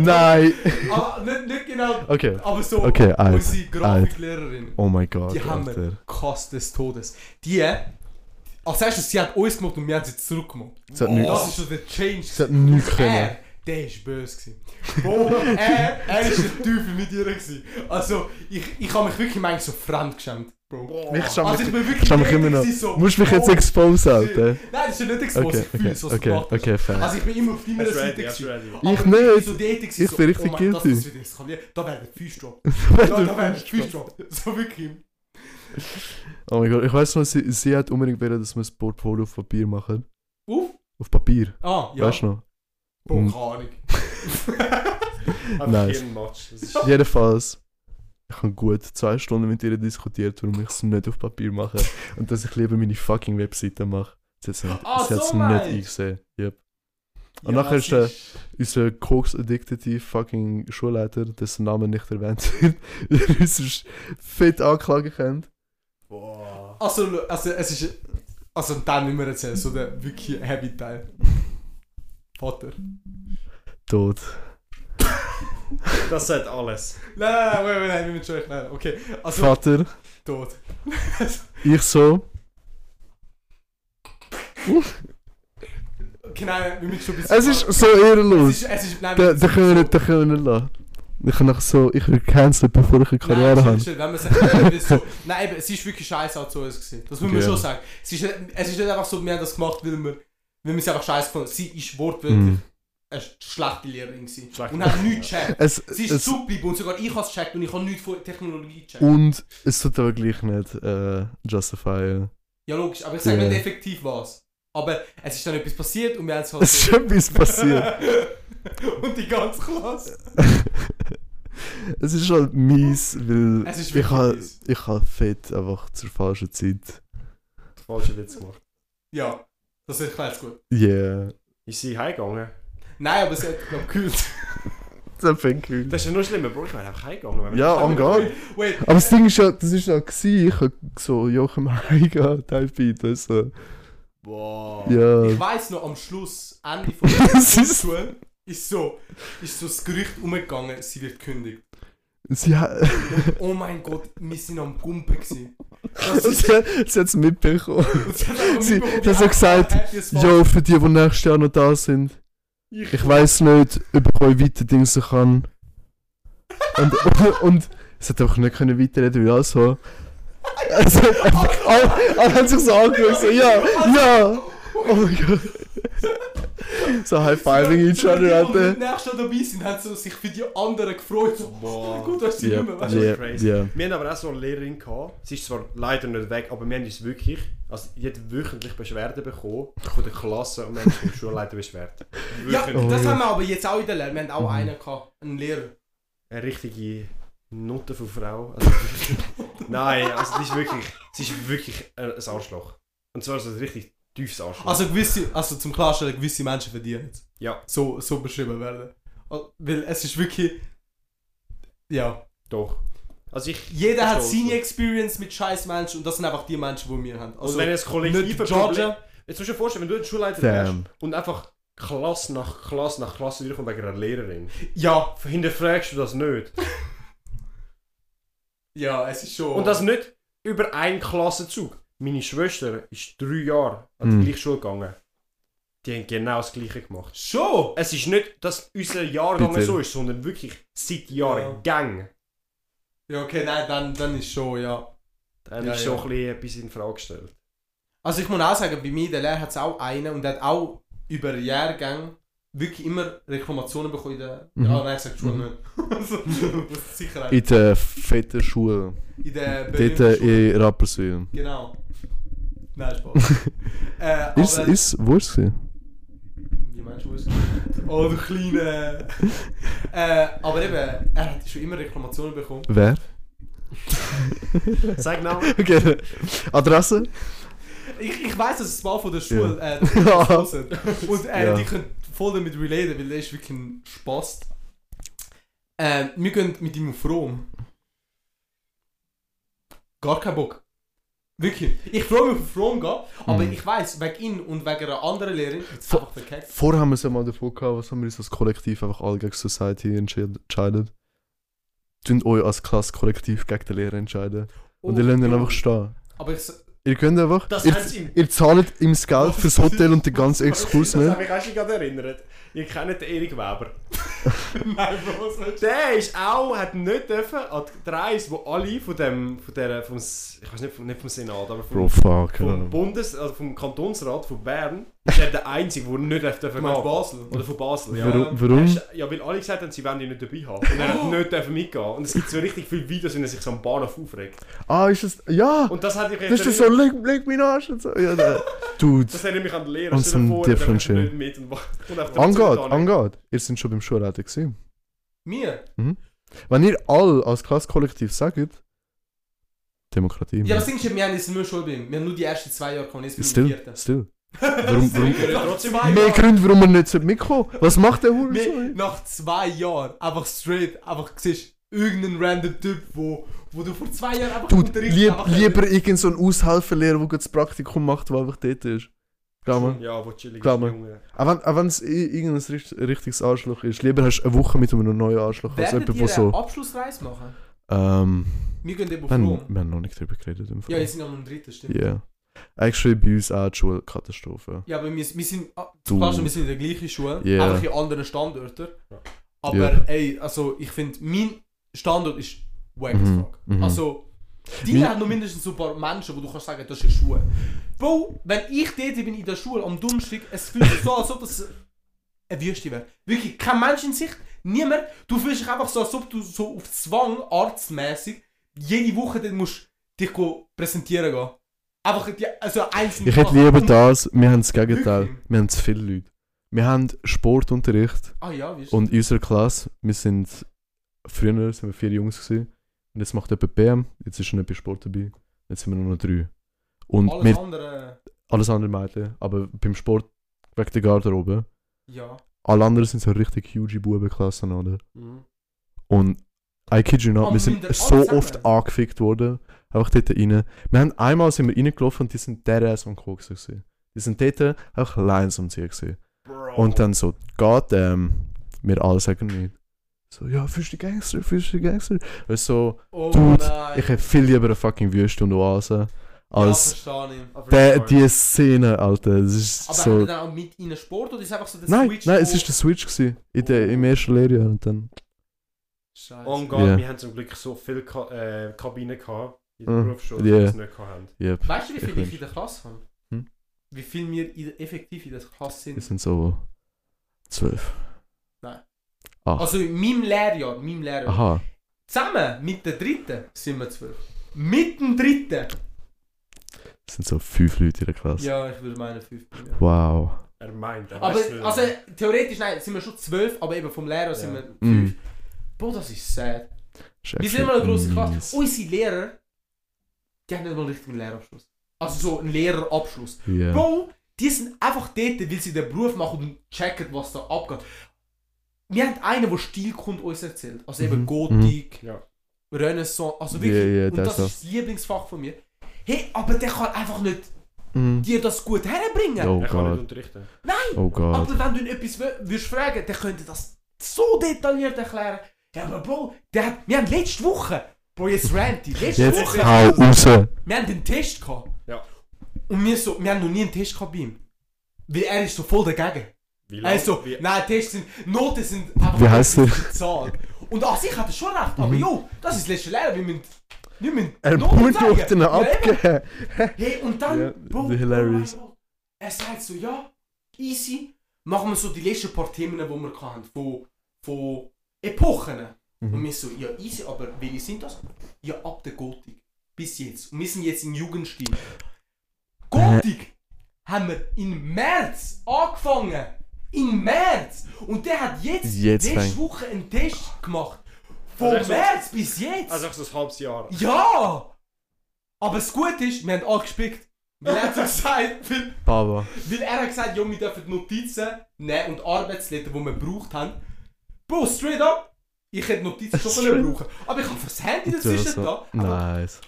S3: nein.
S2: Ah, nicht, nicht genau,
S3: Okay.
S2: aber so.
S3: Okay, alt,
S2: Unsere Grafiklehrerin,
S3: Oh mein Gott,
S2: die haben wir
S3: Alter.
S2: gehasst des Todes. Die, als erstes, sie hat uns gemacht und wir haben sie zurückgemacht.
S3: Sie hat
S2: Das ist
S3: nichts
S2: so der Change.
S3: sie hat nichts können.
S2: Er, der ist böse gewesen. Bro, er, er ist der Teufel mit ihr gewesen. Also, ich, ich habe mich wirklich manchmal so fremd geschämt, Bro.
S3: Ich schau
S2: Also, ich
S3: mich,
S2: bin wirklich
S3: ich schau mich
S2: ehrlich
S3: immer noch.
S2: gewesen, so,
S3: Musst mich jetzt
S2: oh,
S3: exposen,
S2: shit.
S3: Alter.
S2: Nein, das ist ja nicht exposed,
S3: Okay,
S2: okay,
S3: okay,
S2: so
S3: okay,
S2: gemacht hast.
S3: okay, fair.
S2: Also, ich bin immer auf deiner
S1: That's
S2: Seite
S1: ready, that's
S2: gewesen.
S1: ready.
S2: Aber
S3: Ich nicht.
S2: So dort gewesen,
S3: Ich bin richtig
S2: oh mein,
S3: guilty.
S2: Das, das wird eskalieren. Da wäre der Feuerstrahl. Also, da da wäre der Feuerstrahl. So wirklich.
S3: Oh mein Gott, ich weiß noch, sie, sie hat unbedingt wollen, dass wir das Portfolio auf Papier machen.
S2: Auf?
S3: Auf Papier,
S2: Ah, ja.
S3: weißt du Hm. noch?
S2: Bro,
S3: Und-
S2: keine Ahnung.
S1: Einfach
S3: Nice.
S1: Hirnmatsch. Das ist
S3: Jedenfalls, ich habe gut zwei Stunden mit ihr diskutiert, warum ich es nicht auf Papier mache und dass ich lieber meine fucking Webseite mache. Sie hat es nicht,
S2: Ah,
S3: sie hat's
S2: so
S3: nicht
S2: meinst du?
S3: eingesehen. Yep. Und
S1: Ja,
S3: nachher ist
S1: es
S3: der, unser Koks-addictive fucking Schulleiter, dessen Name nicht erwähnt wird, der uns sonst fett anklagen kennt.
S1: Boah.
S2: Also, also es ist. Also dann nicht mehr erzählen, so der wirklich heavy Teil. Vater. Nein,
S3: Tot.
S1: Das sagt alles.
S2: nein, nein, nein, nein, wir müssen schon erklären. Okay, also
S3: Vater,
S2: tot.
S3: ich so.
S2: Okay, nein, nein, wir müssen schon ein bisschen.
S3: Es ist
S2: Es
S3: so ehrenlos.
S2: ist, es ist, nein,
S3: Da, da können wir nicht, da können wir nicht lassen. Ich kann nachher so, ich will cancelled, bevor ich eine Karriere
S2: nein,
S3: habe.
S2: stimmt, stimmt, wenn man sagt, nein, eben so, nein, eben, es ist wirklich scheiße auch zu uns gewesen. Das muss man
S3: Ja.
S2: schon sagen. Es ist, nicht- es ist nicht einfach so, wir haben das gemacht, weil wir, weil wir es einfach scheiße gefunden haben. Sie ist wortwörtlich
S3: Mhm.
S2: eine schlechte Lehrerin gewesen.
S1: Schlechte
S2: und hat nichts gecheckt.
S3: Es,
S2: Sie ist
S3: es, Uh.
S2: super geblieben und sogar ich habe es gecheckt und ich habe nichts von Technologie gecheckt.
S3: und es tut aber gleich nicht äh, justifieren.
S2: Ja, logisch, aber ich sage
S3: Ja.
S2: nicht effektiv was. Aber es ist dann etwas passiert und wir haben es halt.
S3: Es ist etwas passiert.
S2: und die ganze Klasse.
S3: es ist halt mies, weil
S2: Es ist
S3: ich
S2: wirklich
S3: habe
S2: mies.
S3: ich habe fett einfach zur falschen Zeit.
S1: Falscher Witz gemacht.
S2: Ja, das erklärt es gut.
S3: Yeah.
S1: Ist sie heimgegangen?
S2: Nein, aber es hat, glaub gekühlt.
S3: Das ist fett cool.
S1: Das ist ja noch schlimmer, Bro. Ich wäre einfach heimgegangen. wenn wir-
S3: Ja, on God.
S2: Wait,
S3: Aber das Ding ist ja, das ist ja gewesen, ich hab so, ja, ich kann heimgehen, Typebeat, weißt du.
S1: Boah.
S3: Ja.
S2: ich weiss noch, am Schluss, Ende von
S3: Das
S2: der
S3: ist-
S2: Schule, ist so, ist so das Gerücht umgegangen, sie wird gekündigt.
S3: Sie hat,
S2: Und, oh mein Gott, wir sind am Gumpen gewesen. Das ist,
S3: sie hat es mitbekommen.
S2: und sie hat einfach
S3: Sie-
S2: mitbekommen,
S3: das hat
S2: wie
S3: gesagt,
S2: happy as fuck.
S3: Jo, für die, die nächstes Jahr noch da sind. Ich weiß nicht, ob ich euch weiter dingsen kann. Und, und, es hat einfach nicht können weiterreden, wie also. Es hat einfach, alle, alle haben sich so angeschaut, so, ja, ja. Oh mein Gott. So high-fiving each other, Alter.
S2: Die, die nächsten dabei sind, haben so sich für die anderen gefreut. So,
S1: Boah.
S2: gut, dass sie
S3: Ja,
S2: nicht mehr weißt du?
S1: yeah.
S3: ja,
S1: crazy.
S3: ja.
S1: Wir haben aber auch so eine Lehrerin gehabt. Sie ist zwar leider nicht weg, aber wir haben uns wirklich, also die hat wöchentlich Beschwerden bekommen von der Klasse und wir haben uns vom Schulleiter beschwert.
S2: Ja,
S1: Wöchentlich.
S3: Oh,
S2: das haben wir aber jetzt auch in der Lehre. Wir
S3: Mhm.
S2: haben auch einen gehabt, einen Lehrer.
S1: Eine richtige Nutte von Frau. Also, nein, also die ist wirklich, sie ist wirklich äh, ein Arschloch. Und zwar so ein richtig tiefes Arschloch.
S2: Also gewisse, also zum Klarstellen, gewisse Menschen verdienen es.
S1: Ja.
S2: So, so beschrieben werden. Oh, Weil es ist wirklich... Ja.
S1: Doch. Also ich...
S2: Jeder hat
S1: Verstehe
S2: seine
S1: ich.
S2: Experience mit scheiß Menschen und das sind einfach die Menschen, die wir haben.
S1: Also,
S2: Also,
S1: wenn es
S2: nicht
S1: kollektive Problem...
S2: Georgia.
S1: Jetzt musst du dir vorstellen, wenn du ein Schulleiter wärst
S3: Damn.
S1: und einfach Klasse nach Klasse nach Klasse durchkommst wegen einer Lehrerin,
S2: Ja,
S1: hinterfragst du das nicht.
S2: ja, es ist schon...
S1: Und das nicht über einen Klassenzug. Meine Schwester ist drei Jahre an die
S3: Mhm.
S1: gleiche Schule gegangen. Die haben genau das Gleiche gemacht.
S2: Schon!
S1: Es ist nicht, dass unser Jahrgang
S3: Bitte.
S1: so ist, sondern wirklich seit Jahren Gang.
S2: Ja, okay, nein, dann, dann ist schon, ja.
S1: Dann
S2: Ja,
S1: ist
S2: ja.
S1: schon ein bisschen etwas in Frage gestellt.
S2: Also ich muss auch sagen, bei mir in der Lehre hat es auch einen und der hat auch über Jahrgänge wirklich immer Reklamationen bekommen. in Der,
S3: Mhm.
S2: Ja, nein, ich sag schon
S3: Mhm.
S2: nicht. also, das ist sicher
S3: In der fetten Schule.
S2: In der
S3: Dort äh,
S2: berühmten Schule.
S3: in Rapperswil.
S2: Genau. Nein, Spaß. äh,
S3: Ist,
S2: aber-
S3: ist, wo ist sie?
S2: Wie meinst du es? Oh, du Kleine! äh, aber eben, er hat schon immer Reklamationen bekommen.
S3: Wer?
S1: Sag genau.
S3: Okay. Adresse?
S2: Ich, ich weiss, dass es mal von der Schule äh,
S3: Ja.
S2: das hören. Und äh,
S3: Ja.
S2: die können voll damit relaten, weil der ist wirklich ein Spaß. Äh, wir gehen mit ihm auf Rom. Gar kein Bock. Wirklich. Ich freue mich auf Rom gehen, aber
S3: Mhm.
S2: ich weiß wegen ihn und wegen einer anderen Lehrerin, ist es
S3: Vo-
S2: einfach verkackt.
S3: Vorher haben wir es ja mal davon gehabt, was haben wir uns als Kollektiv einfach alle gegen Society entschied- entscheidet. Tünt euch als Klasse kollektiv gegen den Lehrer entscheiden. Und ihr lernt ihn einfach stehen.
S2: Aber ich s-
S3: Ihr könnt einfach.
S1: Oh, Das
S3: ihr,
S1: haben sie ihm-
S3: ihr zahlt ihm das Geld fürs Hotel und den ganzen Exkurs
S1: Das
S3: nicht.
S1: habe ich auch schon gerade erinnert. Ihr kennt den Erik Weber.
S2: Nein, Bro, was willst
S1: Der ist auch, hat nicht dürfen an die Reise, wo alle von dem, von der, vom, S- ich weiß nicht, vom, nicht vom Senat, aber vom,
S3: Bro, fuck. keine
S1: vom
S3: Ahnung.
S1: Bundes, also vom Kantonsrat von Bern, ist er der Einzige, der nicht dürfen
S2: du? Du
S1: dürfen
S2: meinst
S1: gehen.
S2: Basel?
S1: Oder von Basel, ja.
S3: Warum?
S1: Er
S3: warum?
S1: ist- Ja, weil alle gesagt haben, sie wollen ihn nicht dabei haben. Und er
S2: Oh!
S1: hat nicht dürfen mitgehen. Und es gibt so richtig viele Videos, wenn er sich so am Bahnhof aufregt.
S3: Ah, ist das. Ja!
S1: Und das hat ich
S3: Das ist das so, leg, leg meinen Arsch und so. Ja, da. Dude.
S1: Das erinnert mich an den Lehrer.
S3: Und
S1: Stell dir
S3: zum
S1: vor, er darf
S3: Differentieren.
S1: nicht mit und und einfach
S3: Angeht,
S1: dazu getan.
S3: angeht. Ihr seid schon beim Schulleiter gewesen.
S2: Mir?
S3: Wenn ihr alle als Klassenkollektiv sagt, Demokratie.
S2: Ja,
S3: man.
S2: das Ding ist, wir haben jetzt nur Schulbildung. Wir haben nur die ersten zwei Jahre gekommen, jetzt bin ich im
S3: still,
S2: vierten.
S3: still. Warum, warum,
S1: Wir können trotzdem
S2: Zwei
S3: mehr
S2: Jahre.
S3: Gründe, warum wir nicht sollte mitkommen. Was macht der Hund
S2: Mir-
S3: so?
S2: nach zwei Jahren einfach straight, einfach siehst irgendeinen random Typ, wo, wo du vor zwei Jahren einfach
S3: Dude, lieb,
S2: einfach-
S3: lieber irgend so ein Aushelferlehrer, der das Praktikum macht, der einfach dort ist. Glaub mir.
S1: Ja, wo chillig
S3: Klar,
S1: ist,
S3: Mann.
S1: Junge.
S3: Auch wenn, auch wenn es i- irgendein richt- richtiges Arschloch ist. Lieber hast du eine Woche mit einem neuen Arschloch als
S2: Werdet
S3: jemand,
S2: ihr
S3: der
S2: so.
S3: so...
S2: Abschlussreise machen?
S3: Ähm,
S2: Wir gehen eben auf
S3: wir, haben,
S2: Rom.
S3: wir haben noch nicht darüber geredet. Im Fall.
S2: Ja, jetzt sind wir am dritten, stimmt.
S3: Yeah. Actually, bei uns auch die Schulkatastrophe.
S2: Ja, aber wir, wir sind, ah,
S3: Du.
S2: klar schon, wir sind in der gleichen Schule,
S3: Ja.
S2: einfach in anderen Standorten.
S1: Ja.
S2: Aber
S3: Ja.
S2: ey, also ich finde, mein Standort ist wack as
S3: Mhm,
S2: fuck.
S3: mhm.
S2: Also,
S3: Mein-
S2: deine hat noch mindestens so ein paar Menschen, wo du kannst sagen, das ist eine Schule. Bro, wenn ich dort bin in der Schule am Donnerstag, es fühlt sich so, als ob das eine Wüste wäre. Wirklich, kein Mensch in Sicht, niemand. Du fühlst dich einfach so, als ob du so auf Zwang, arztmäßig, jede Woche dann musst dich go präsentieren gehen. Einfach, die, also einzeln.
S3: Ich hätte lieber das, wir haben das Gegenteil.
S2: Wirklich?
S3: Wir haben zu viele Leute. Wir haben Sportunterricht
S2: Ah ja, wie ist
S3: und in unserer Klasse, wir sind früher sind wir vier Jungs gewesen. Und jetzt macht jemand BM, jetzt ist schon jemand Sport dabei. Jetzt sind wir nur noch drei. Und
S2: Alles
S3: wir,
S2: andere,
S3: alles andere Mädchen, aber beim Sport wegen der Garderobe.
S2: ja.
S3: Alle anderen sind so richtig huge Bubenklassen, oder?
S1: Mhm.
S3: Und I kid you not,
S2: Aber
S3: wir
S2: wenn
S3: sind
S2: der
S3: so
S2: alles
S3: oft
S2: sagt-
S3: angefickt worden, einfach dort rein. Wir haben einmal sind wir reingelaufen und die sind der Ass am Koksen gewesen. Die sind dort einfach Lines am Ziehen gewesen.
S1: Bro.
S3: Und dann so, Gott, ähm, wir alle sagen nicht. So, ja, fühlst du die Gangster, fühlst du die Gangster? Weißt du, so,
S2: Oh
S3: Dude,
S2: nein.
S3: ich hätte viel lieber eine fucking Wüste und Oase, als
S2: ja, verstehe ich.
S1: Aber
S3: der,
S1: sorry.
S3: die Szene, Alter. Das ist
S2: Aber haben wir
S3: so...
S2: dann auch mit ihnen Sport oder ist einfach so der
S3: Nein,
S2: Switch?
S3: nein, es
S2: wo-
S3: ist der Switch gewesen, in der, im ersten Lehrjahr und dann...
S2: Scheiße.
S1: Oh Gott,
S3: Ja.
S1: wir haben zum Glück so viele Ka äh, Kabinen gehabt in der
S3: Mhm.
S1: Berufsschule,
S3: Ja.
S1: die wir es nicht gehabt haben.
S3: Yep.
S2: Weißt du, wie
S3: Ich
S2: viel ich,
S3: wünsch-
S2: in der Klasse habe?
S3: Hm?
S2: Wie viel wir in, effektiv in der Klasse sind?
S3: Wir sind so... zwölf. ach.
S2: Also in meinem Lehrjahr, meinem Lehrjahr.
S3: Aha.
S2: Zusammen mit der dritten sind wir zwölf. Mit dem dritten?
S3: Es sind so fünf Leute in der Klasse.
S2: Ja, ich würde meinen fünf. Ja.
S3: Wow.
S1: Er meint, er
S2: Aber
S1: weiss nicht.
S2: also theoretisch nein, sind wir schon zwölf, aber eben vom Lehrer sind
S1: Ja.
S2: wir fünf.
S3: Mhm.
S2: Boah, das ist sad.
S3: Ist
S2: Wir sind
S3: actually
S2: immer eine grosse
S3: mies.
S2: Klasse. Unsere Lehrer, die haben nicht mal einen richtigen Lehrabschluss. Also so einen Lehrerabschluss.
S3: Ja.
S2: Bro, die sind einfach dort, weil sie den Beruf machen und checken, was da abgeht. Wir haben einen, der Stilkunde uns erzählt. Also eben
S3: Mhm.
S2: Gotik,
S1: Mhm. Ja.
S2: Renaissance, also
S3: Ja,
S2: wirklich.
S3: ja,
S2: und
S3: das
S2: das ist das Lieblingsfach von mir. Hey, aber der kann einfach nicht
S3: Mm.
S2: dir das gut herbringen.
S3: Oh
S1: er kann nicht
S3: Gott.
S1: unterrichten.
S3: Oh Gott.
S2: Aber wenn du ihn etwas wö- würdest fragen, der könnte das so detailliert erklären. Ja, aber Bro, der hat, wir haben letzte Woche, Bro, jetzt rant ich, letzte
S3: Jetzt halt.
S2: Woche,
S3: hau raus.
S2: wir haben den Test gehabt.
S1: Ja.
S2: Und wir, so, wir haben noch nie einen Test gehabt bei ihm. Weil er ist so voll dagegen.
S1: Wie
S2: Er ist so,
S1: wie,
S2: nein, Tests sind, Noten sind einfach
S3: Wie heisst er? Mhm.
S2: Zahl. Und an sich hat er schon recht, aber jo, das ist das letzte Lehrer, wir müssen, wir müssen
S3: Er
S2: Noten
S3: muss
S2: zeigen.
S3: ihn
S2: um Ja, eben.
S3: abgeben.
S2: Hey, und dann,
S3: Ja,
S2: Bro,
S3: the hilarious.
S2: oh mein Gott. er sagt so, ja, easy, machen wir so die letzten paar Themen, die wir hatten, von, von Epochen.
S3: Mhm.
S2: Und wir so, ja, easy, aber welche sind das? Ja, ab der Gotik. Bis jetzt. Und wir sind jetzt im Jugendstil. Gotik haben wir im März angefangen. Im März. Und der hat jetzt,
S3: Jetzt
S2: letzte
S3: fängt-
S2: Woche einen Test gemacht. Von
S1: Also ich so-
S2: März bis jetzt.
S1: also auch so ein halbes Jahr.
S2: Ja! Aber das Gute ist, wir haben alle gespickt. Weil er hat so gesagt, weil,
S3: Baba.
S2: weil er hat gesagt, ja, wir dürfen die Notizen nehmen und Arbeitsletter, die wir gebraucht haben. Bro, straight up! Ich hätte Notizen schon können
S3: Straight
S2: brauchen Aber ich habe das Handy
S3: Du
S2: dazwischen
S3: so-
S2: da. Aber
S3: Nice.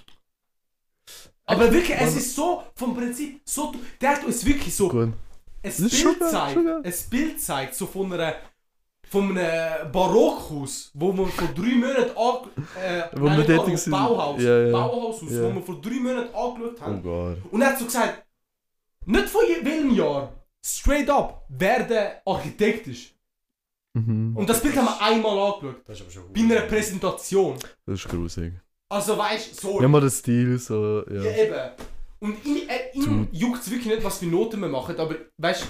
S2: Aber wirklich, es ist so, vom Prinzip, so, du- der hat uns wirklich so
S3: Also Gut.
S2: ein
S3: ist schon
S2: Bild
S3: geil,
S2: zeigt,
S3: schon geil.
S2: ein Bild zeigt, so von einer, von einem Barockhaus, wo man vor drei Monaten an, äh,
S3: Wo wir
S2: nein,
S3: dort
S2: Barock,
S3: waren.
S2: Bauhaus,
S3: Ja, ja.
S2: Bauhaushaus,
S3: Ja.
S2: wo wir vor drei Monaten angeschaut haben.
S3: Oh Gott.
S2: Und er hat so gesagt, nicht von je- welchem Jahr, straight up, wer der Architekt ist.
S3: Mhm.
S2: Und das Bild haben wir einmal angeschaut.
S1: Das ist aber schon
S2: Bei einer Präsentation.
S3: Das ist grusig.
S2: Also weißt du, so.
S3: Nicht mal der Stil, so.
S2: Ja.
S3: Ja.
S2: eben. Und ihn, äh, ihn juckt es wirklich nicht, was für Noten wir machen, aber weißt du,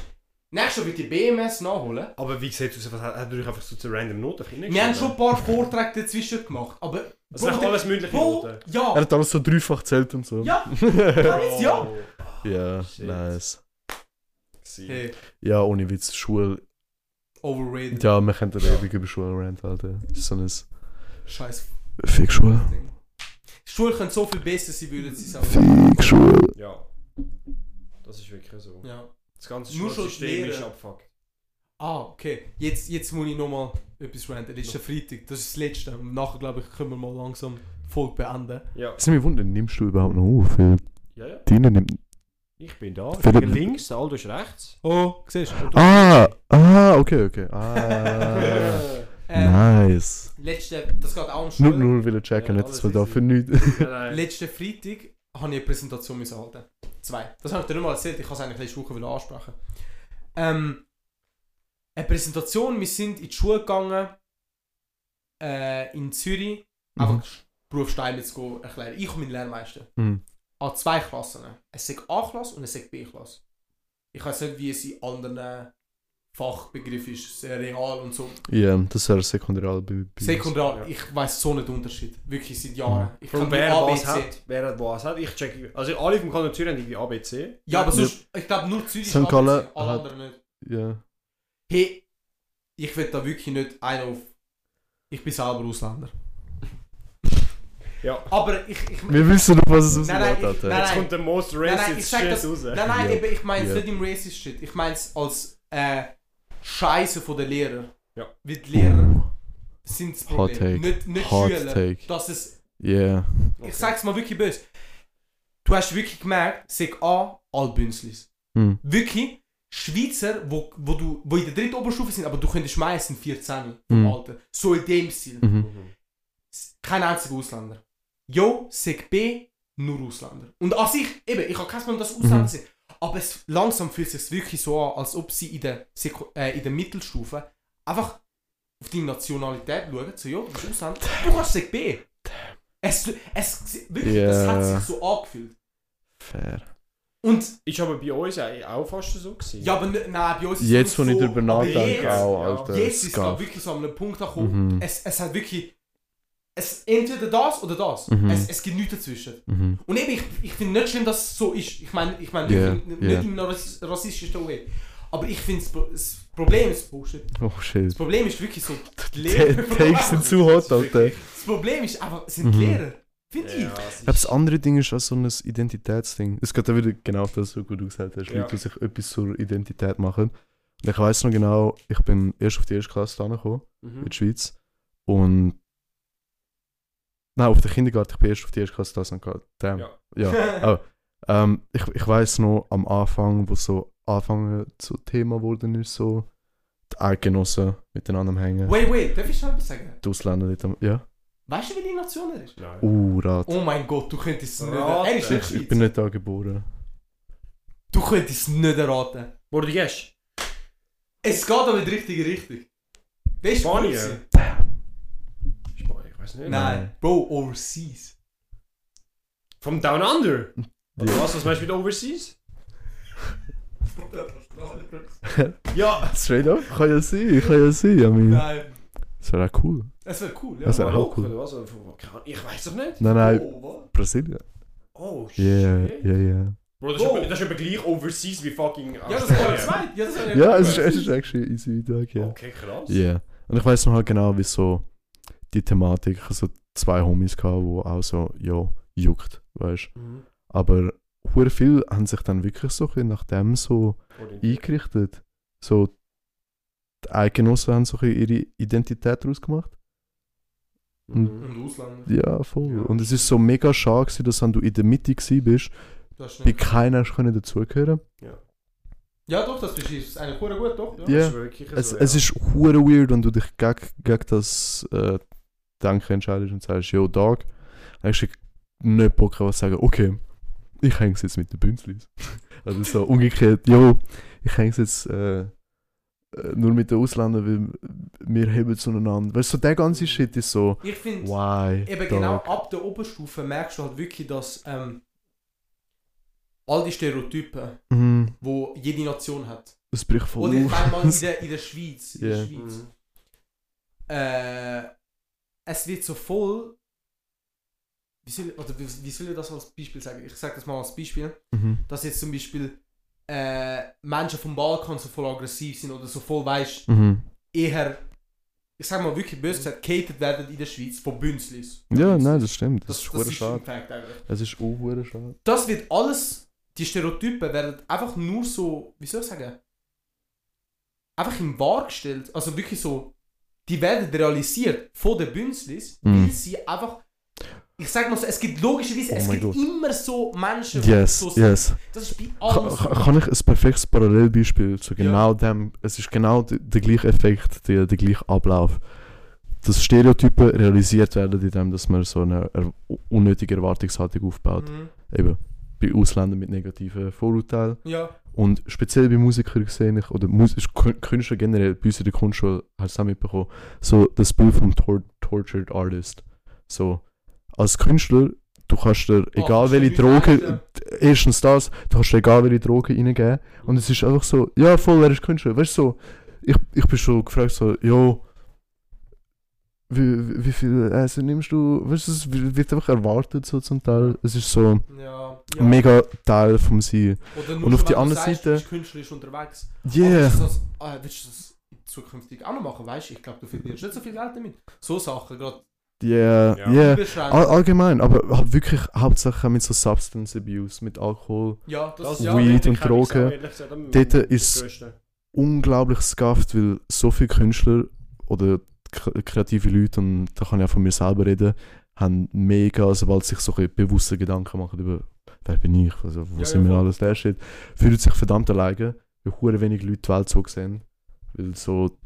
S2: nächstes Jahr wird die BMS nachholen.
S1: Aber wie gesagt, du hat hat er euch einfach so zu random Noten
S2: Wir haben schon ein paar Vorträge dazwischen gemacht, aber.
S1: Das sind alles mündliche
S2: Bro,
S1: Noten.
S3: Er
S2: ja!
S3: hat alles so dreifach zählt und so.
S2: Ja. Paris, ja!
S1: Oh.
S3: Ja,
S1: Shit.
S3: nice.
S1: Sie.
S2: Hey,
S3: Ja, ohne Witz, Schule.
S2: overrated.
S3: Ja, wir könnten ewig über Schule ranten, Alter. Das ist so ein
S2: Scheiß
S3: Fick-Schule.
S2: Ding. Schulen können so viel besser sein, würden sie sagen.
S3: Fick-Schule.
S1: Ja. Das ist wirklich so.
S2: Ja.
S1: Das ganze
S2: Nur schon
S1: Schulsystem ist
S2: Lehrer.
S1: abfuckt.
S2: Ah, okay. Jetzt, jetzt muss ich nochmal etwas ranten. Das ist der Freitag, das ist das letzte. Und nachher, glaube ich, können wir mal langsam die Folge beenden.
S1: Ja.
S3: Es ist mir wundern, nimmst du überhaupt noch Oh, auf? Weil
S1: ja, ja.
S3: Dina nimmt.
S1: Ich bin da. Ich
S3: Philipp-
S1: bin links, der Aldo ist rechts.
S2: Oh, siehst du?
S3: Ah! Ah, okay, okay. Ah.
S2: Äh,
S3: nice.
S2: Letzte, das geht auch um
S3: Nur,
S2: Schule.
S3: nur will ich checken,
S1: Ja,
S3: nicht, dass
S1: alles
S3: wir da
S1: easy.
S3: für nichts.
S1: Nein.
S2: Letzten Freitag habe ich eine Präsentation müssen halten. Zwei. Das habe ich dir nicht mal erzählt, ich kann es eigentlich letzte Woche wieder ansprechen. Ähm, eine Präsentation, wir sind in die Schule gegangen, äh, in Zürich,
S1: Mhm.
S2: einfach Beruf Steinmetz go erklären. Ich und mein Lehrmeister.
S3: Mhm.
S2: An zwei Klassen. Es sagt A-Klasse und es sagt B-Klasse. Ich weiß nicht, wie es in anderen Fachbegriffen ist, sehr real und so.
S3: Ja, das wäre sekundär bei, bei
S2: Sekundar,
S1: Ja. Mhm.
S2: ich weiß so nicht den Unterschied. Wirklich seit Jahren. Ich
S1: Von
S2: nur
S1: wer was hat, wer was hat, ich check. Also alle vom Kanton Zürich haben irgendwie ABC.
S2: Ja, aber sonst, ich glaube nur Zürich
S3: St.
S2: ABC,
S3: Gallen
S2: alle
S3: hat-
S2: anderen nicht.
S3: Ja.
S2: Hey, ich will da wirklich nicht einen auf. Ich bin selber Ausländer.
S1: Ja.
S2: Aber ich. ich
S3: Wir wissen doch, was es
S2: Nein, nein,
S3: ausgemacht hat.
S2: ich-
S3: Alter.
S1: Jetzt
S2: nein.
S1: kommt der most
S2: nein, nein, ich
S1: racist
S2: sag
S1: Shit
S2: das.
S1: raus.
S2: Nein, nein,
S3: Ja.
S2: eben, ich meine es
S3: Ja.
S2: nicht im racist Shit. Ich meine es als äh, Scheiße von den Lehrer.
S1: Ja.
S2: Wie die Lehrer sind das
S3: Hot
S2: Problem.
S3: take.
S2: Nicht, nicht
S3: Hot
S2: Schüler.
S3: take.
S2: Dass es
S3: Yeah.
S1: Okay.
S2: Ich sag's mal wirklich böse. Du hast wirklich gemerkt, sag A, Albünzlis.
S3: Hm.
S2: Wirklich, Schweizer, wo, wo, du, wo in der dritten Oberstufe sind, aber du könntest meistens 14
S3: Hm.
S2: vom Alter. So in dem Stil.
S3: Mhm.
S1: Mhm.
S2: S- Kein einziger Ausländer. Jo, sag B, nur Ausländer. Und an sich, eben, ich habe kein Problem, dass Ausländer
S3: Mhm.
S2: sind. Aber es, langsam fühlt es sich wirklich so an, als ob sie in der, Seku- äh, in der Mittelstufe einfach auf deine Nationalität schauen. So, jo, du bist Ausländer. Du kannst sag B. Es, es, wirklich, das hat
S3: Ja.
S2: sich so angefühlt.
S3: Fair.
S2: Und,
S1: Ist aber bei uns auch auch fast so gewesen.
S2: ja, aber n- nein, bei uns ist
S3: Jetzt,
S2: es
S3: wo ich
S2: so,
S3: drüber
S2: aber
S3: nachdenke,
S2: jetzt-
S3: auch,
S1: ja.
S3: Alter.
S2: Jetzt ist
S3: Scuff.
S2: es wirklich so an einem Punkt angekommen.
S3: Mhm.
S2: Es, es hat wirklich. Es, entweder das oder das.
S3: Mhm.
S2: Es, es gibt nichts dazwischen.
S3: Mhm.
S2: Und eben, ich, ich finde nicht schlimm, dass es so ist. Ich meine, ich meine
S3: Ja,
S2: nicht,
S3: ja.
S2: nicht in einer rassis- rassistischen Way. Aber ich finde das Problem ist Bullshit.
S3: Oh shit.
S2: Das Problem ist wirklich so die
S3: Die
S2: Lehrer.
S3: Takes sind zu hot, Alter. Ich
S2: Das Problem ist einfach, sind die
S3: Mhm.
S2: Lehrer. Finde ich.
S1: Ja, es ist-
S3: glaube, das andere Ding ist auch so ein Identitätsding. Es geht ja wieder genau auf das, was du gesagt hast.
S1: Ja.
S3: Leute, die sich etwas zur Identität machen. Und ich weiß noch genau, ich bin erst auf die erste Klasse angekommen. in
S1: Mhm.
S3: der Schweiz. Und. Nein, auf der Kindergarten, ich bin erst auf die erste Klasse da St. Gallen. Damn.
S1: Ja.
S3: Ja. Oh. Ähm, ich ich weiß noch am Anfang, wo so anfangen zu Thema worden ist, so die Eidgenossen miteinander am hängen.
S2: Wait, wait, darf ich schon etwas sagen?
S3: Die Ausländer dort am, Ja.
S2: Weißt du, wie die Nation er ist?
S1: Nein.
S3: Uh, Rat.
S2: Oh mein Gott, du könntest es nicht
S1: Raten.
S2: erraten. Er ist nicht
S3: ich, ich
S2: Schweizer.
S3: bin nicht da geboren.
S2: Du könntest es nicht erraten.
S1: Bordeaux.
S2: Es geht aber in die richtige Richtung. Das ist
S1: Spanien?
S2: gut gewesen.
S1: Ich weiß nicht.
S2: Nein. Bro, overseas.
S1: Vom Down Under. Oder
S3: Ja.
S1: was, was meinst du mit Overseas? Ja.
S3: Straight up? Kann ja sein, kann ja sein. I mean.
S2: Nein.
S3: Das wäre auch cool.
S2: Das wäre cool, ja.
S3: Das wär- Ja,
S1: Marokko
S3: cool.
S1: oder was? Oder von- keine Ahnung. Ich weiß doch nicht.
S3: Nein, Also, nein,
S2: Oh,
S3: Brasilien.
S1: Oh shit.
S3: Yeah, yeah, yeah.
S1: Bro, das ist,
S2: Bro.
S1: etwa- das ist etwa gleich Overseas wie fucking
S2: was? ja, das
S1: Australien.
S2: war zweit. Ja, das war
S3: Ja, es ist, es ist actually easy Tag, ja.
S1: Okay, krass.
S3: Ja. Und ich weiß noch halt genau, wieso die Thematik, ich hab so zwei Homies gehabt, wo auch so, ja, juckt, weißt
S1: Mhm.
S3: Aber hure viel haben sich dann wirklich so ein bisschen nach dem so eingerichtet. So, die Eidgenossen haben so ein bisschen ihre Identität daraus gemacht. Und-
S1: Mhm.
S2: Und Ausländer.
S3: Ja, voll. Und es ist so mega schade, gewesen, dass wenn du in der Mitte gewesen bist,
S2: Das ist
S3: bei
S2: nicht.
S3: keiner hast können dazugehören.
S2: Ja, doch, das ist eigentlich verdammt gut, doch. Ja.
S3: Ja.
S1: Das ist wirklich so,
S3: Es,
S1: ja.
S3: es ist hure weird, wenn du dich gegen, gegen das äh, Denken entscheidest und sagst, yo, Dog. Dann hast du nicht Bock, was zu sagen, okay, ich hänge jetzt mit den Bünzlis. also so umgekehrt, yo, ich hänge jetzt äh, äh, nur mit den Ausländern, weil wir heben zueinander. Weißt du, so der ganze Shit ist so,
S2: Ich finde,
S3: why,
S2: eben
S3: Dog?
S2: genau ab der Oberstufe merkst du halt wirklich, dass ähm, all die Stereotypen,
S3: Mhm,
S2: die jede Nation hat,
S3: es bricht
S2: oder
S3: voll
S2: ich meine mal in
S3: auf.
S2: der, in der Schweiz, in
S3: Ja.
S2: der
S1: Mhm.
S2: Schweiz äh, es wird so voll. Wie soll, oder wie, wie soll ich das als Beispiel sagen? Ich sage das mal als Beispiel,
S3: Mhm.
S2: dass jetzt zum Beispiel äh, Menschen vom Balkan so voll aggressiv sind oder so voll, weißt
S3: Mhm.
S2: eher, ich sag mal wirklich böse gesagt, catered werden in der Schweiz von Bünzlis.
S3: Ja, nein, das stimmt. Das,
S2: das,
S3: ist
S2: das
S3: hure
S2: ist
S3: schade.
S2: ein Fact eigentlich.
S3: Es ist auch hure schade.
S2: Das wird alles, die Stereotypen werden einfach nur so, wie soll ich sagen, einfach im Wahr gestellt. Also wirklich so, die werden realisiert von den Bünzlis,
S3: Mhm.
S2: weil sie einfach, ich sag mal so, es gibt logischerweise,
S3: Oh
S2: es
S3: mein
S2: gibt
S3: Gott.
S2: immer so Menschen, die
S3: Yes,
S2: so sind.
S3: yes.
S2: Das ist bei
S3: Ka-
S2: allem so.
S3: ka- Kann ich ein perfektes Parallelbeispiel zu genau dem, es ist genau d- der gleiche Effekt, der, der gleiche Ablauf. Dass Stereotypen realisiert werden, indem dass man so eine er unnötige Erwartungshaltung aufbaut.
S2: Mhm.
S3: Eben bei Ausländern mit negativen Vorurteilen.
S2: Ja,
S3: Und speziell bei Musikern sehe ich, oder Mus ist Kun- Künstler generell, bei uns in der Kunstschule hast du auch mitbekommen, so das Bild vom Tor Tortured Artist. So, als Künstler, du kannst dir, egal
S2: kannst du
S3: welche
S2: nicht
S3: Drogen,
S2: leisten.
S3: erstens das, du kannst dir egal welche Drogen reingeben und es ist einfach so, ja voll, er ist Künstler, weißt du, so, ich, ich bin schon gefragt so, jo, wie, wie- wie viel Essen nimmst du, weißt du, es wird einfach erwartet so zum Teil, es ist so
S2: ja. ja.
S3: ein mega Teil vom Sein.
S2: Oder nur
S3: Und auf
S2: schon,
S3: die
S2: wenn du
S3: andere
S2: sagst,
S3: Seite-
S2: Du bist künstlerisch unterwegs.
S3: Yeah.
S2: Aber willst du das, äh, willst du das zukünftig auch noch machen? Weißt du, ich glaube, du verlierst nicht so viel Geld damit. So Sachen, gerade
S3: Yeah,
S1: Ja.
S3: yeah. Ah,
S2: überschränkt.
S3: All, allgemein, aber hau- wirklich hauptsächlich mit so Substance Abuse, mit Alkohol.
S2: ja, das,
S1: Das-
S2: ja.
S3: Weed
S1: dort
S3: und
S1: kann ich's auch
S3: Drogen.
S1: ehrlich gesagt am
S3: Dort ist-
S1: grössten.
S3: Unglaublich skafft, weil so viele Künstler oder k- kreative Leute, und da kann ich auch von mir selber reden, haben mega, sobald sie sich so ein bisschen bewusste Gedanken machen über wer bin ich, also, wo
S2: Ja,
S3: sind
S2: ja,
S3: wir
S2: voll.
S3: alles, der steht, fühlen sich verdammt alleine, weil hure wenig Leute die Welt so sehen. Weil so,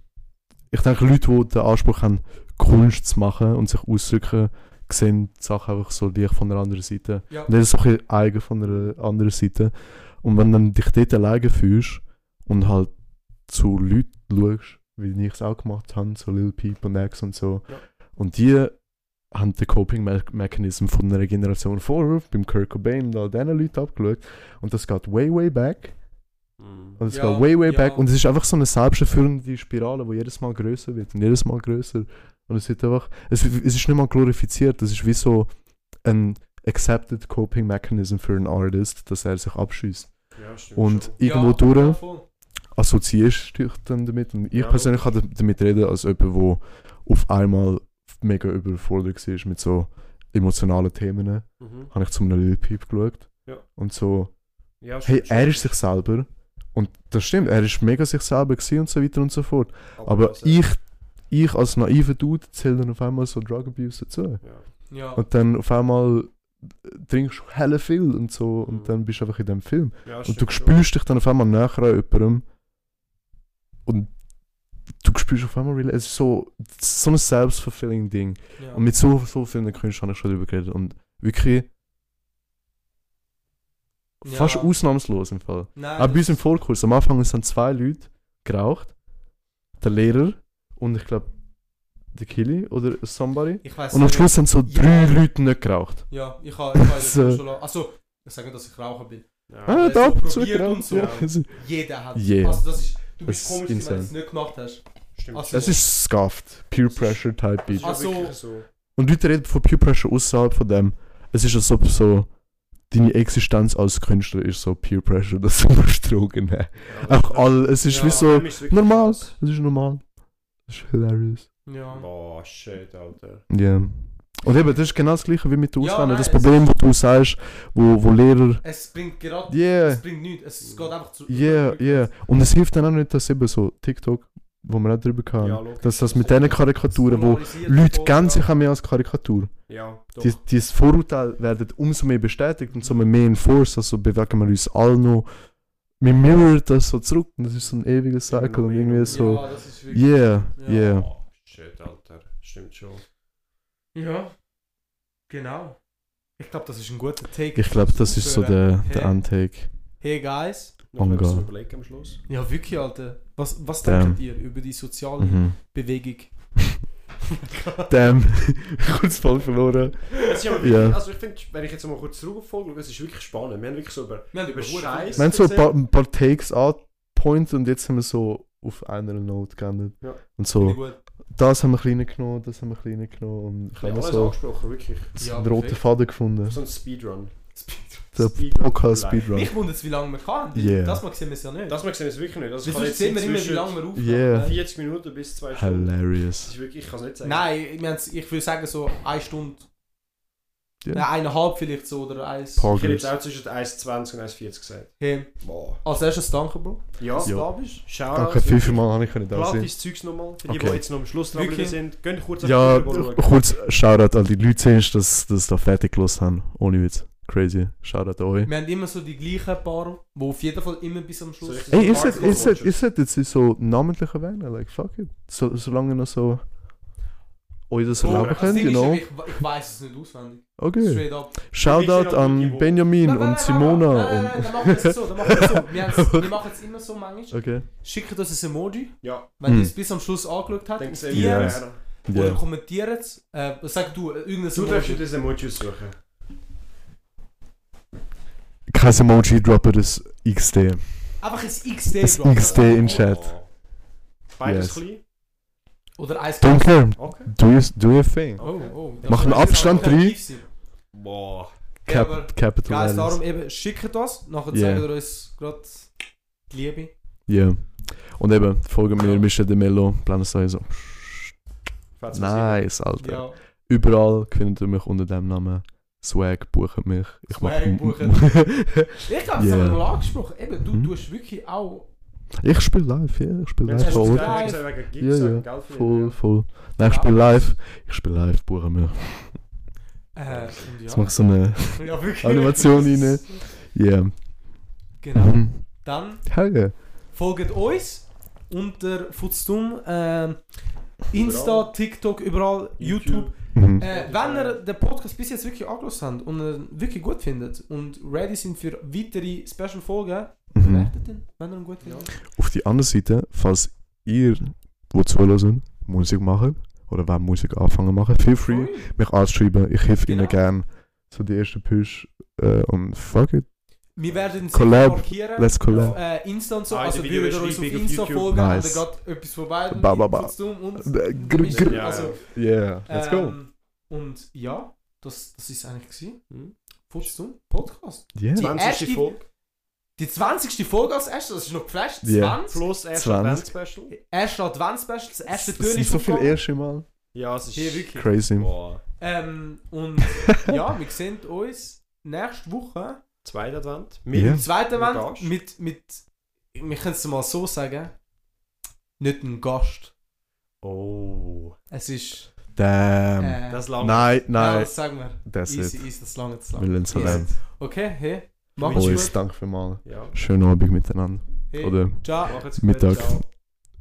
S3: ich denke, Leute, die den Anspruch haben, Kunst zu machen und sich auszudrücken, sehen die Sachen einfach so leicht von der anderen Seite.
S2: Ja.
S3: Und das ist so ein bisschen eigen von der anderen Seite. Und wenn dann dich dort alleine fühlst und halt zu Leuten schaust, wie ich es auch gemacht habe, so Lil Peep und X und so,
S1: Ja.
S3: und die haben den Coping-Mechanismus von einer Generation vorher, beim Kurt Cobain und all diesen Leuten abgeschaut. Und das geht way, way back. Und es
S2: Ja,
S3: geht way, way
S2: ja.
S3: back. Und es ist einfach so eine selbsterfüllende Spirale, die jedes Mal größer wird und jedes Mal größer. Und es wird einfach, es, es ist nicht mal glorifiziert, es ist wie so ein accepted coping mechanism für einen Artist, dass er sich abschießt.
S1: Ja, stimmt
S3: Und
S1: schon.
S3: irgendwo
S2: ja, Ja,
S3: durch
S2: voll.
S3: assoziierst du dich dann damit. Und ich
S1: Ja,
S3: persönlich kann da- damit reden, als jemand, der auf einmal mega überfordert war mit so emotionalen Themen.
S1: Mhm.
S3: Habe ich zu einem Lil Peep geschaut.
S1: Ja.
S3: Und so,
S1: Ja,
S3: hey,
S1: stimmt
S3: er
S1: schon.
S3: ist sich selber. Und das stimmt, er ist mega sich selber gewesen und so weiter und so fort. Aber
S1: was er-
S3: ich, ich als naiver Dude zähle dann auf einmal so Drug Abuse dazu.
S1: Ja.
S2: Ja.
S3: Und dann auf einmal trinkst du helle viel und so
S1: Mhm.
S3: und dann bist du einfach in dem Film.
S1: Ja,
S3: Und du
S1: stimmt schon.
S3: spürst dich dann auf einmal näher an jemandem und du spürst auf einmal, real- es ist so, so ein selbstverfilling Ding.
S2: ja.
S3: Und mit so, so vielen Künstlern habe ich schon darüber geredet. Und wirklich
S2: Ja.
S3: fast ausnahmslos im Fall.
S2: Nein,
S3: Auch Ah, bei uns
S2: das-
S3: im Vorkurs, am Anfang haben es dann zwei Leute geraucht. Der Lehrer und ich glaube der Kili oder somebody.
S2: Ich weiß
S3: Und am Schluss haben so
S2: Ja.
S3: drei Leute nicht geraucht.
S2: Ja, ich habe ich ha
S3: So.
S2: so. schon lang- Also, ich sage nicht, dass ich Raucher bin.
S1: Ja.
S3: Ah,
S2: Ja,
S3: da
S2: so
S3: ab und zu
S2: probiert und
S3: geraucht.
S2: so.
S3: Ja.
S2: Jeder hat.
S3: Yeah.
S2: Also, das ist, du
S3: Das
S2: bist
S3: ist
S2: komisch, wenn du
S3: insane.
S2: es nicht gemacht hast.
S1: Stimmt.
S2: Also,
S3: Es ist scuffed. Peer
S1: ist-
S3: Pressure Type
S1: Das ist
S3: Beat.
S1: ja
S2: Also-
S1: wirklich so.
S3: Und Leute reden von Peer Pressure außerhalb von dem. Es ist, als ob so deine Existenz als Künstler ist so Peer Pressure, dass du musst Drogen nehmen.
S1: Ja, das-
S3: Auch alle, es ist
S2: Ja,
S3: wie so,
S1: Dem ist wirklich
S3: normal.
S1: krass.
S3: es ist normal. Es ist hilarious.
S2: Ja.
S1: Boah, Oh, shit, Alter.
S3: Ja. Und eben, das ist genau das gleiche wie mit den
S2: Ja,
S3: Ausländern.
S2: nein,
S3: das
S2: es
S3: Problem, wo du sagst, wo, wo Lehrer.
S2: Es bringt gerade.
S3: Yeah.
S2: Es bringt nichts. Es geht einfach zu.
S3: Yeah, yeah. Und es hilft dann auch nicht, dass eben so TikTok, wo wir auch drüber hatten.
S1: Ja, logisch.
S3: dass das mit diesen Karikaturen, wo Leute kennen sich auch mehr als Karikatur.
S1: Ja, doch.
S3: Die, dieses Vorurteil werden umso mehr bestätigt und so mehr in Force, also bewegen wir uns alle noch. Wir mirror das so zurück und das ist so ein ewiger Cycle und irgendwie so.
S2: Ja, das ist wirklich.
S3: Yeah,
S2: Ja.
S3: yeah.
S1: Oh, shit, Alter. Stimmt schon.
S2: Ja. Genau. Ich glaube, das ist ein guter Take.
S3: Ich glaube, das ist so der, der Antake.
S2: Hey guys.
S1: Noch
S3: Ongar.
S1: etwas überlegen am Schluss.
S2: Ja, wirklich, Alter. Was, was
S3: Damn.
S2: denkt ihr über die soziale
S3: Ähm. Mhm.
S2: Bewegung?
S3: Damn, kurz voll verloren.
S1: Es ist aber wirklich,
S3: Ja.
S1: also ich finde, wenn ich jetzt mal kurz zurückfolge, das ist wirklich spannend. Wir haben wirklich so über
S2: Wir haben
S1: über Scheiß.
S3: Wir haben so ein paar, ein paar Takes angepoint und jetzt haben wir so auf einer Note geendet.
S1: Ja.
S3: Und
S2: Finde ich
S3: so,
S2: gut.
S3: das haben wir klein genommen, das haben wir klein genommen und ich
S1: Ja,
S3: habe
S1: alles
S3: so
S1: angesprochen, wirklich.
S2: Ja,
S3: den roten
S2: perfekt.
S3: Faden gefunden.
S1: So ein Speedrun.
S3: Der
S1: Speedrun
S3: Podcast
S1: live.
S3: Speedrun.
S2: Mich wundert es, wie lange wir kann.
S3: Yeah.
S2: Das mal sehen wir es ja nicht.
S1: Das mag sehen wir es wirklich nicht. Das
S2: Weil
S1: kann
S2: sonst
S1: jetzt
S2: sehen wir immer, wie
S1: zwischen
S2: lange wir aufnehmen.
S3: Yeah.
S2: ne?
S1: 40 Minuten bis 2 Stunden. Das
S3: Hilarious.
S1: ist wirklich, ich kann es nicht sagen.
S2: Nein, wir haben's- ich würde sagen so eine Stunde.
S3: Ja.
S2: Nein, eineinhalb vielleicht so oder eins.
S1: Ich hätte jetzt
S3: Poggers.
S1: auch zwischen 1,20 und 1,40 gesagt.
S2: Hey,
S1: Boah.
S2: als erstes danke, Bro.
S1: Ja,
S2: dass du
S3: Ja.
S2: da bist.
S1: schau
S3: Danke, fünfmal habe ich können da sein.
S1: Gratis Zeugs nochmal. Für die,
S3: Okay.
S1: die jetzt noch am Schluss dran
S2: Wirklich?
S1: sind, gehen kurz
S3: Ja,
S1: Twitter schauen.
S3: kurz Shoutout an die Leute, zuerst, dass dass da fertig gelassen haben. Ohne Witz. Crazy. Shoutout an euch.
S2: Wir haben immer so die gleichen paar, die auf jeden Fall immer bis am
S1: So
S2: Schluss.
S1: richtig
S3: Ey,
S1: so
S3: ist es,
S1: Hardcore
S3: ist es,
S1: Watchers.
S3: ist es jetzt so namentlich erwähnen? Like, fuck it. So, solange ihr noch so euch das
S1: Oh,
S3: erlauben
S1: das
S3: könnt,
S2: Ding
S3: you
S2: ist,
S3: know.
S2: ich, ich weiß es nicht auswendig.
S3: Okay.
S2: Straight up.
S3: Shoutout an Benjamin
S2: Nein, nein, nein,
S3: und
S2: Nein, nein,
S3: Simona
S2: nein,
S3: und...
S2: dann machen wir es so. Dann machen wir es so. Wir, haben's- wir machen es immer so manchmal.
S3: Okay.
S2: Schickt uns ein Emoji,
S1: Ja,
S2: wenn
S3: Hm.
S2: ihr es bis am Schluss angeschaut habt.
S1: denkst
S2: Auf
S1: du
S2: DMs
S3: Ja.
S1: yeah.
S2: oder
S3: Yeah.
S2: kommentiert es. Äh, sag du, äh, irgendein
S1: Du darfst dir
S2: Emoji.
S1: das Emoji aussuchen.
S3: Kein Emoji, droppen das XD.
S2: Einfach ein XD.
S3: Das
S2: droppen.
S3: XD in Chat.
S1: Oh. Beides
S3: Yes.
S1: klein?
S2: Oder eins.
S3: Don't care.
S1: Okay.
S3: Do your, do your thing.
S2: Oh, oh.
S3: Mach einen Abstand
S2: Das kann
S3: rein.
S2: aktiv sein.
S1: Boah.
S2: Ja,
S3: Cap,
S2: aber
S3: Capital
S2: Guys,
S3: Letters.
S2: darum eben, schickt das. Nachher
S3: Yeah.
S2: zeigen wir uns gerade die Liebe.
S3: Ja. Und eben, folgen mir Michel de Mello, Planet Size.
S1: Falls was
S3: Nice, Alter.
S2: Ja.
S3: Überall findet ihr mich unter dem Namen. Swag, buchen mich. Ich mach-
S2: Swag, buchen. Ich glaube, das
S3: Yeah.
S2: haben wir mal angesprochen. Eben, du
S3: Mhm.
S2: tust wirklich auch.
S3: ich spiele live, ja. Ich spiele
S1: Ja,
S3: live
S1: hast
S3: vor
S1: du
S3: Ort.
S1: gesagt,
S2: Ort.
S1: gesagt, wegen Gigs,
S3: Ja, ja.
S1: wegen Geld verdienen,
S3: Voll,
S1: ja.
S3: voll. Nein, ich spiele live. Ich spiele live, buchen mich.
S2: Äh, und
S3: Jetzt
S2: ja.
S3: mach ich so eine
S2: ja, wirklich.
S3: Animation rein. Yeah.
S2: Genau.
S3: Mhm.
S2: Dann
S3: Hell yeah.
S2: folgt uns unter Futstum. ähm, Insta, TikTok, überall, YouTube.
S3: Mhm.
S2: Äh, wenn ihr den Podcast bis jetzt wirklich angeschlossen habt und ihn wirklich gut findet und ready sind für weitere Special-Folgen,
S3: Mhm.
S2: bewertet ihn, wenn ihr ihn gut findet.
S3: Auf die andere Seite, falls ihr, die zuhören, Musik machen oder wenn Musik anfangen machen, feel free.
S2: Ui.
S3: mich anschreiben. Ich helfe ihnen
S2: Genau.
S3: gern. So die ersten Push. Äh, und fuck it,
S2: Wir werden sie
S3: Collab.
S2: markieren.
S3: let's collab.
S2: auf äh, Insta und so,
S1: Ah,
S2: also
S1: die Video
S2: würdet ihr uns auf
S1: Beschreibung auf
S2: Insta
S1: YouTube.
S2: folgen und
S3: Nice.
S2: dann geht etwas vorbei
S3: Ba, ba, ba.
S2: tut's dumm und
S3: Äh, grr,
S2: Ja,
S3: grr.
S1: Ja,
S2: also,
S3: Yeah, let's go.
S2: ähm, Und ja, das, das ist eigentlich gewesen.
S1: Mhm.
S2: Futzum Podcast.
S3: Yeah.
S1: 20.
S2: erste-
S1: Folge.
S2: Die 20. Folge als erstes, das ist noch geflasht.
S3: Ja.
S2: 20.
S1: Plus erste
S3: 20.
S1: Advent-Special.
S2: Erste Advent-Special, das erste
S3: Das
S2: Töne
S3: sind
S2: ist
S3: so viel
S2: aufgegangen.
S3: erste Mal.
S1: Ja, es ist...
S2: Hier wirklich.
S3: Crazy.
S1: Boah.
S2: Ähm, und ja, wir sehen uns nächste Woche.
S1: Zweiter Advent.
S3: Ja.
S2: Im zweiten
S1: Mit
S2: Wand
S1: Gast.
S2: mit, mit, wir können es mal so sagen, nicht ein Gast.
S1: Oh.
S2: Es ist.
S3: Damn.
S2: Äh,
S1: Das langt.
S3: nein,
S2: Ja,
S3: Ähm, nein.
S2: das sagen wir.
S3: That's
S2: easy,
S3: it.
S2: easy, das lange, das
S3: Wir
S2: lange.
S3: lernen so
S2: Easy.
S3: lernen.
S2: Okay, hey, mach's
S3: Boys,
S2: gut.
S3: danke für mal.
S1: Ja.
S3: Schönen Abend miteinander.
S2: Hey,
S3: Oder
S2: ciao.
S1: Macht's gut.
S3: Mittag.
S1: Ciao.